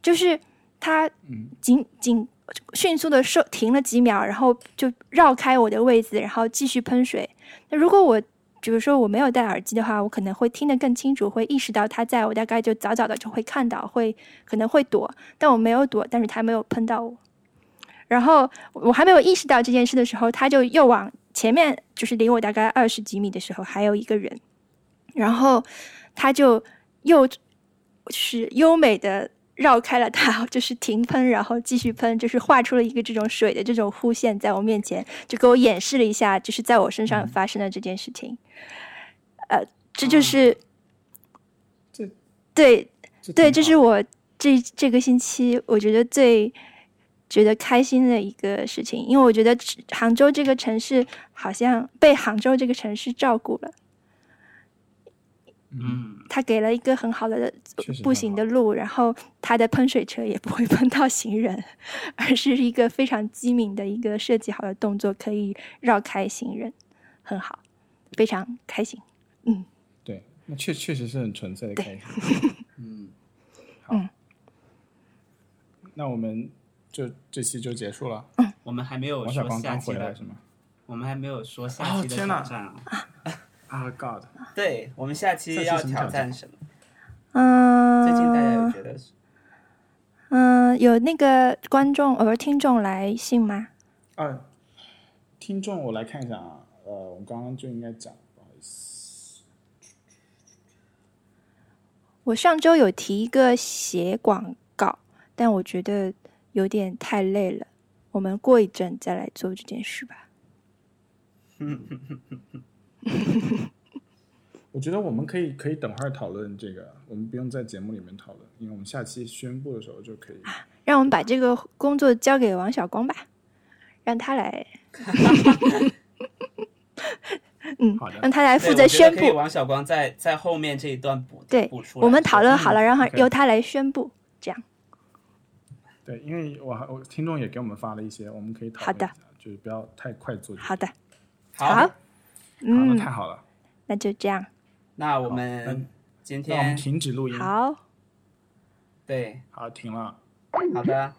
[SPEAKER 3] 就是它
[SPEAKER 2] 嗯
[SPEAKER 3] 仅仅迅速的收停了几秒，然后就绕开我的位子，然后继续喷水。那如果我比如说我没有戴耳机的话，我可能会听得更清楚，会意识到它在我大概就早早的就会看到，会可能会躲，但我没有躲，但是它没有喷到我。然后我还没有意识到这件事的时候，它就又往前面，就是离我大概二十几米的时候，还有一个人，然后它就又就是优美的绕开了它，就是停喷，然后继续喷，就是画出了一个这种水的这种弧线在我面前，就给我演示了一下，就是在我
[SPEAKER 2] 嗯
[SPEAKER 3] 身上发生的这件事情。呃，这就是、
[SPEAKER 2] 这
[SPEAKER 3] 对对，
[SPEAKER 2] 挺
[SPEAKER 3] 这
[SPEAKER 2] 好
[SPEAKER 3] 是我这这个星期我觉得最觉得开心的一个事情，因为我觉得只杭州这个城市好像被杭州这个城市照顾了，
[SPEAKER 1] 嗯，
[SPEAKER 3] 它给了一个很好的
[SPEAKER 2] 确实
[SPEAKER 3] 步
[SPEAKER 2] 很
[SPEAKER 3] 行
[SPEAKER 2] 好
[SPEAKER 3] 的路，然后它的喷水车也不会 <laughs> 喷到行人，而是一个非常机敏的一个设计好的动作，可以绕开行人，很好，非常开心。
[SPEAKER 2] 对，那确确实是很纯粹的开
[SPEAKER 3] <laughs>
[SPEAKER 2] 心。
[SPEAKER 1] 嗯，
[SPEAKER 2] 那我们就这期就结束了。
[SPEAKER 1] 我们还没有
[SPEAKER 2] 王小
[SPEAKER 1] 说
[SPEAKER 2] 光
[SPEAKER 1] 下
[SPEAKER 2] 刚
[SPEAKER 1] 期
[SPEAKER 2] 回来
[SPEAKER 1] 的
[SPEAKER 2] 是，吗？
[SPEAKER 1] 我们还没有说下
[SPEAKER 2] 哦
[SPEAKER 1] 期的挑
[SPEAKER 2] 天哪
[SPEAKER 1] 战啊。
[SPEAKER 2] 啊，God，
[SPEAKER 1] 对，我们下期
[SPEAKER 2] 下期
[SPEAKER 1] 要
[SPEAKER 2] 什么
[SPEAKER 1] 挑
[SPEAKER 2] 挑战
[SPEAKER 1] 战什么？
[SPEAKER 3] 嗯，
[SPEAKER 1] 最近大家有觉得是
[SPEAKER 3] 嗯，有那个观众呃不是听众来信吗？
[SPEAKER 2] 啊，听众，我来看一下啊，呃，我们刚刚就应该讲，不好意思，
[SPEAKER 3] 我上周有提一个写广告，但我觉得有点太累了，我们过一阵再来做这件事吧。
[SPEAKER 2] 我觉得我们可以可以等会儿讨论这个，我们不用在节目里面讨论，因为我们下期宣布的时候就可以。
[SPEAKER 3] 让我们把这个工作交给王小光吧，让他来，嗯
[SPEAKER 2] 好的，
[SPEAKER 3] 让他来
[SPEAKER 1] 对
[SPEAKER 3] 负
[SPEAKER 1] 我觉
[SPEAKER 3] 责
[SPEAKER 1] 得
[SPEAKER 3] 宣
[SPEAKER 1] 可以
[SPEAKER 3] 布。
[SPEAKER 1] 王小光在在后面这一段补
[SPEAKER 3] 对
[SPEAKER 1] 补出来。
[SPEAKER 3] 我们讨论
[SPEAKER 1] 嗯
[SPEAKER 3] 好了，然后
[SPEAKER 2] OK
[SPEAKER 3] 由他来宣布。
[SPEAKER 2] 对，因为我还我听众也给我们发了一些，我们可以讨论一下，
[SPEAKER 3] 好
[SPEAKER 2] 就是不要太快做决定。
[SPEAKER 3] 好的，
[SPEAKER 1] 嗯好，
[SPEAKER 2] 好，那
[SPEAKER 3] 嗯，
[SPEAKER 2] 太好了，
[SPEAKER 3] 那就这样。
[SPEAKER 1] 那我
[SPEAKER 2] 好
[SPEAKER 1] 们今
[SPEAKER 2] 那我
[SPEAKER 1] 天
[SPEAKER 2] 们停止录音，
[SPEAKER 3] 好，
[SPEAKER 1] 对，
[SPEAKER 2] 好，停了。
[SPEAKER 1] 好的，